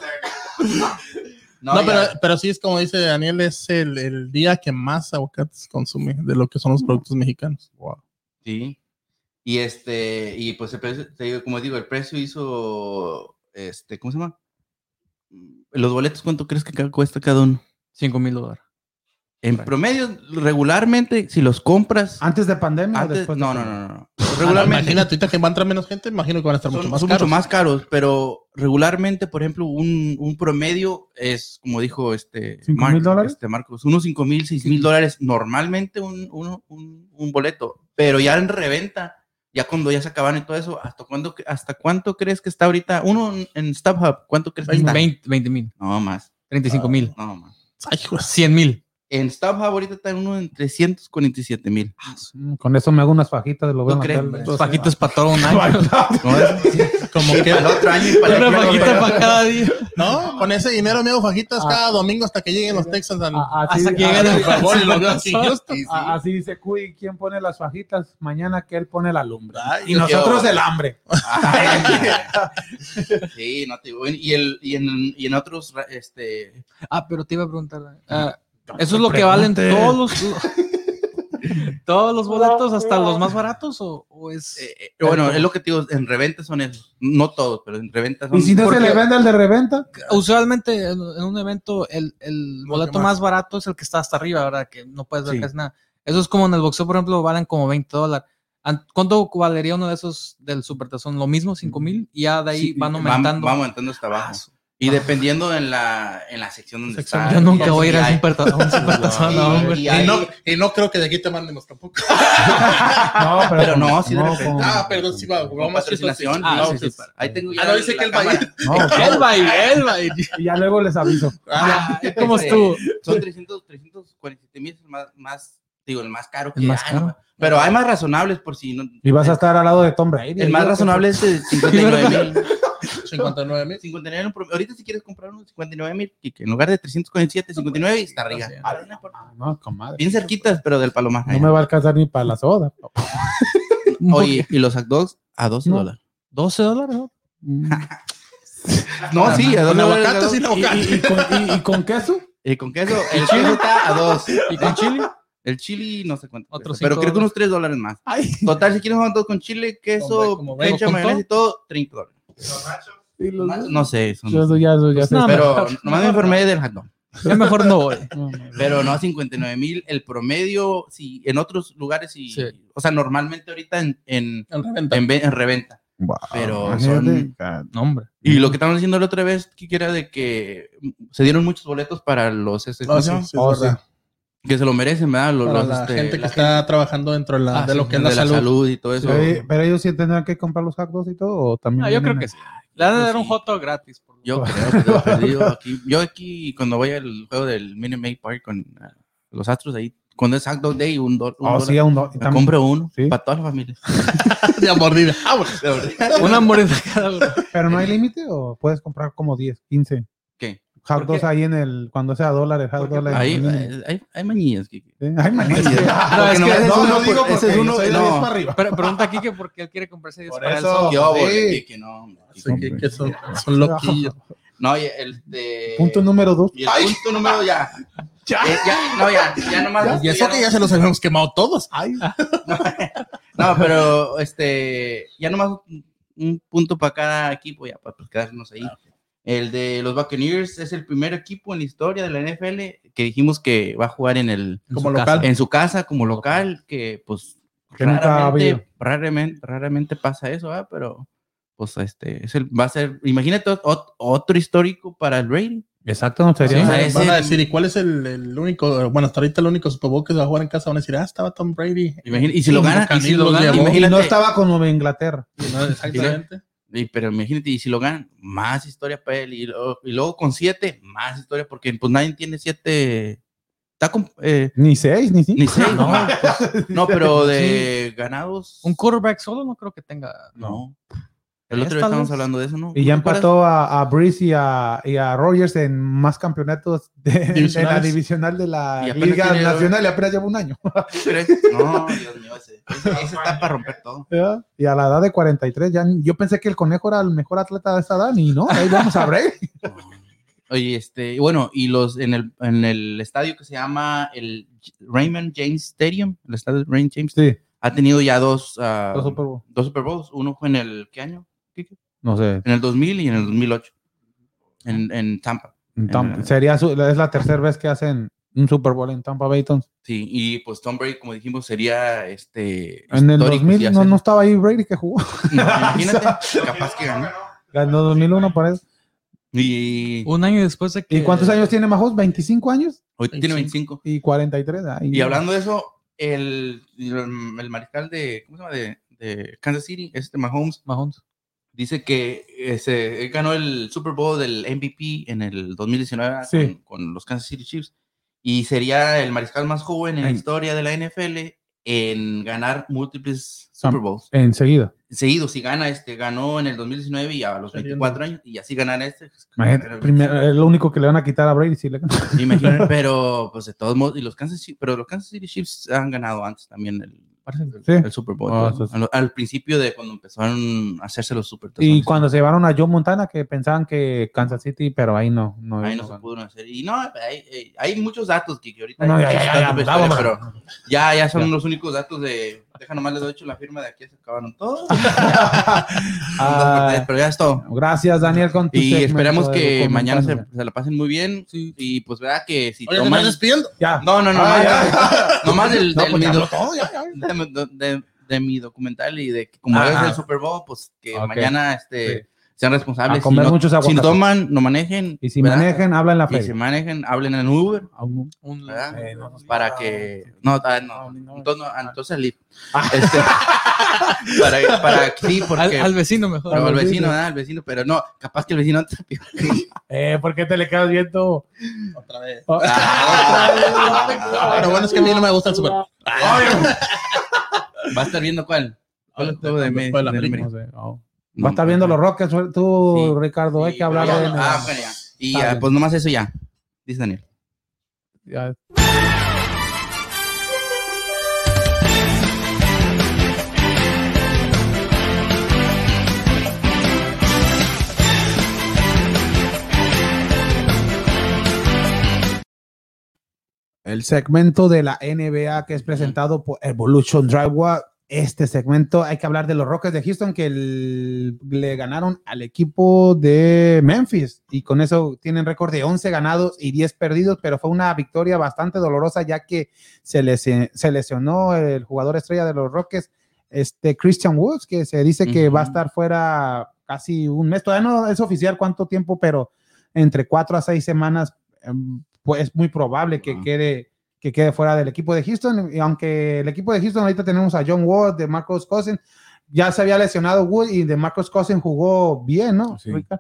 D: No, pero, pero sí es como dice Daniel, es el, el día que más aguacates consume de lo que son los productos mexicanos.
C: Sí. Y este, y pues el precio, te digo, como digo, el precio hizo, este, ¿cómo se llama? Los boletos, ¿cuánto crees que ca- cuesta cada uno?
F: 5 mil dólares.
C: En
F: Right.
C: promedio, regularmente, si los compras
A: ¿Antes de pandemia? o
C: antes,
A: Ah, después de Ah,
C: no, no,
A: pandemia?
C: no, no, regularmente
D: Imagínate, ahorita que va a entrar menos gente, imagino que van a estar
C: son
D: mucho más caros.
C: pero regularmente, por ejemplo, un, un promedio es, como dijo este,
A: ¿Cinco mil dólares?
C: este Marcos, unos 5 mil, 6 mil dólares normalmente un, uno- un, un boleto, pero ya en reventa, ya cuando ya se acaban y todo eso, ¿hasta, cuándo, cre- hasta cuánto crees que está ahorita? Uno en- en StubHub, ¿cuánto crees que está?
F: 20 mil,
C: No más,
F: 35 mil,
C: no más.
D: Ay, hijo de-
F: 100 mil.
C: En StubHub ahorita está en uno en 347 mil.
A: Mm, Con eso me hago unas fajitas, lo veo en la
C: ¿Tú crees?
A: tele.
C: Entonces,
F: Paquitos para todo un año.
C: <laughs> No, es-
D: como
C: y
D: que,
C: para el otro año y para el
F: Una
C: otro año.
F: paquita para cada día.
D: no, con ese dinero me hago fajitas
A: Ah.
D: cada domingo hasta que lleguen los Texans al
A: A- a-
F: Hasta
A: así-
F: que llegue
D: al
F: el
D: Super Bowl y los veo aquí en Houston.
A: a- a- Así dice Cuy, ¿quién pone las fajitas? Mañana que él pone la lumbre.
D: Ay,
A: Y nosotros
C: qué
A: el hambre.
F: <laughs>
C: sí, no te digo. Y, el, y, en, y en otros, ra- este,
F: Ah, pero te iba a preguntar. ah, ¿Eso es lo que valen todos los,
C: <laughs>
F: todos los boletos, hasta los más baratos? ¿O, o es.?
C: eh, eh, bueno, es lo que te digo, en reventa son esos, no todos, pero en reventa son.
A: Y si no se
C: porque-
A: le vende el de reventa,
F: Usualmente en, en un evento el, el
D: que
F: boleto
D: más.
F: más barato es el que está hasta arriba, ¿verdad? Que no puedes ver
C: Sí.
F: casi nada. Eso es como en el boxeo, por ejemplo, valen como 20 dólares. An- ¿Cuánto valería uno de esos del Supertazón? Lo mismo, 5 mil, y ya de ahí
C: sí,
F: van aumentando.
C: Va, aumentando hasta
F: Ah,
C: abajo.
F: su-
C: Y dependiendo en la, en la sección donde
D: Sección.
C: está.
F: Yo nunca voy a ir
C: Sí,
F: al
C: hay-
F: Supertazón,
C: <laughs>
F: a un Supertazón,
C: y-
F: no, hombre.
C: y
D: Y,
C: hay-
D: no, y no creo que de aquí te mandemos tampoco.
C: <laughs>
A: no, pero,
C: Pero no, sí de repente.
A: con-
D: Ah, perdón, sí, va,
C: con
D: vamos a
C: patrocinación.
F: Ah,
C: no,
F: sí,
C: pues,
F: sí.
C: Ahí tengo ya
D: Ah, no, dice
C: la
D: que él va a
C: cámara.
D: ir.
A: no,
F: Él va a ir,
D: Ah,
F: él va a ir.
A: y ya luego les aviso.
C: <laughs> Ah,
F: ¿Cómo
C: este,
F: estuvo?
C: Son 300, 347 mil, es el más, más, digo, el más caro que
F: El más
C: hay,
F: caro.
C: ¿no? Pero hay más razonables por si no.
A: Y vas a estar al lado de Tom Brady.
C: El más razonable
F: <laughs>
C: es el 59 mil.
D: 59
C: <laughs>
D: mil.
C: 59 en promedio. ahorita si quieres comprar uno 59 mil, que en lugar de 347, 59 y está arriba.
A: Ah, No, comadre.
C: Bien cerquitas, pero del palomar.
A: No me va a alcanzar ni para la soda.
C: Oye, y los hot dogs a 12
A: No.
C: dólares.
F: 12 dólares, ¿no?
C: No, sí, a 12
D: Con
C: dólares.
D: aguacate,
A: <laughs>
D: sin
A: ¿Y,
D: aguacate.
A: y- y con, y- y con queso?
C: Y con queso, el chile está a 2.
F: ¿Y con chile?
C: El chili no sé cuánto.
F: Otro
C: cuesta, pero
F: cinco
C: creo que unos 3 dólares más. Total, si quieres un hot dog con chile, queso,
D: Hombre, como veinte.
C: ketchup,
F: ¿Con
C: mayonesa y todo, 30 dólares.
A: Y los-
C: Más- No sé, eso no
A: Yo eso ya, eso ya
F: Pues
A: sé.
F: nada,
C: Pero nomás me informé del hot dog.
F: Yo mejor no voy.
A: No, no, no.
C: Pero no, 59 mil, el promedio, si en otros lugares, si,
F: Sí.
C: o sea, normalmente ahorita en, en,
D: <laughs> Al reventa.
C: en ve- en reventa. Pero son...
F: No, hombre.
C: Y lo que estaban diciendo la otra vez, que era de que se dieron muchos boletos para los... este,
D: No,
C: ¿cómo
D: ¿Ah, sí,
C: se llama?
D: sí, es
A: Oh, sí.
D: verdad.
C: Que se lo merecen, ¿verdad? Los,
D: Para
C: los,
D: la
C: este,
D: gente que
C: la
D: está trabajando dentro de, la,
F: Ah,
D: de lo
F: sí,
D: que es
C: de
D: la, salud.
C: y todo eso.
A: Pero, eh, pero ellos sí tendrán que comprar los hot dogs y todo, o también.
F: Ah, yo creo
A: vienen
F: que
A: en-
F: sí. Le han de dar un
C: Sí.
F: hot dog gratis. por lo-
C: Yo creo que lo perdido aquí. Yo aquí, cuando voy al juego del Minute Maid Park con ah, los astros ahí, cuando es hot dog day, un, dólar un
A: Oh,
C: dólar,
A: sí, a un do- y
C: me
A: también-
C: compro uno
A: Sí.
C: para todas las familias.
D: de a mordida. Vámonos.
F: Una mordida cada uno.
A: Pero no hay límite, o puedes comprar como 10, 15.
C: ¿Qué?
A: Hot
F: ¿Por
A: dogs
F: qué?
A: ahí en el. Cuando sea dólares, hot
F: Porque
A: dogs.
C: Ahí,
A: en el-
C: eh, hay, hay mañillas. Kiki.
A: ¿Sí? Ay, manito.
C: Porque
F: es que-
C: nomás es
J: No,
C: uno
J: no
C: por-
J: digo porque
C: ese es uno-
J: soy de
C: no.
J: 10 para arriba.
F: Pero pregunta aquí que por qué él quiere comprarse 10
J: Por
F: para él
J: eso.
F: solo.
C: Qué óvole,
J: Sí.
C: Kiki, no, hombre, Kiki.
D: Así que, que son, son loquillos.
C: No, y el de...
A: Punto número 2.
C: Y el punto número ya.
J: Ya.
C: Eh, ya, no, ya, ya nomás.
D: Y eso
C: ya
D: que
C: no-
D: ya se los habíamos quemado todos. Ah, Ay,
C: No, pero este, ya nomás un- un punto para cada equipo, ya para pues, quedarnos ahí. El de los Buccaneers es el primer equipo en la historia de la NFL que dijimos que va a jugar en el
D: como
F: su
D: local.
C: en su casa como local, que pues
A: Que nunca ha habido.
C: raramente, raramente, raramente pasa eso, ¿verdad? pero pues este, es el, va a ser, imagínate ot- otro histórico para el Brady.
A: Exacto, sería.
C: Sí.
D: Van a-
C: ese-
D: van a decir, ¿y cuál es el, el único? Bueno, hasta ahorita el único Super Bowl que se va a jugar en casa. Van a decir, ah, estaba Tom Brady.
C: Imagina- y si lo
D: Como
C: gana, y si
D: Canelo
C: lo gana,
D: llevó.
A: Y
C: imagínate,
A: no estaba con Nueva Inglaterra.
D: No, exactamente.
C: y- pero imagínate, y si lo ganan, más historia para él, y, lo- y luego con siete, más historia, porque pues nadie tiene siete, está con, eh,
A: Ni seis, ni cinco.
C: ni seis, no, <laughs>
A: pues, <laughs>
C: No, pero de ganados,
F: Un quarterback solo no creo que tenga.
C: no. El otro
F: Tres,
C: día
F: tal
C: estábamos
F: vez.
C: hablando de eso, ¿no?
A: Y ya
C: ¿Te acuerdas?
A: empató a, a Breeze y a, y a Rogers en más campeonatos de, en la
D: Divisionales.
A: divisional de la
C: Y apenas
A: Liga
C: tiene-
A: Nacional y apenas lleva un <laughs> año.
C: Tres. No, Dios mío, ese, ese, ese está para romper todo.
A: ¿verdad? Y a la edad de 43, ya ni- yo pensé que el conejo era el mejor atleta de esa edad, y no, ahí vamos a ver.
C: No. Oye, este, y bueno, y los en el, en el estadio que se llama el J- Raymond James Stadium, el estadio Raymond James,
A: <laughs> Sí,
C: ha tenido ya dos, ah,
A: los Super Bowl.
C: dos Super Bowls. Uno fue en el, ¿qué año?
A: No sé,
C: En el 2000 y en el 2008, en, en Tampa.
A: Tam-
C: Eh.
A: sería su- es la tercera vez que hacen un Super Bowl en Tampa Bay. entonces.
C: Sí, y pues Tom Brady, como dijimos, sería este.
A: En el
C: histórico,
A: 2000
C: si
A: no,
C: hace-
A: no estaba ahí Brady que jugó. <laughs>
C: No, imagínate, <laughs> capaz que ganó.
A: Ganó 2001 parece.
C: Y
F: Un año después de que.
A: ¿Y cuántos
C: Eh,
A: años tiene Mahomes? ¿25 años?
C: hoy tiene 25.
A: Y 43. Ay,
C: Y hablando de eso, el, el mariscal de, ¿cómo se llama? De, de Kansas City, este Mahomes,
F: Mahomes?
C: dice que eh, se- él ganó el Super Bowl del MVP en el 2019
A: Sí.
C: con, con los Kansas City Chiefs y sería el mariscal más joven en la
A: Ay.
C: historia de la NFL en ganar múltiples
A: Sam.
C: Super Bowls.
A: Enseguida.
C: Seguido, si gana este, ganó en el 2019 y a los 24 años y así ganar este.
A: Imagínate, primero, eh. es lo único que le van a quitar a Brady. Si le... <laughs>
C: Imagínate, pero pues de todos modos, y los Kansas City, pero los Kansas City Chiefs han ganado antes también el, el,
A: Sí.
C: el Super Bowl.
A: Ah,
C: ¿no?
A: eso sí.
C: al, al principio de cuando empezaron a hacerse los Super
A: Y
C: Tazones.
A: cuando se llevaron a Joe Montana, que pensaban que Kansas City, pero ahí no. no
C: Ahí no se pudo hacer. Y no, hay, hay- hay muchos datos que, que ahorita.
A: No,
C: hay
A: ya, ya,
C: muchos
A: ya,
C: datos de
A: ya, vámonos.
C: historia, pero ya, ya son los únicos datos de. Deja nomás les doy hecho la firma de aquí, se acabaron todos. eh,
A: Ah,
C: pero ya es todo.
A: gracias, Daniel. Con tu
C: Y
A: segmento
C: esperamos
A: de
C: que
A: documental.
C: mañana se, se la pasen muy bien. Y pues, verdad que si
D: Oye, ¿te
C: toman.
D: estás despidiendo?
A: Ya.
C: No, no, no.
A: Ah,
C: más, nomás del,
A: No,
C: del-
A: pues ya
C: mi
A: habló
C: doc-
A: todo, ya, ya.
C: de, de- de mi documental y de que como
A: Ah,
C: es
A: ah.
C: el Super Bowl, pues que
A: Ok.
C: mañana este, sean responsables.
A: A comer
C: si, no,
A: muchos
C: si
A: aguacates.
C: toman, no manejen.
A: Y si
C: ¿verdad?
A: manejan, pues. habla en la
C: Y si
A: feria.
C: manejen, hablen en Uber,
A: Aún-
F: Un,
C: ¿verdad?
A: Eh, no, no.
C: para que... No, ah, no,
A: no, Ah.
C: entonces, no, ah, entonces Lip. Este, <laughs> para, para que sí, porque...
F: al, al vecino mejor.
C: pero al
A: al
C: vecino,
A: vecino.
C: ¿verdad? al vecino, pero no, capaz que el vecino te pidió.
A: <laughs> Eh, ¿por qué te le quedas viendo?
D: Otra vez.
A: Oh,
D: Pero bueno, es que a mí no me gusta el Super Bowl.
C: Va a estar viendo cuál. ¿Cuál es el juego de
D: Fue el
C: México?
D: América.
A: no sé, no. Va a estar viendo los Rockets, tú,
C: Sí.
A: Ricardo, hay que hablar de...
C: Ah, bueno, ya. Y
A: Está
C: ya,
A: bien.
C: pues nomás eso ya. Dice Daniel.
A: Ya. El segmento de la NBA que es presentado por Evolution Drywall. Este segmento hay que hablar de los Rockets de Houston que el- le ganaron al equipo de Memphis y con eso tienen récord de 11 ganados y 10 perdidos, pero fue una victoria bastante dolorosa ya que se, lesi- se lesionó el jugador estrella de los Rockets, este Christian Woods, que se dice que va a
C: Ujú.
A: estar fuera casi un mes. Todavía no es oficial cuánto tiempo, pero entre 4 a 6 semanas em, pues es muy probable que
C: Wow.
A: quede que quede fuera del equipo de Houston, y aunque el equipo de Houston ahorita tenemos a John Ward, de Marcos Cousins, ya se había lesionado Wood y de Marcos Cousins jugó bien, ¿no?
C: Sí.
A: Rica?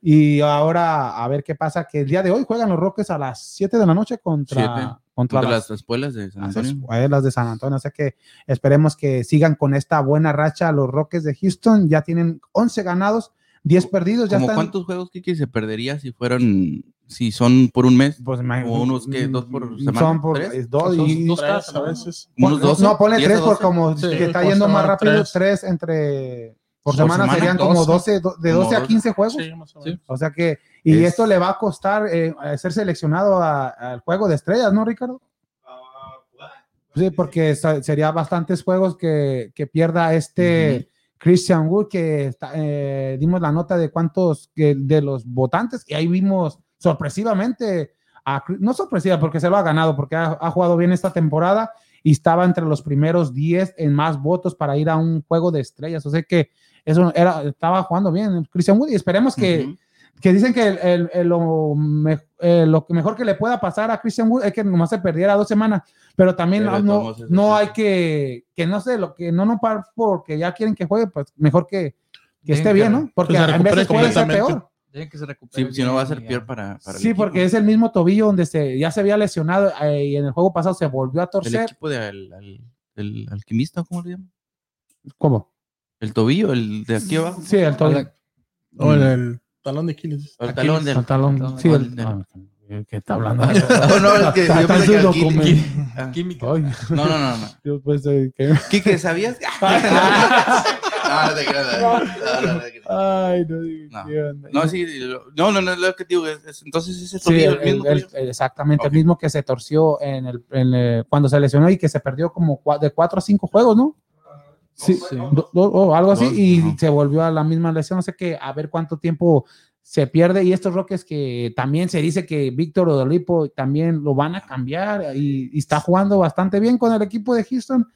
A: Y ahora a ver qué pasa, que el día de hoy juegan los Rockets a las 7 de la noche contra,
C: Siete.
A: contra,
C: Contra
A: las,
C: las espuelas de San
A: las,
C: Antonio.
A: eh, las de San Antonio. Así que esperemos que sigan con esta buena racha los Rockets de Houston. Ya tienen 11 ganados, 10 perdidos. Pues Ya
C: ¿Cómo
A: están.
C: cuántos juegos Kiki se perdería si fueran si son por un mes?
A: Pues, imagino-
C: o unos, ¿qué? ¿Dos por semana?
A: Son por
C: ¿Tres?
A: eh, dos
D: Son
A: y-
D: dos
A: pon-
D: casas a veces.
C: Como unos 12,
A: No, ponle
C: 10 o
A: tres por
C: 12.
A: como
D: Sí,
A: que está
D: por
A: yendo más
D: semana,
A: rápido. Tres,
D: tres.
A: entre. Por,
C: Por
A: semana,
C: semana,
A: serían como 12, do- de
C: Como
A: 12 a
C: doce.
A: 15 juegos.
D: Sí, más o menos.
A: O sea que, y
C: Es-
A: esto le va a costar eh, a ser seleccionado a- al juego de estrellas, ¿no, Ricardo?
C: Ah,
A: Sí, porque sa- sería bastantes juegos que, que pierda este Christian Wood, que está- eh, dimos la nota de cuántos que- de los votantes, y ahí vimos sorpresivamente, a Cri- no sorpresiva porque se lo ha ganado, porque ha, ha jugado bien esta temporada, y estaba entre los primeros 10 en más votos para ir a un juego de estrellas. O sea que eso era, estaba jugando bien. Christian Woody, esperemos que,
C: Ujú.
A: que dicen que el- el- el- lo, me- eh, lo que mejor que le pueda pasar a Christian Wood es que nomás se perdiera dos semanas, pero también
C: Pero de
A: no,
C: todos modos es
A: no
C: así.
A: hay que, que no sé, lo que no no par porque ya quieren que juegue, pues mejor que, que
B: Bien,
A: esté bien,
B: claro.
A: ¿no? Porque
D: Que
C: Pues
D: se
A: en veces
D: recupere
A: puede ser
D: completamente.
A: peor.
B: Tienen que se recupere
C: Si, si no va a
B: bien
C: ser
B: y
C: peor
B: ya.
C: para, para el
A: Sí,
C: equipo.
A: porque es el mismo tobillo donde se, ya se había lesionado eh, y en el juego pasado se volvió a
C: El
A: torcer.
C: equipo de al, al- el alquimista, ¿cómo le llaman?
A: ¿Cómo?
C: El tobillo, el de aquí abajo.
A: Sí, el tobillo.
D: O el, el talón de Aquiles.
C: El talón del.
A: El talón. Sí, el-
C: Al-
A: ah, ¿Qué <laughs> está hablando?
C: <laughs> No, no, es que
A: Está- está
C: yo
A: en
C: pensé que
A: su
C: alquil-
A: documento.
C: Ah,
A: Ay, pues, eh,
C: No, no, no. no.
A: yo pensé que-
C: Quique, ¿sabías? <laughs> Ah, no te creas, no, no, no te creas.
A: Ay, no digo
C: No.
A: qué onda.
C: No, sí, lo- no, no, no es lo que digo. es- es- entonces ese
A: Sí,
C: tobillo,
A: el-
C: el mismo
A: el-
C: tobillo.
A: el- exactamente,
C: Ok.
A: el mismo que se torció en el, en el- cuando se lesionó y que se perdió como cua- de cuatro a cinco juegos, ¿no? Sí,
H: sí.
A: do- do- o algo así,
C: Dos,
A: y
C: ajá.
A: se volvió a la misma lesión. No sé que a ver cuánto tiempo se pierde. Y estos Rockets que también se dice que Víctor Odolipo también lo van a cambiar y, y está jugando bastante bien con el equipo de Houston,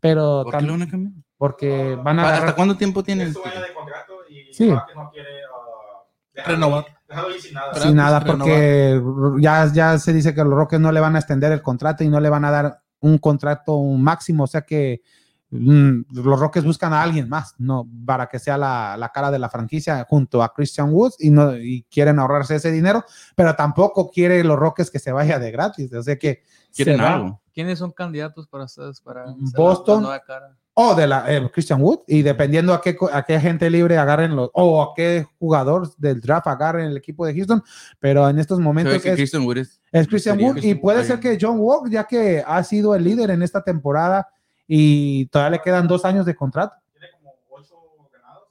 A: pero
C: ¿Por qué lo
A: también
C: van a cambiar?
A: porque van a
C: ¿Para-
A: agarrar-
C: ¿Hasta cuánto tiempo tienen?
H: Es su año de contrato y
A: Sí.
H: Rocket no quiere ah, dejarlo-
D: Renovar.
H: Dejarlo ir sin nada.
D: Sí.
A: sin nada
D: Pero no
A: porque ya, ya se dice que los Rockets no le van a extender el contrato y no le van a dar un contrato máximo, o sea que mm, los Rockets buscan a alguien más, no para que sea la, la cara de la franquicia junto a Christian Woods y no y quieren ahorrarse ese dinero, pero tampoco quiere los Rockets que se vaya de gratis, o sea que
C: ¿Quieren
A: se va.
C: algo?
B: ¿Quiénes son candidatos para ustedes? Para
C: Mm,
B: ser la-
A: Boston.
B: la nueva cara?
A: o de la eh, Christian Wood y dependiendo a qué, co- a qué gente libre agarren los o a qué jugador del draft agarren el equipo de Houston, pero en estos
C: Se ve
A: momentos
C: que
A: es-
C: Christian Wood es-
A: Es Christian
C: Sería
A: Wood y
C: Christian
A: puede
C: Wood.
A: ser que John Wall, ya que ha sido el líder en esta temporada y todavía le quedan dos años de contrato.
H: Tiene como ocho ganados.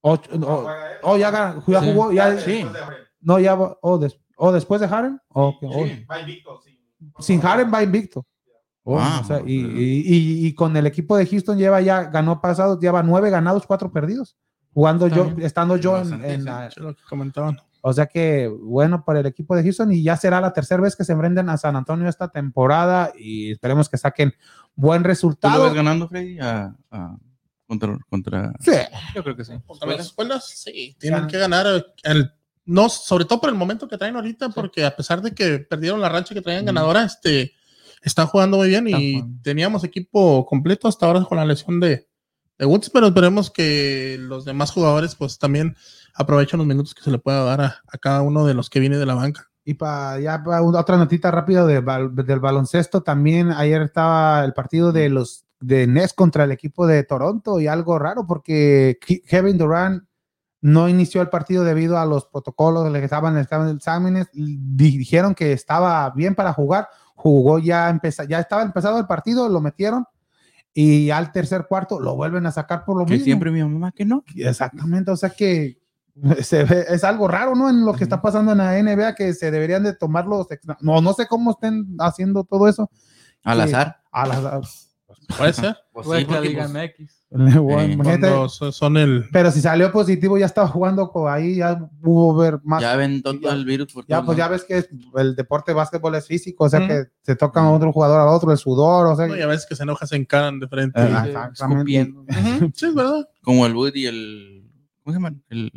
A: Ocho-
H: No
A: o-
H: juega él.
A: oh, ya, gan- ya
B: Sí.
A: jugó, ya,
H: Después de Harden.
A: no, ya, va- oh, des- oh, después de Harden, oh, que- oh.
H: Va invicto, sí.
A: sin Harden va invicto. Oh,
C: Ah,
A: o sea, y,
C: ok.
A: y- y- y con el equipo de Houston lleva ya, ganó pasado, lleva nueve ganados, cuatro perdidos, jugando
B: Está
A: yo,
B: bien.
A: estando yo en-
C: Bastante,
A: en
C: sí.
A: la,
D: Es lo que comentaban.
A: O sea que, bueno, para el equipo de Houston y ya será la tercera vez que se enfrenten a San Antonio esta temporada y esperemos que saquen buen
C: ¿Tú lo ves
A: resultado.
C: ganando, Freddy? A- a- contra, contra...
A: Sí.
B: Yo creo que sí.
D: Contra las escuelas, sí. Tienen que ganar el, el- no, sobre todo por el momento que traen ahorita, porque a pesar de que perdieron la rancha que traían ganadora, este, están jugando muy bien
B: Están
D: y
B: jugando.
D: teníamos equipo completo hasta ahora con la lesión de, de Woods, pero esperemos que los demás jugadores pues también aprovechen los minutos que se le pueda dar a, a cada uno de los que viene de la banca.
A: Y para ya pa- una- otra notita rápida de bal- del baloncesto, también ayer estaba el partido de los de Nets contra el equipo de Toronto y algo raro porque Ke- Kevin Durant no inició el partido debido a los protocolos que le estaban estaban en exámenes, Di- dijeron que estaba bien para jugar, jugó ya empeza- ya estaba empezado el partido, lo metieron y al tercer cuarto lo vuelven a sacar por lo
C: Que
A: mismo.
C: siempre mi mamá que no.
A: Exactamente, o sea que se ve- es algo raro, ¿no? En lo que está pasando en la NBA, que se deberían de tomar los... ex- No, no sé cómo estén haciendo todo eso.
C: Al
A: Sí. Pues
C: azar.
A: A las-
D: Puede
B: <laughs>
D: ser.
C: Pues
B: Puede que la Liga
C: eh,
B: MX.
A: Imagínate,
D: Cuando so- son el
A: pero si salió positivo, ya estaba jugando co- ahí, ya pudo ver más. Ya,
C: ya aventó todo el virus. Por todos
A: pues ya
C: lados.
A: ves que es- el deporte de básquetbol es físico, o sea
D: Ujú.
A: que se tocan a otro jugador al otro, el sudor, o sea...
D: ¿no? y a veces que se enojan, se encaran de frente.
A: Ah,
B: Sí,
A: exactamente.
B: escupiendo.
D: Ujú, <laughs> Sí, es verdad.
C: Como el Wood y el... ¿Cómo se llama? El,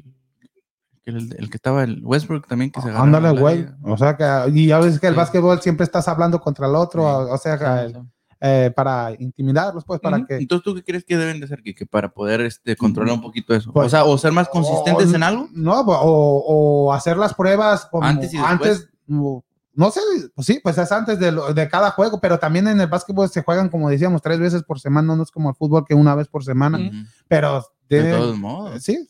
C: el, el que estaba, el Westbrook también, que se agarraron
A: Ándale,
C: la
A: güey.
C: liga.
A: O sea que, y ya ves que el
C: Sí.
A: básquetbol siempre estás hablando contra el otro,
C: Sí.
A: o, o sea, el- eh, para intimidarlos, pues, para
C: Ujú.
A: que...
C: Entonces, ¿tú qué crees que deben de hacer, Kike, para poder este, controlar un poquito eso?
A: Pues-
C: o sea, o ser más consistentes
A: O-
C: en algo.
A: No, o, o hacer las pruebas como
C: Antes
A: antes,
C: y después.
A: o- no sé, pues sí, pues es antes de, lo- de cada juego, pero también en el básquetbol se juegan, como decíamos, tres veces por semana, no es como el fútbol que una vez por semana,
C: Ujú.
A: pero
C: De
A: deben-
C: todos modos.
A: sí,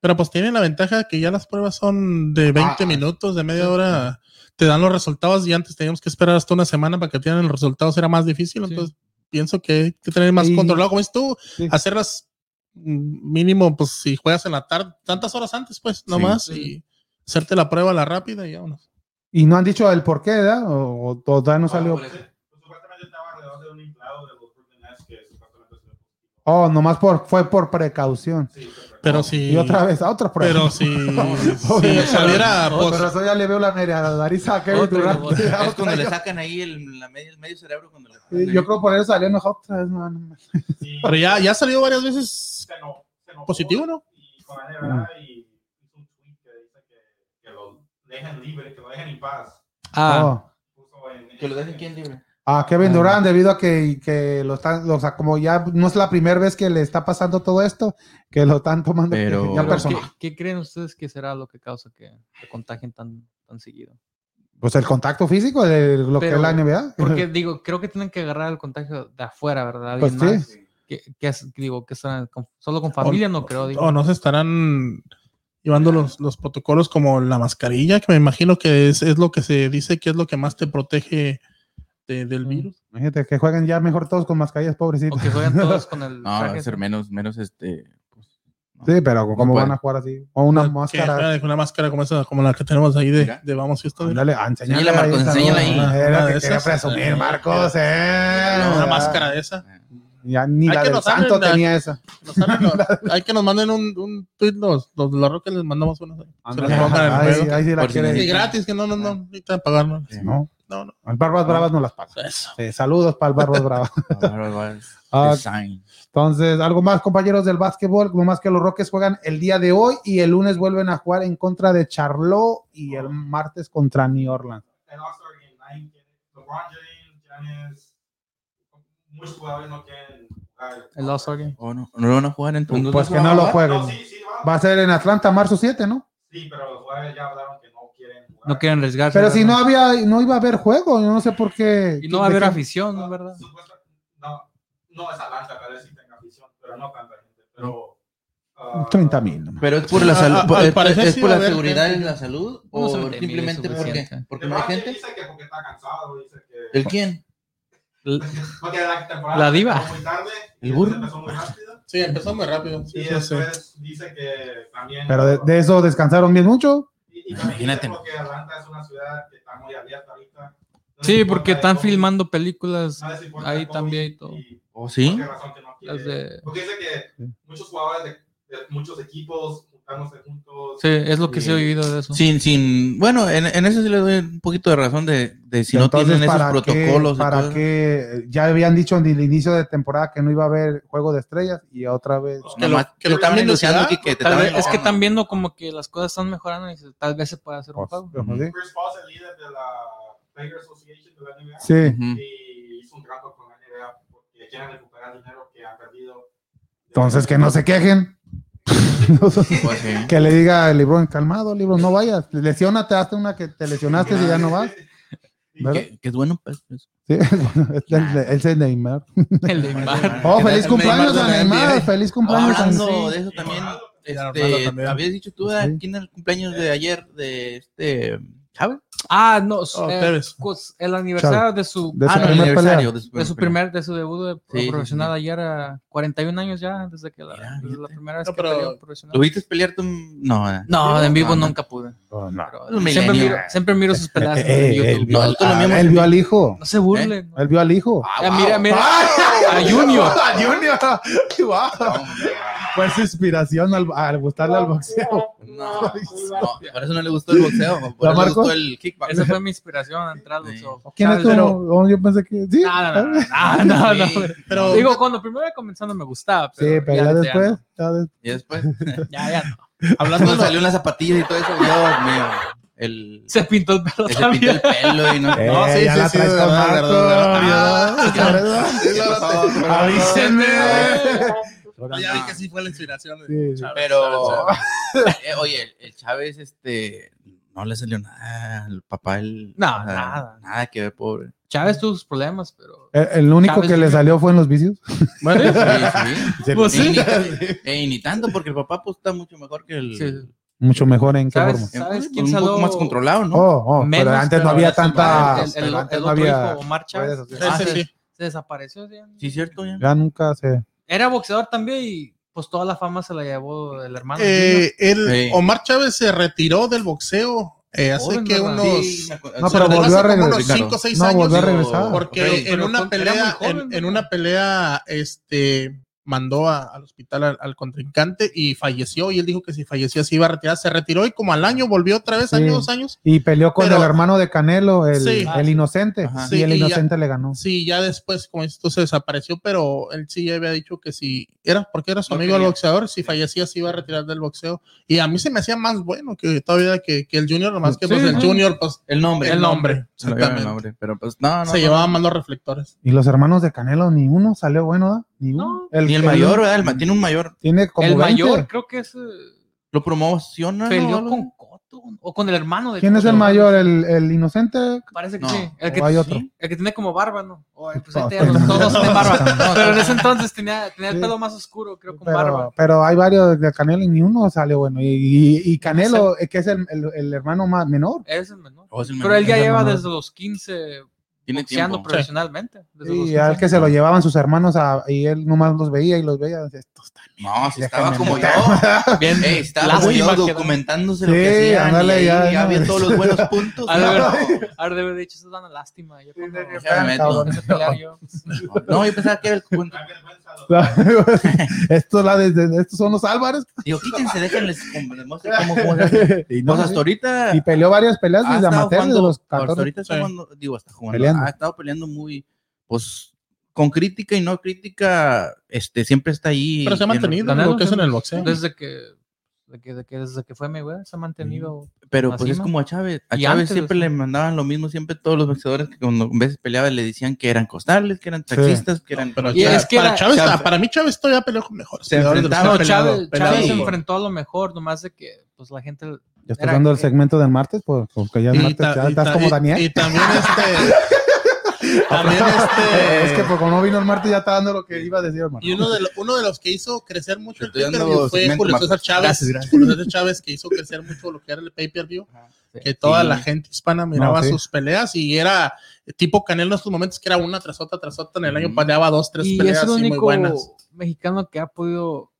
D: Pero pues tienen la ventaja de que ya las pruebas son de 20
A: Ah.
D: minutos, de media hora. Te dan los resultados y antes teníamos que esperar hasta una semana para que te dieran los resultados. Era más difícil.
B: Sí.
D: Entonces pienso que hay que tener más
A: Y-
D: controlado. Como es tú,
A: Sí.
D: hacerlas mm, mínimo, pues si juegas en la tarde, tantas horas antes, pues nomás. Y hacerte la prueba a la rápida y vámonos.
A: y no han dicho el por qué, ¿verdad? O, o todavía no salió.
H: Pues, Supuestamente estaba alrededor de un inflado de los Brooklyn Nets que supuestamente se-
A: Oh, nomás por, fue por precaución.
H: Sí, se fue.
D: Pero si.
A: Y otra vez, a otro
D: Pero si,
A: <laughs>
D: si saliera.
A: Por
D: pues,
A: eso ya le veo la nariza a Kevin
C: Otro,
A: Durant.
C: otro.
A: <laughs> Ya,
C: Es
A: otra
C: cuando le
A: ya.
C: sacan ahí el, la media- el medio cerebro. Cuando le
A: Sí, Yo creo por eso salió enojado otra vez, no, no.
H: Sí,
D: pero ya, ya salió varias veces.
H: se enojó- se enojó
D: Positivo, ¿no?
H: Y con la NBA y hizo un tweet que dice que, que lo dejen libre, que lo dejen en paz.
B: Ah,
A: Oh.
H: Puso en-
C: Que lo dejen quién libre.
A: A Kevin Durant, debido a que, que lo están, lo- o sea, como ya no es la primera vez que le está pasando todo esto, que lo están tomando
C: Pero-
A: <laughs> ya
C: Pero
A: personal.
B: ¿qué, qué creen ustedes que será lo que causa que se contagien tan, tan seguido?
A: Pues el contacto físico de lo que
B: Pero-
A: es la NBA.
B: Porque digo, creo que tienen que agarrar el contagio de afuera, ¿verdad?
A: Pues
B: Alguien
A: sí.
B: más. Que, que es- digo, que será con- solo con familia, no creo. Digo.
D: O no se estarán llevando los, los protocolos como la mascarilla, que me imagino que es, es lo que se dice que es lo que más te protege de- del virus.
A: Imagínate que jueguen ya mejor todos con mascarillas,
B: O
A: pobrecitos.
B: que
A: <laughs>
B: juegan todos con el.
C: No,
B: traje
C: va a ser
B: ese.
C: menos, menos este. pues, no.
A: Sí, pero ¿cómo
C: pueden.
A: van a jugar así? O una máscara.
D: Que- Una máscara como esa, como la que tenemos ahí de,
C: Mira.
D: de vamos y esto.
A: Ándale, ah, enséñale
C: Enséñala, Marcos,
A: esa,
C: enséñala
A: ¿no?
C: ahí.
A: Ah,
D: Una
A: Era
D: de
A: que quería
D: esas.
A: presumir, Marcos, eh.
D: Una máscara de esa.
A: Ya ni
D: Hay
A: la
D: que
A: del
D: nos hablen
A: santo
D: de-
A: tenía esa.
D: Nos saben, no, hay que nos manden un, un tweet los, los de la roca les mandamos uno. Se los pongan en el
A: Ahí,
D: juego.
A: ahí sí la
C: Por si
A: quiere.
D: Y gratis, que no, no, no, necesitan pagarnos.
C: Sí.
A: No,
D: No, no.
A: al Barbas Bravas no las paga.
D: Eso.
A: Sí, saludos para el Barbas Bravas.
C: Ahora va-
A: <laughs> Ah.
C: Design.
A: Entonces, algo más, compañeros del básquetbol, como más que los Rockets juegan el día de hoy y el lunes vuelven a jugar en contra de Charlotte y el martes contra New Orleans.
H: En All-Star Game, nadie quiere. LeBron James, Giannis, muchos jugadores no quieren jugar.
B: El All-Star Game.
C: Oh, no, no lo van a jugar entonces.
A: Pues que no lo jueguen.
H: No, sí, sí, van.
A: Va a ser en Atlanta marzo 7, ¿no?
H: Sí, pero los jugadores ya hablaron que no quieren jugar.
B: No quieren arriesgarse.
A: Pero si no
B: ¿verdad?
A: había, no iba a haber juego, yo no sé por qué.
B: Y no va a haber
A: de qué-
B: afición, ¿no? ¿verdad?
H: Supuesta- No, no es Atlanta, tal vez sí tenga afición, pero no tanta gente. Pero. ah,
A: 30 mil.
C: Pero es por la salud.
D: Ah,
C: por-
D: al
C: es, por-
D: parecer
C: es
D: sí
C: por
D: va a
C: la
D: haber
C: seguridad
D: gente.
C: y la salud.
B: No,
C: O
B: 70,000 es
C: simplemente porque.
B: suficiente.
C: Porque no hay
H: LeBron James
C: gente.
H: Dice que porque está cansado, dice que.
C: ¿El quién?
H: <laughs> porque la, temporada
B: La diva.
H: empezó muy tarde, y
C: El burro.
H: empezó muy rápido,
D: Sí, empezó muy rápido. Sí,
H: y
D: sí, sí.
H: después dice que también.
A: Pero de, de eso descansaron bien mucho.
H: y- y también
C: Imagínate.
H: dice como que Atlanta es una ciudad que está muy abierta ahorita. No les
B: Sí,
H: importa
B: porque
H: de
B: están
H: COVID,
B: filmando películas.
H: no les importa
B: ahí
H: COVID
B: también y todo.
H: y
C: ¿O sí?
H: por qué razón que no quiere-
B: Las de-
H: Porque dice que muchos jugadores de, de muchos equipos juntándose juntos.
B: Sí, es lo que se ha
H: Y-
B: oído de eso.
C: Sin, sin. Bueno, en, en eso sí le doy un poquito de razón de, de si no
A: Entonces,
C: tienen esos
A: ¿para qué-
C: protocolos. y
A: para
C: todo.
A: que ya habían dicho en el inicio de temporada que no iba a haber juego de estrellas y otra vez.
C: Nomás
D: lo- que
C: te
D: lo
C: estaban
D: cambien de
C: negociando
D: ciudad,
C: que- que te
B: Tal
C: estaban
B: vez- es que
C: negociando.
B: están viendo como que las cosas están mejorando y se- tal vez se puede hacer un
A: Pues,
B: juego. <laughs>
A: pues, sí.
H: Chris Paul es el líder de la Player Association de la NBA
A: Sí.
B: Mm.
C: Ujú.
H: y hizo un trato con la NBA porque quieren recuperar dinero que han perdido.
A: Entonces, que no se quejen. <laughs>
C: Pues sí.
A: Que le diga el Lebron, calmado, Lebron, no vayas. Lesionate, hazte una que te lesionaste y ya no vas. ¿Verdad?
C: Que, que es bueno. pues, pues.
A: Sí, <laughs> bueno, es el, de- es el Neymar.
B: El
A: <laughs>
B: de Neymar.
A: Oh,
C: Que
A: feliz
C: es el Neymar
A: cumpleaños
C: de
A: a
C: la
A: Neymar.
C: NBA.
A: Feliz cumpleaños a
C: Hablando
A: Neymar.
C: de eso también.
D: Ronaldo
C: Este,
D: también.
C: habías dicho tú,
A: Sí.
C: ah, ¿quién era el cumpleaños de ayer de este Chávez?
B: Ah, no. s-
D: Oh,
B: eh,
D: Tevez.
B: cos- el aniversario de su,
A: De su
C: ah, no, el
A: primer
C: aniversario
A: pelea.
C: de su,
B: de su primer, de su debut de
C: Sí, sí,
B: profesional
C: sí.
B: ayer a 41 años ya, desde que la,
C: Mira,
B: desde la
C: fíjate.
B: primera vez
D: No,
B: que
D: pero-
B: peleó
C: ¿Lo
B: profesional.
C: viste pelear tú? No, eh.
B: No, en vivo
C: Ah, no.
B: nunca pude.
A: Oh, no.
B: pero
C: Es un
B: siempre,
C: milenio.
B: miro, siempre miro
C: <laughs>
B: sus peleas
A: Eh,
B: en
A: eh, él
B: Ah, YouTube.
A: vio,
C: No,
A: al-
C: esto lo mismo
A: él
C: que-
A: vio al hijo.
B: No se burlen.
A: Él vio al hijo.
B: Eh, mira, mira. A
C: <laughs>
B: Junior.
A: <laughs> A Junior. Wow. Fue su inspiración al, al gustarle al boxeo.
C: No, no, por eso no le gustó el boxeo, por
A: ¿Ya,
C: eso le
A: Marco?
C: gustó el kickboxing.
B: Esa fue mi inspiración a entrar al
C: Sí.
B: boxeo.
A: ¿Quién es
B: Chávez,
A: tu?
B: pero-
A: oh, yo pensé que. Sí.
B: No, no, no, no, no, no,
C: Sí.
B: no.
D: Pero
B: Digo, cuando primero comenzando me gustaba,
A: Sí,
B: pero,
A: pero ya, después. ya después.
C: Y después,
B: Ya, ya no. <laughs>
C: hablando, salió una zapatilla y todo eso, Dios mío, el,
B: Se pintó el pelo
C: se pintó
B: también.
C: el pelo y no.
A: Eh,
D: No, sí,
A: ya
D: sí,
A: la
D: sí,
A: traes
D: de
A: con
D: verdad, de
A: Marco,
D: verdad,
A: ya,
D: Ah,
A: ya,
D: Sí, la-
A: ya. Avísenme.
D: ya vi que sí fue la inspiración. de
A: Sí, sí.
D: Chávez,
C: Pero,
D: Chávez,
C: eh, oye, el, el Chávez, este, no le salió nada al papá. El,
B: No,
C: o sea,
B: nada.
C: Nada que ver, pobre.
B: Chávez tuvo sus problemas, pero.
A: El, el único
B: Chávez
A: que le
B: Jr.
A: salió fue en los vicios.
C: Sí, sí.
B: <laughs> Pues
C: Y,
B: sí.
C: ni, eh, y ni tanto, porque el papá pues, está mucho mejor que el. eh, pues,
B: Sí.
A: <laughs> Mucho mejor en qué
B: ¿Sabes?
A: forma.
B: ¿Sabes
C: un
B: quién
C: poco
B: salió?
C: más controlado, ¿no?
A: Oh, oh,
B: Menos,
A: pero antes
B: pero
A: no
B: ahora
A: había
B: sí,
A: tanta.
B: el, el-
A: pero
B: el
A: antes no
B: otro
A: había.
B: hijo, Omar Chávez,
A: redes
D: Sí,
B: Ah,
D: sí,
B: se,
D: sí.
B: se desapareció. ¿sí?
C: Sí, cierto, ya.
A: Ya nunca se.
B: Era boxeador también y pues toda la fama se la llevó el hermano. Junior.
D: Eh, el
C: Sí.
D: Omar Chávez se retiró del boxeo eh, hace
B: Joven,
D: que
B: ¿verdad?
D: unos.
C: Sí, me acuerdo.
A: pues, No,
C: Se
A: pero
C: retiró
A: volvió a
C: hace como
A: regresar.
C: unos cinco,
D: Ricardo. seis
A: No,
D: años,
A: volvió a
C: pero-
A: regresar.
D: Porque
C: Ok.
D: en
B: Pero
D: una
B: fue- era muy
D: pelea,
B: joven,
D: en, en
B: ¿verdad?
D: una pelea, este, mandó a- al hospital al, al contrincante y falleció. Y él dijo que si fallecía se iba a retirar. Se retiró y como al año volvió otra vez,
A: Sí.
D: año, dos años.
A: Y peleó con
D: Pero-
A: el hermano de Canelo, el,
D: Sí.
B: Ah,
A: el inocente.
C: Ajá.
A: y
D: Sí,
A: el
D: y ya-
A: inocente le ganó.
D: Sí, ya después, como esto se desapareció, pero él sí ya había dicho que si era porque era su
C: No
D: amigo
C: quería.
D: el boxeador, si fallecía se iba a retirar del boxeo. Y a mí se me hacía más bueno que todavía que, que el Junior, nomás que
C: Sí,
D: pues, el
C: ¿no?
D: Junior, pues
C: El nombre.
D: el nombre,
C: Se lo llevan
D: exactamente.
C: el nombre. Pero pues, no, no.
D: se
C: no.
D: llevaba más los reflectores.
A: Y los hermanos de Canelo, ni uno salió bueno, ¿verdad? Ni uno.
C: Ni el mayor, ¿verdad? El ma- tiene un mayor.
A: Tiene como
B: el
A: 20.
B: mayor creo que es eh,
C: Lo promociona.
B: peleó
C: ¿no?
B: con Coto o con el hermano de
A: ¿Quién es
B: Cotto,
A: el
B: ¿no?
A: mayor? ¿El, el inocente?
B: Parece que
C: No.
B: sí. El que,
A: ¿O hay otro?
C: sí.
B: el que tiene como barba, ¿no? O, eh, pues,
A: Ah,
B: ahorita ya los-
A: pero-
B: todos tienen barba.
C: No,
B: Pero en ese entonces tenía, tenía el
A: Sí.
B: pelo más oscuro, creo, con barba.
A: Pero, pero hay varios de Canelo y ni uno salió bueno. Y, y- y Canelo, eh, que es el, el- el hermano más menor.
B: Él es el menor.
C: Oh, es el
B: Pero
C: menor.
B: él ya
A: es el
B: lleva
A: menor.
B: desde los 15
C: tiene
B: boxeando
C: tiempo.
B: profesionalmente. Desde los
A: Y
B: 15
A: al que se lo llevaban sus hermanos a- y él nomás los veía y los veía. Estos están-
C: No, si
A: Déjame
C: estaba como yo.
A: <laughs>
B: Bien,
C: Ey, estaba como
B: lástima
C: yo
B: que-
C: documentándose lo
A: Sí,
C: que hacían.
A: ándale,
C: y
A: ya,
C: ya
A: no.
C: había todos los buenos
A: <laughs>
C: puntos.
B: A la
C: ¿no?
B: verdad. Ahora debe haber dicho, eso es una lástima. Yo cuando
A: de que
B: ya me
C: meto.
B: empecé a pelear
A: <laughs>
B: yo.
C: No, yo pensaba que era el cuento.
K: Da vergüenza los
A: <laughs> estos, la desde- estos son los Álvarez.
C: Digo, quítense, déjenles como les muestro cómo, cómo se hace.
A: Y, <laughs> no,
C: Pues hasta ahorita.
A: y peleó varias peleas
C: ha
A: desde
C: estado
A: amateur de
C: jugando- pues,
A: los
C: hasta
A: 14.
C: ahorita está
D: Sí.
C: jugando, digo, está jugando,
A: Peleando.
C: ha estado peleando muy, pues, con crítica y no crítica, este, siempre está ahí.
D: Pero se ha
C: en-
D: mantenido en
B: Canelo,
D: lo que es
B: sí.
D: en el boxeo.
B: Desde que, de que, de que- desde que fue mi güey, se ha
A: Mm.
B: mantenido.
C: Pero
B: la
C: pues es
B: cima.
C: como a Chávez. A
B: Y
C: Chávez
B: antes,
C: siempre
B: o sea.
C: le mandaban lo mismo, siempre todos los boxeadores que cuando a veces peleaban le decían que eran costales, que eran taxistas, que eran...
D: Pero
B: Y
D: ya-
B: es que
D: para,
B: era-
D: Chávez,
C: Chávez-
D: para mí Chávez todavía peleó con mejores.
C: Se
D: peleadores de los que
C: enfrentaba
B: No,
D: ha peleado,
B: Chávez,
D: peleado.
B: Chávez se
C: Sí.
B: enfrentó a lo mejor, nomás de que pues la gente
A: Ya estás
B: Era-
A: dando el segmento del martes, pues, porque ya el
D: Y
A: martes
D: ta-
A: ya
D: y
A: estás
D: ta-
A: como
D: y-
A: Daniel.
D: Y también este.
A: <laughs>
D: también este.
A: es que pues, como no vino el martes, ya está dando lo que iba a decir el martes.
D: Y uno de, lo- uno de los que hizo crecer mucho el
C: Estoy dando
D: pay-per-view fue
C: segmento,
D: Julio
C: Marco.
D: César Chávez.
C: Gracias, gracias.
D: Julio César Chávez que hizo crecer mucho lo que era el pay-per-view. Que toda
C: Sí.
D: la gente hispana miraba
A: sí.
D: sus peleas y era tipo Canelo en estos momentos que era una tras otra tras otra. En el año
C: Ujú.
D: peleaba dos, tres
B: Y es
D: peleas
B: el
D: así muy buenas.
B: único mexicano que ha podido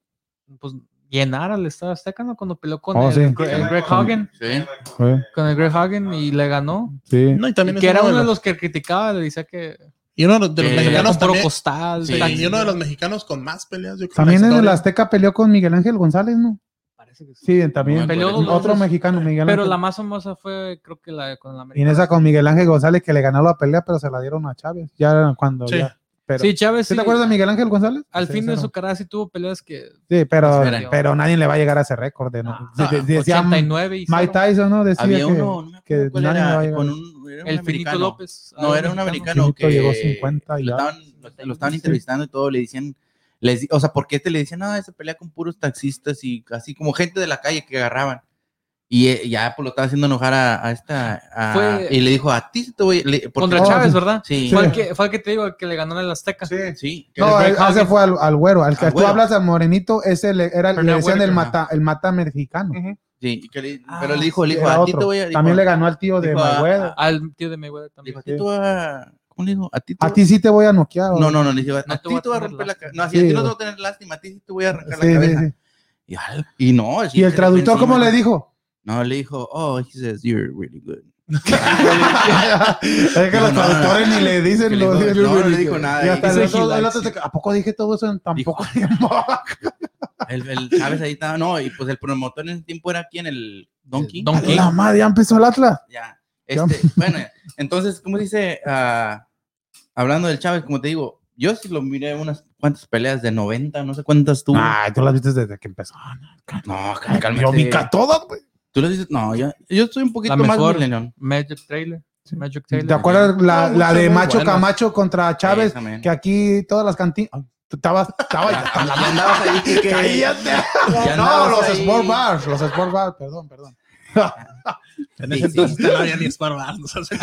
B: pues, llenar al Estado Azteca, ¿no? Cuando peleó con
A: Oh,
B: el,
A: sí.
B: el Greg Hagen.
C: Sí.
A: Sí.
B: Con el Greg Hagen y le ganó.
A: Sí.
D: No, y también
B: Y
D: es
B: que era
D: uno de
B: uno de
D: los-
B: los que criticaba, le decía que
D: y uno de los
C: que
B: ya
D: mexicanos
B: compró
D: también.
B: costal.
D: sí,
B: taxi,
D: y uno de
B: ¿no?
D: los mexicanos con más peleas. Yo creo, en la
A: También en el
D: historia.
A: Azteca peleó con Miguel Ángel González, ¿no?
B: Parece que sí.
A: Sí, también.
C: Peleó
B: dos
A: Otro
B: veces.
A: mexicano, Miguel
B: Pero
A: Ángel.
B: la más famosa fue, creo que la de- con
A: Y
B: la
A: en
B: americana.
A: esa con Miguel Ángel González que le ganó la pelea, pero se la dieron a Chávez. Ya era cuando
D: Sí.
A: ya. Pero,
B: Sí, Chávez.
A: ¿Sí
B: sí,
A: te acuerdas de Miguel Ángel González?
B: Al
A: Sí,
B: fin de
A: ese
B: su
A: no.
B: carrera sí tuvo peleas que.
A: Sí, pero,
C: Espera.
A: pero nadie le va a llegar a ese récord. de- ¿no?
B: ah,
A: De- de- decía
B: 89 y.
A: Mike
B: cero.
A: Tyson, ¿no? Decía
C: Había
A: que
C: uno, no me
A: que
C: acuerdo cuál
A: nadie le va a
C: era,
A: llegar.
C: con un, era un
B: El Finito
C: americano.
B: López.
C: No, era un americano
A: Finito
C: que
A: llegó 50 y
C: lo
A: ya.
C: estaban, lo, lo estaban
A: Sí.
C: entrevistando y todo, le decían, les, di- o sea, porque este le decían, no, esa pelea con puros taxistas y así como gente de la calle que agarraban. Y eh, ya pues, lo estaba haciendo enojar a, a esta. a-
B: Fue-
C: y le dijo, a ti se te voy. le- porque-
B: Contra
A: Oh,
B: Chávez,
A: sí.
B: ¿verdad?
C: Sí,
B: Fue, el que, fue el que te digo, el que le ganó en el Azteca.
C: sí. que
A: No,
C: le-
A: él- ah, se fue al, al güero. Al que
C: Al
A: tú
C: güero.
A: hablas, al morenito, ese le, era, le
B: Fernando
A: decían el
B: Huerta.
A: mata, el mata mexicano.
C: sí, y que le-
B: Ah,
C: pero le dijo, le dijo,
A: Era
C: a ti te
A: otro.
C: voy a. dijo,
A: También le ganó al tío de
C: dijo a-
A: Mayweather.
C: a-
B: Al tío de Mayweather también.
C: dijo, a ti te voy a. ¿Cómo le dijo? A ti te
A: A ti sí te voy a noquear.
C: No, no, no, le dijo, a
B: No te
C: ti
B: voy a
C: te voy a
B: tener
C: romper la
B: lástima.
C: cabeza. No, así, a
A: Sí,
C: ti no te
A: güey.
C: voy a tener lástima, a ti sí te voy a arrancar
A: Sí,
C: la
A: sí,
C: cabeza.
A: sí.
C: Y, al- y no. sí,
A: ¿Y el
C: se le fue
A: traductor cómo
C: encima.
A: le dijo?
C: No, le dijo, oh, he says, you're really good.
A: es que
C: No,
A: los
C: no,
A: traductores
C: no.
A: ni le dicen
C: Que
A: lo
C: le dijo-
A: digo,
C: no, no
A: güey.
C: le dijo nada.
A: Y
C: y
A: hasta el
C: dice,
A: otro-
C: "He
A: el
C: likes
A: otro
C: you".
A: te- ¿A poco dije todo eso? Tampoco.
C: <laughs> el, el Chávez ahí estaba, no, y pues el promotor en ese tiempo era aquí en el Don King.
B: Don
A: A
B: King.
A: La madre, ya empezó el Atlas.
C: Ya. Este, bueno, entonces, ¿cómo dice? Ah, hablando del Chávez, como te digo, yo sí lo miré unas cuantas peleas de 90, no sé cuántas tuvo.
A: Ay, tú las viste desde que empezó.
C: Ah, No, cá- cálmate.
A: Ah, Yo vi ca- todas, güey.
C: Tú lo dices, no, yo, yo soy un poquito
B: La
C: más
B: mejor.
C: millennial.
B: Magic Trailer. Magic Trailer.
A: ¿Te acuerdas la,
C: No,
A: la de
C: muchas muy
A: Macho
C: buenas.
A: Camacho contra Chávez?
C: Sí, también.
A: Que aquí todas las cantinas. Tú estabas. estabas-
C: Ya andabas ahí, que-
A: <laughs>
C: que-
A: Cállate.
C: ya
A: No,
C: andabas
A: los
C: ahí.
A: Sport Bars. Los Sport Bars, perdón, perdón.
D: En ese entonces no había ni esparbar, no sé si-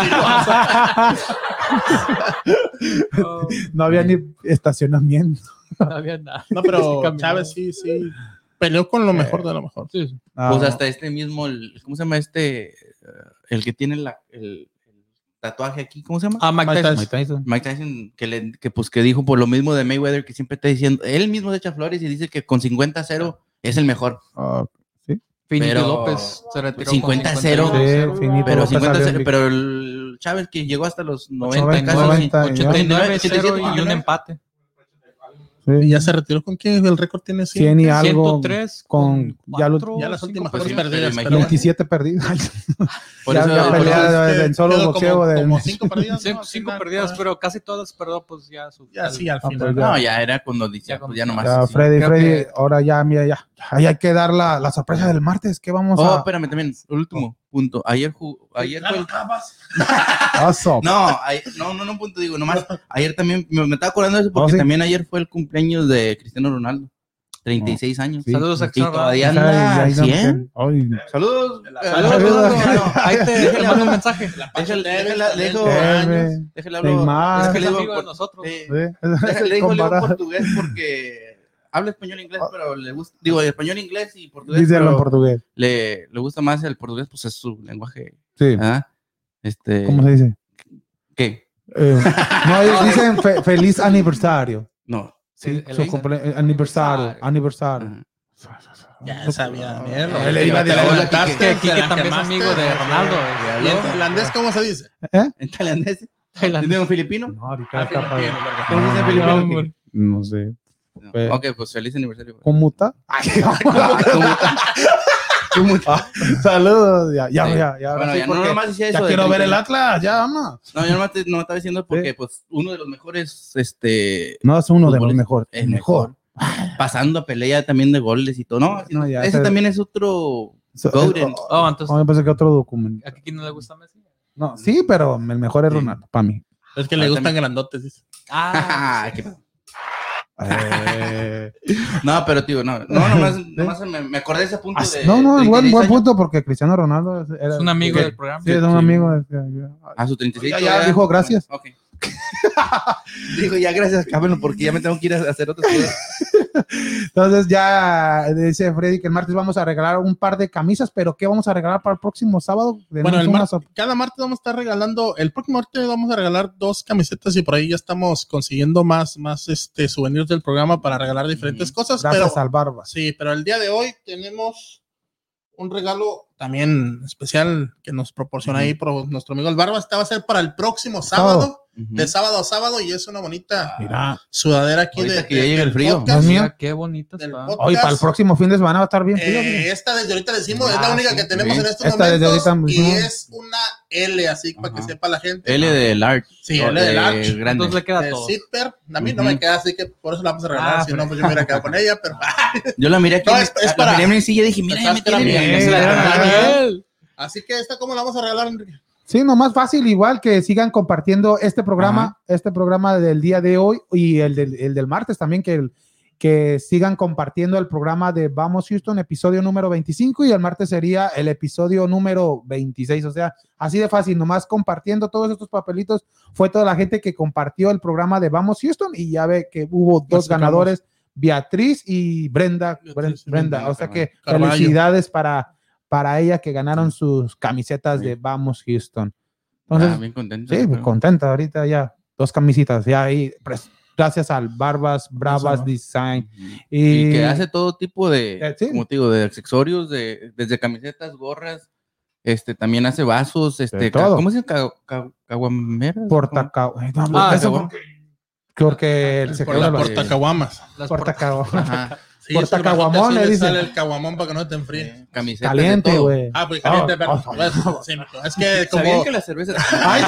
B: Oh,
A: No había ni estacionamiento.
B: no había nada.
D: No,
B: <laughs>
D: pero
B: Sí, caminó.
D: Chávez sí, sí. Peleó con lo mejor de lo mejor.
B: Sí, sí.
C: Pues
A: Ah,
C: hasta este mismo, el- ¿cómo se llama este? Eh, El que tiene la- el, el tatuaje aquí, ¿cómo se llama?
B: Ah, Mike
D: Mike
B: Tyson.
D: Tyson.
C: Mike Tyson, que, le, que pues que dijo por lo mismo de Mayweather, que siempre está diciendo, él mismo se echa flores y dice que con 50-0 es el mejor.
A: ah,
B: Finito
C: Pero-
B: López se retiró con
C: 50-0.
B: 51.
A: sí, finito,
C: Pero,
A: López
C: 50
A: pues, salió en
C: pero el Chávez que llegó hasta los 90,
A: 90,
C: casi.
A: 90,
B: 89 0
C: 89,
B: y un empate.
D: Y ya se retiró con quién el récord tiene 100.
A: 100 y algo
F: 103
A: con, ya, lo-
F: cuatro,
D: Ya las últimas
F: cinco
D: dos
C: sí,
F: partidos.
D: perdidas.
C: pero
D: pero-
A: 27 perdidos.
C: Por
A: Ya
C: eso,
A: había
D: Ah,
C: por eso-
A: peleado.
D: pero
A: de-
D: este,
A: del solo
D: quedó como-
A: boxeo de- <laughs>
D: Como cinco perdidas.
F: Cinco,
D: ¿no? Al
F: cinco
D: final,
F: perdidas,
D: ah,
F: pero casi todas perdió, pues ya su.
D: Ya sí, al
A: Ah,
D: final.
A: pues,
D: ah,
C: no, ya era cuando decía, pues ya nomás.
A: Ya,
C: así.
A: Freddy,
F: creo
A: Freddy,
F: que-
A: ahora ya, mira, ya. Ahí hay que dar la, la sorpresa del martes. ¿Qué vamos
C: Oh,
A: a...?
C: espérame también, el
A: oh.
C: último punto. Ayer jugó, ayer fue el-
A: Oso.
C: No, ay- no, no, no, punto, digo, nomás. Ayer también, me, me estaba acordando de eso porque
A: Oh, sí.
C: también ayer fue el cumpleaños de Cristiano Ronaldo. 36 años.
A: Sí.
F: Saludos a
C: Y
F: Cristiano Ronaldo.
C: todavía
A: Ay,
C: anda
A: ay,
C: al
A: no,
C: 100.
A: ay.
C: Saludos.
F: Saludos, Ronaldo.
C: <laughs> Ronaldo.
F: Ahí te le mando un mensaje.
C: Déjale- déjale- le dijo-
A: Eh,
C: Déjale
A: Neymar.
C: hablar.
F: Es
C: Ah, Es que le digo
F: amigo de
C: por-
F: nosotros.
C: eh,
A: eh,
C: déjale- le digo le digo
A: comparar.
C: portugués porque habla español e
A: Oh.
C: inglés, pero le gusta. Digo, español, e inglés y portugués.
A: Díselo en
C: pero
A: portugués.
C: le, le gusta más el portugués, pues es su lenguaje.
A: Sí.
C: ¿ah? Este,
A: ¿Cómo se dice?
C: ¿Qué?
A: Eh,
C: <laughs>
A: no, ellos dicen fe- feliz aniversario.
C: No. Ah.
A: Sí,
F: el-
A: su
F: el-
A: cumple- eh, aniversario, aniversario.
C: Ajá.
D: Ya sabía,
C: Él
D: mierda.
C: le iba a
D: Te
C: decir,
D: la
C: hola,
D: aventaste,
F: Quique,
D: te
F: Quique
D: la
F: también es
D: quemaste,
F: amigo de
D: güey.
F: Ronaldo. eh,
D: ¿Y en tailandés cómo se dice?
C: ¿En tailandés?
F: Tailandés.
C: ¿Tiene un filipino?
A: No, ahorita está para-
C: ¿Cómo se dice en
A: No,
C: filipino?
A: hombre. No sé.
C: No.
A: Pe-
C: Ok, pues feliz aniversario. Ah,
A: ¿Cómo está? <laughs> Saludos. Ya, ya,
C: Sí.
A: ya. ya, ahora
C: Bueno,
A: sí,
C: ya no
A: porque
C: nomás decía
J: Ya
C: eso de
J: quiero ver el
C: 30.
J: Atlas, ya vamos.
C: No, yo nomás te, no estaba diciendo porque, pues, uno de los mejores, este,
A: No es uno de los
C: Futbolista.
A: mejores.
C: es
A: El mejor.
C: mejor. <laughs> Pasando a pelea también de goles y todo. No,
A: No, ya,
C: ese
A: ese-
C: también es otro
A: So-
C: Golden.
A: oh,
F: Oh, entonces,
A: oh, yo pensé que otro documento.
F: ¿a Kiki no le gusta Messi?
A: No, sí, pero el mejor es
C: Sí.
A: Ronaldo, para mí.
D: Es que le
C: Ah,
D: gustan
C: también.
D: grandotes, dice.
F: Ah,
C: ¿Qué pasó?
A: Eh,
C: no, pero tío, no,
A: <laughs>
C: no, nomás, nomás me, me acordé de ese punto
A: así-
C: de.
A: Ah, no, no, es
C: 36
A: buen, buen
C: años.
A: punto porque Cristiano Ronaldo es, era-
F: es un amigo
A: sí,
F: del programa.
A: Sí, es un
C: Sí.
A: amigo. es- es-
C: A Ah, su 36.
A: Ya, ya,
C: todavía-
A: dijo gracias.
C: Ok. <laughs> dijo ya gracias, cabrón, porque ya me tengo que ir a hacer otras
A: <laughs>
C: cosas.
A: Entonces ya dice Freddy que el martes vamos a regalar un par de camisas, pero ¿qué vamos a regalar para el próximo sábado? Tenemos
D: Bueno, el
A: una
D: mar-
A: sor-
D: cada martes vamos a estar regalando, el próximo martes vamos a regalar dos camisetas y por ahí ya estamos consiguiendo más, más este souvenirs del programa para regalar diferentes
C: Ujú.
D: cosas.
A: gracias
D: pero,
A: al Barbas.
D: sí, pero el día de hoy tenemos un regalo también especial que nos proporciona ahí pro- nuestro amigo el Barba. Esta va a ser para el próximo sábado,
C: Oh,
A: Sábado.
C: mm.
D: de sábado a sábado, y es una bonita
A: Mira,
D: sudadera aquí
C: Ahorita
D: de,
C: que ya
D: de-
C: llega el
D: del
C: frío.
D: podcast.
A: No es mío.
F: Mira, qué bonita
D: Del
F: está.
D: podcast.
A: hoy para el próximo fin de semana va a estar bien frío.
D: Eh, esta desde ahorita decimos, es
F: Ah,
D: la única
F: sí,
D: que tenemos
C: sí.
D: en estos
A: Esta desde
D: momentos
A: ahorita
D: y
A: mismo.
D: es una L, así para que
C: Ajá.
D: sepa la gente.
C: L de large.
D: Ah, Sí,
C: o
D: L de large.
C: Grande.
F: Entonces le queda
D: El
F: todo.
D: zipper, a mí no
C: Ujú.
D: me queda, así que por eso la vamos a regalar.
F: Ah,
D: si no, pues yo
A: <laughs>
D: me hubiera quedado con ella, pero ah,
C: Yo la miré aquí.
D: No,
C: en-
D: es- es
C: la
D: para-
C: miré en mi silla y dije, mira, ya me
D: Pensabas que
C: tiene
D: era
C: bien.
D: mío.
C: Ya se la-
D: Ah,
F: Daniel.
D: así que esta, ¿cómo la vamos a regalar, Enrique?
A: Sí, nomás fácil, igual que sigan compartiendo este programa, este programa del día de hoy y el del, el del martes también, que, el- que sigan compartiendo el programa de Vamos Houston, episodio número 25 y el martes sería el episodio número 26, o sea, así de fácil, nomás compartiendo todos estos papelitos, fue toda la gente que compartió el programa de Vamos Houston y ya ve que hubo dos
D: sacamos.
A: ganadores, Beatriz y Brenda, Bren-
D: Beatriz y
A: Brenda,
C: Brenda
A: o sea que
D: Carballo.
A: felicidades para, para ella que ganaron sus camisetas
C: Sí.
A: de Vamos Houston.
C: Ah,
A: Entonces,
C: bien contento.
A: sí,
C: Pero-
A: contenta ahorita ya. Dos camisitas, ya ahí. pres- Gracias al Barbas, Bravas
D: Eso, ¿no?
A: Design.
C: Ujú.
A: Y,
C: Y que hace todo tipo de,
A: Eh, sí.
C: como te digo, de accesorios, de, desde camisetas, gorras, este, también hace vasos, este,
A: De
C: ca-
A: todo.
C: ¿cómo se dice? Ca- ca- Caguameras.
A: porta Ay, no,
F: Ah,
A: eso
C: qué
A: porque, porque el
D: Por la
A: secreto
D: porta caguamas.
F: Las
A: porta <laughs>
C: ¿Cómo?
A: caguamas.
C: Ajá.
D: Sí,
A: Porta
D: eso, imagínate,
A: caguamón,
D: así
A: le
D: le
A: dicen.
D: sale el caguamón para que no te enfríes.
C: Camisetas de
A: Caliente,
C: todo.
A: güey.
D: Ah, pues caliente,
A: Ah,
D: perdón.
A: ah,
D: Pues, sí, no, es que
C: ¿Sabían
D: como...
C: que
A: <laughs>
C: la cerveza
D: Ay,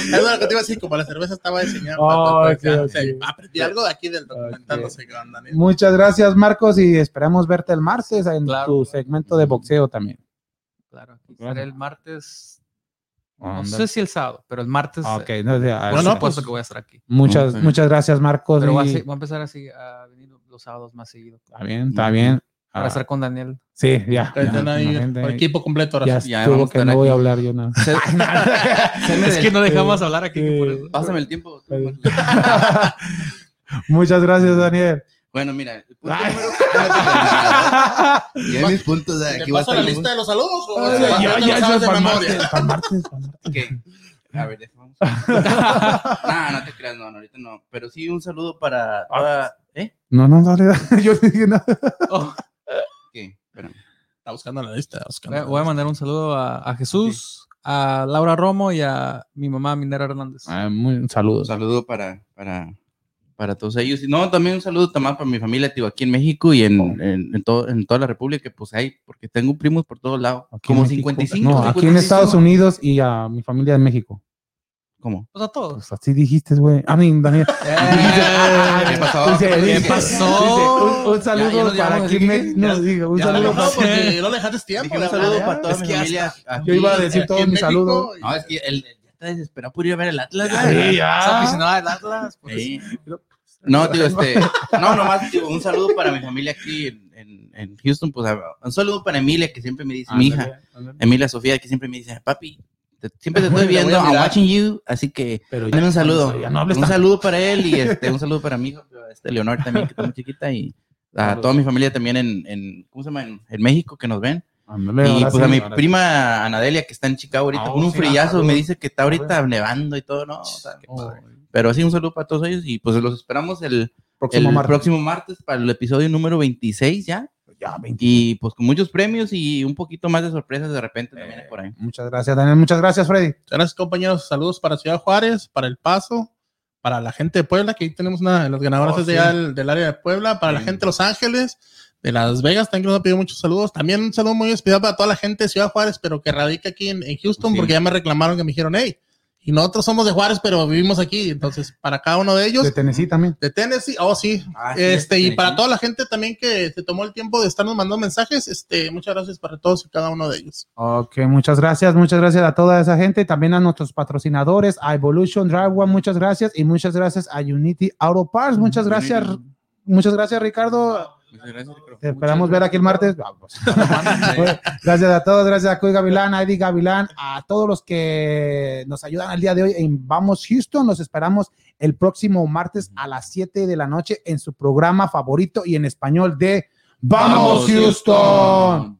D: <laughs> es lo que te iba a decir, como la cerveza estaba diseñada.
A: Oh,
D: para- para-
A: ok,
D: sí,
A: ok.
D: Aprendí algo de aquí del documentándose que van, Daniel.
A: Muchas gracias, Marcos, y esperamos verte el martes en
F: Claro.
A: tu segmento de boxeo también.
F: Claro, aquí
A: Claro.
F: estaré el martes. No sé si el sábado, pero el martes.
A: Ah, Ok,
F: eh,
A: no, ya,
F: por
D: Bueno,
F: supuesto
D: pues-
F: que voy a estar aquí.
A: muchas,
C: Ok.
A: muchas gracias, Marcos.
F: Pero voy a,
A: y-
F: se- voy a empezar así a venir los sábados más seguido.
A: Está bien, está bien.
F: Para
A: Ah,
F: estar con Daniel.
A: sí, ya.
D: Ahí están
A: ya,
D: ahí,
A: imagínate.
D: el equipo completo ahora
A: Ya
D: sí.
C: Ya,
A: estuvo
C: vamos a
A: que no
C: estar
A: voy a
C: aquí.
A: hablar yo nada.
C: Se- <laughs> se me
F: Es
C: des-
F: que no dejamos hablar aquí. que por
A: Sí.
F: eso-
C: Pásame el tiempo. tú,
A: Ahí.
C: Marco.
A: Muchas gracias, Daniel.
C: Bueno, mira. el punto
A: Ay.
C: número- Ya <laughs> mis puntos ah, de
D: ¿Te
C: aquí va a
D: paso
C: estar
D: la
C: el
D: lista de los saludos? o
A: Ay,
D: se va-
A: Ah, ya,
D: te
A: ya,
D: lo
A: eso
D: sabes
A: es
D: de
A: para
D: memoria?
A: martes, para martes, para martes.
C: Ok. A ver, dejamos.
A: <laughs>
C: no, no te creas, no, no, ahorita no. Pero sí, un saludo para.
A: Ah.
C: toda- ¿Eh?
A: No, no, no, no, <laughs> yo no dije nada.
C: ¿Qué? Espérame.
D: Está buscando la lista. está buscando
F: Voy
D: la
F: a- voy a mandar un saludo a, a Jesús, a Laura Romo y a mi mamá Minera Hernández.
A: Ah, muy- saludos.
C: Un saludo para, para, para todos ellos. Y no, también un saludo también para mi familia, tío, aquí en México y en, en, en todo, en toda la República, pues hay, porque tengo primos por todos lados,
A: Aquí en
C: como
A: México.
C: 55.
A: No, aquí en
C: 55.
A: Estados Unidos y a mi familia en México. <laughs>
C: ¿Cómo?
F: Pues a todos. Eh.
A: Pues así dijiste, güey. A mí,
C: <laughs>
A: Daniel.
C: Ah, ¿Qué pasó?
A: Dice- dice-
C: ¿Qué
A: dice, un, un saludo
C: Ya- ya nos
A: para
C: llevamos,
A: quien
C: ¿sí?
A: me. No, diga, un saludo para.
D: No, porque no le dejaste tiempo.
C: Dije, un
D: la
C: saludo
D: verdad.
C: para toda
D: Es
C: mi
D: que
C: familia.
A: Yo iba a
C: aquí.
A: decir
D: aquí
A: todos
D: en
A: mis
D: México-
A: saludos.
C: No, es que él ya está desesperado por ir a ver el Atlas.
A: Sí,
C: güey.
A: ya.
F: Es
D: ah.
F: aficionado del Atlas. pues.
C: Sí. No, tío, este. No, nomás, tío, un saludo para mi familia aquí en, en- en Houston. Pues a- un saludo para Emilia, que siempre me dice, mi hija, Emilia Sofía, que siempre me dice, papi, te- siempre te estoy
D: Te voy a
C: viendo, I'm
D: mirar.
C: watching you. Así que,
A: Pero ya-
C: dame un saludo.
A: ya no hables
C: un
A: tanto.
C: saludo para él y este, un saludo para mi hijo, este, Leonor también, que
A: <laughs>
C: está muy chiquita, y a toda mi familia también en, en ¿cómo se llama? En- en México, que nos ven.
A: Ándale,
C: y
A: ahora
C: pues a
A: sí.
C: mi prima Anadelia, que está en Chicago ahorita,
A: Ah,
C: con un
A: sí,
C: frillazo,
A: saludos.
C: me dice que está ahorita
A: Bueno.
C: nevando y todo, ¿no? O sea,
A: Oh,
C: pero así un saludo para todos ellos y pues los esperamos el,
A: Próximo
C: el
A: martes.
C: próximo martes para el episodio número 26 ya.
A: Ya, 20.
C: Y pues con muchos premios y un poquito más de sorpresas de repente también por ahí.
A: Muchas gracias, Daniel. Muchas gracias, Freddy.
D: Gracias, compañeros. Saludos para Ciudad Juárez, para El Paso, para la gente de Puebla, que ahí tenemos una de las ganadoras
A: Oh,
D: de
A: sí.
D: allá del, del área de Puebla, para la
C: Sí.
D: gente de Los Ángeles, de Las Vegas, también que nos ha pedido muchos saludos. También un saludo muy especial para toda la gente de Ciudad Juárez, pero que radica aquí en, en Houston,
C: Sí.
D: porque ya me reclamaron que me dijeron, hey, y nosotros somos de Juárez, pero vivimos aquí. Entonces, para cada uno de ellos,
A: De Tennessee también.
D: de Tennessee, oh sí. Este, y para toda la gente también que se tomó el tiempo de estarnos mandando mensajes, este, muchas gracias para todos y cada uno de ellos.
A: Ok, muchas gracias, muchas gracias a toda esa gente, también a nuestros patrocinadores, a Evolution Drive One, muchas gracias, y muchas gracias a Unity Auto Parts, muchas gracias, muchas gracias Ricardo,
C: Muchas gracias, micro. <laughs>
A: te esperamos ver aquí el martes. Vamos. Bueno, <laughs> gracias a todos, gracias a Cuy Gavilán, a Eddie Gavilán, a todos los que nos ayudan al día de hoy en Vamos Houston, los esperamos el próximo martes a las 7 de la noche en su programa favorito y en español de Vamos Houston.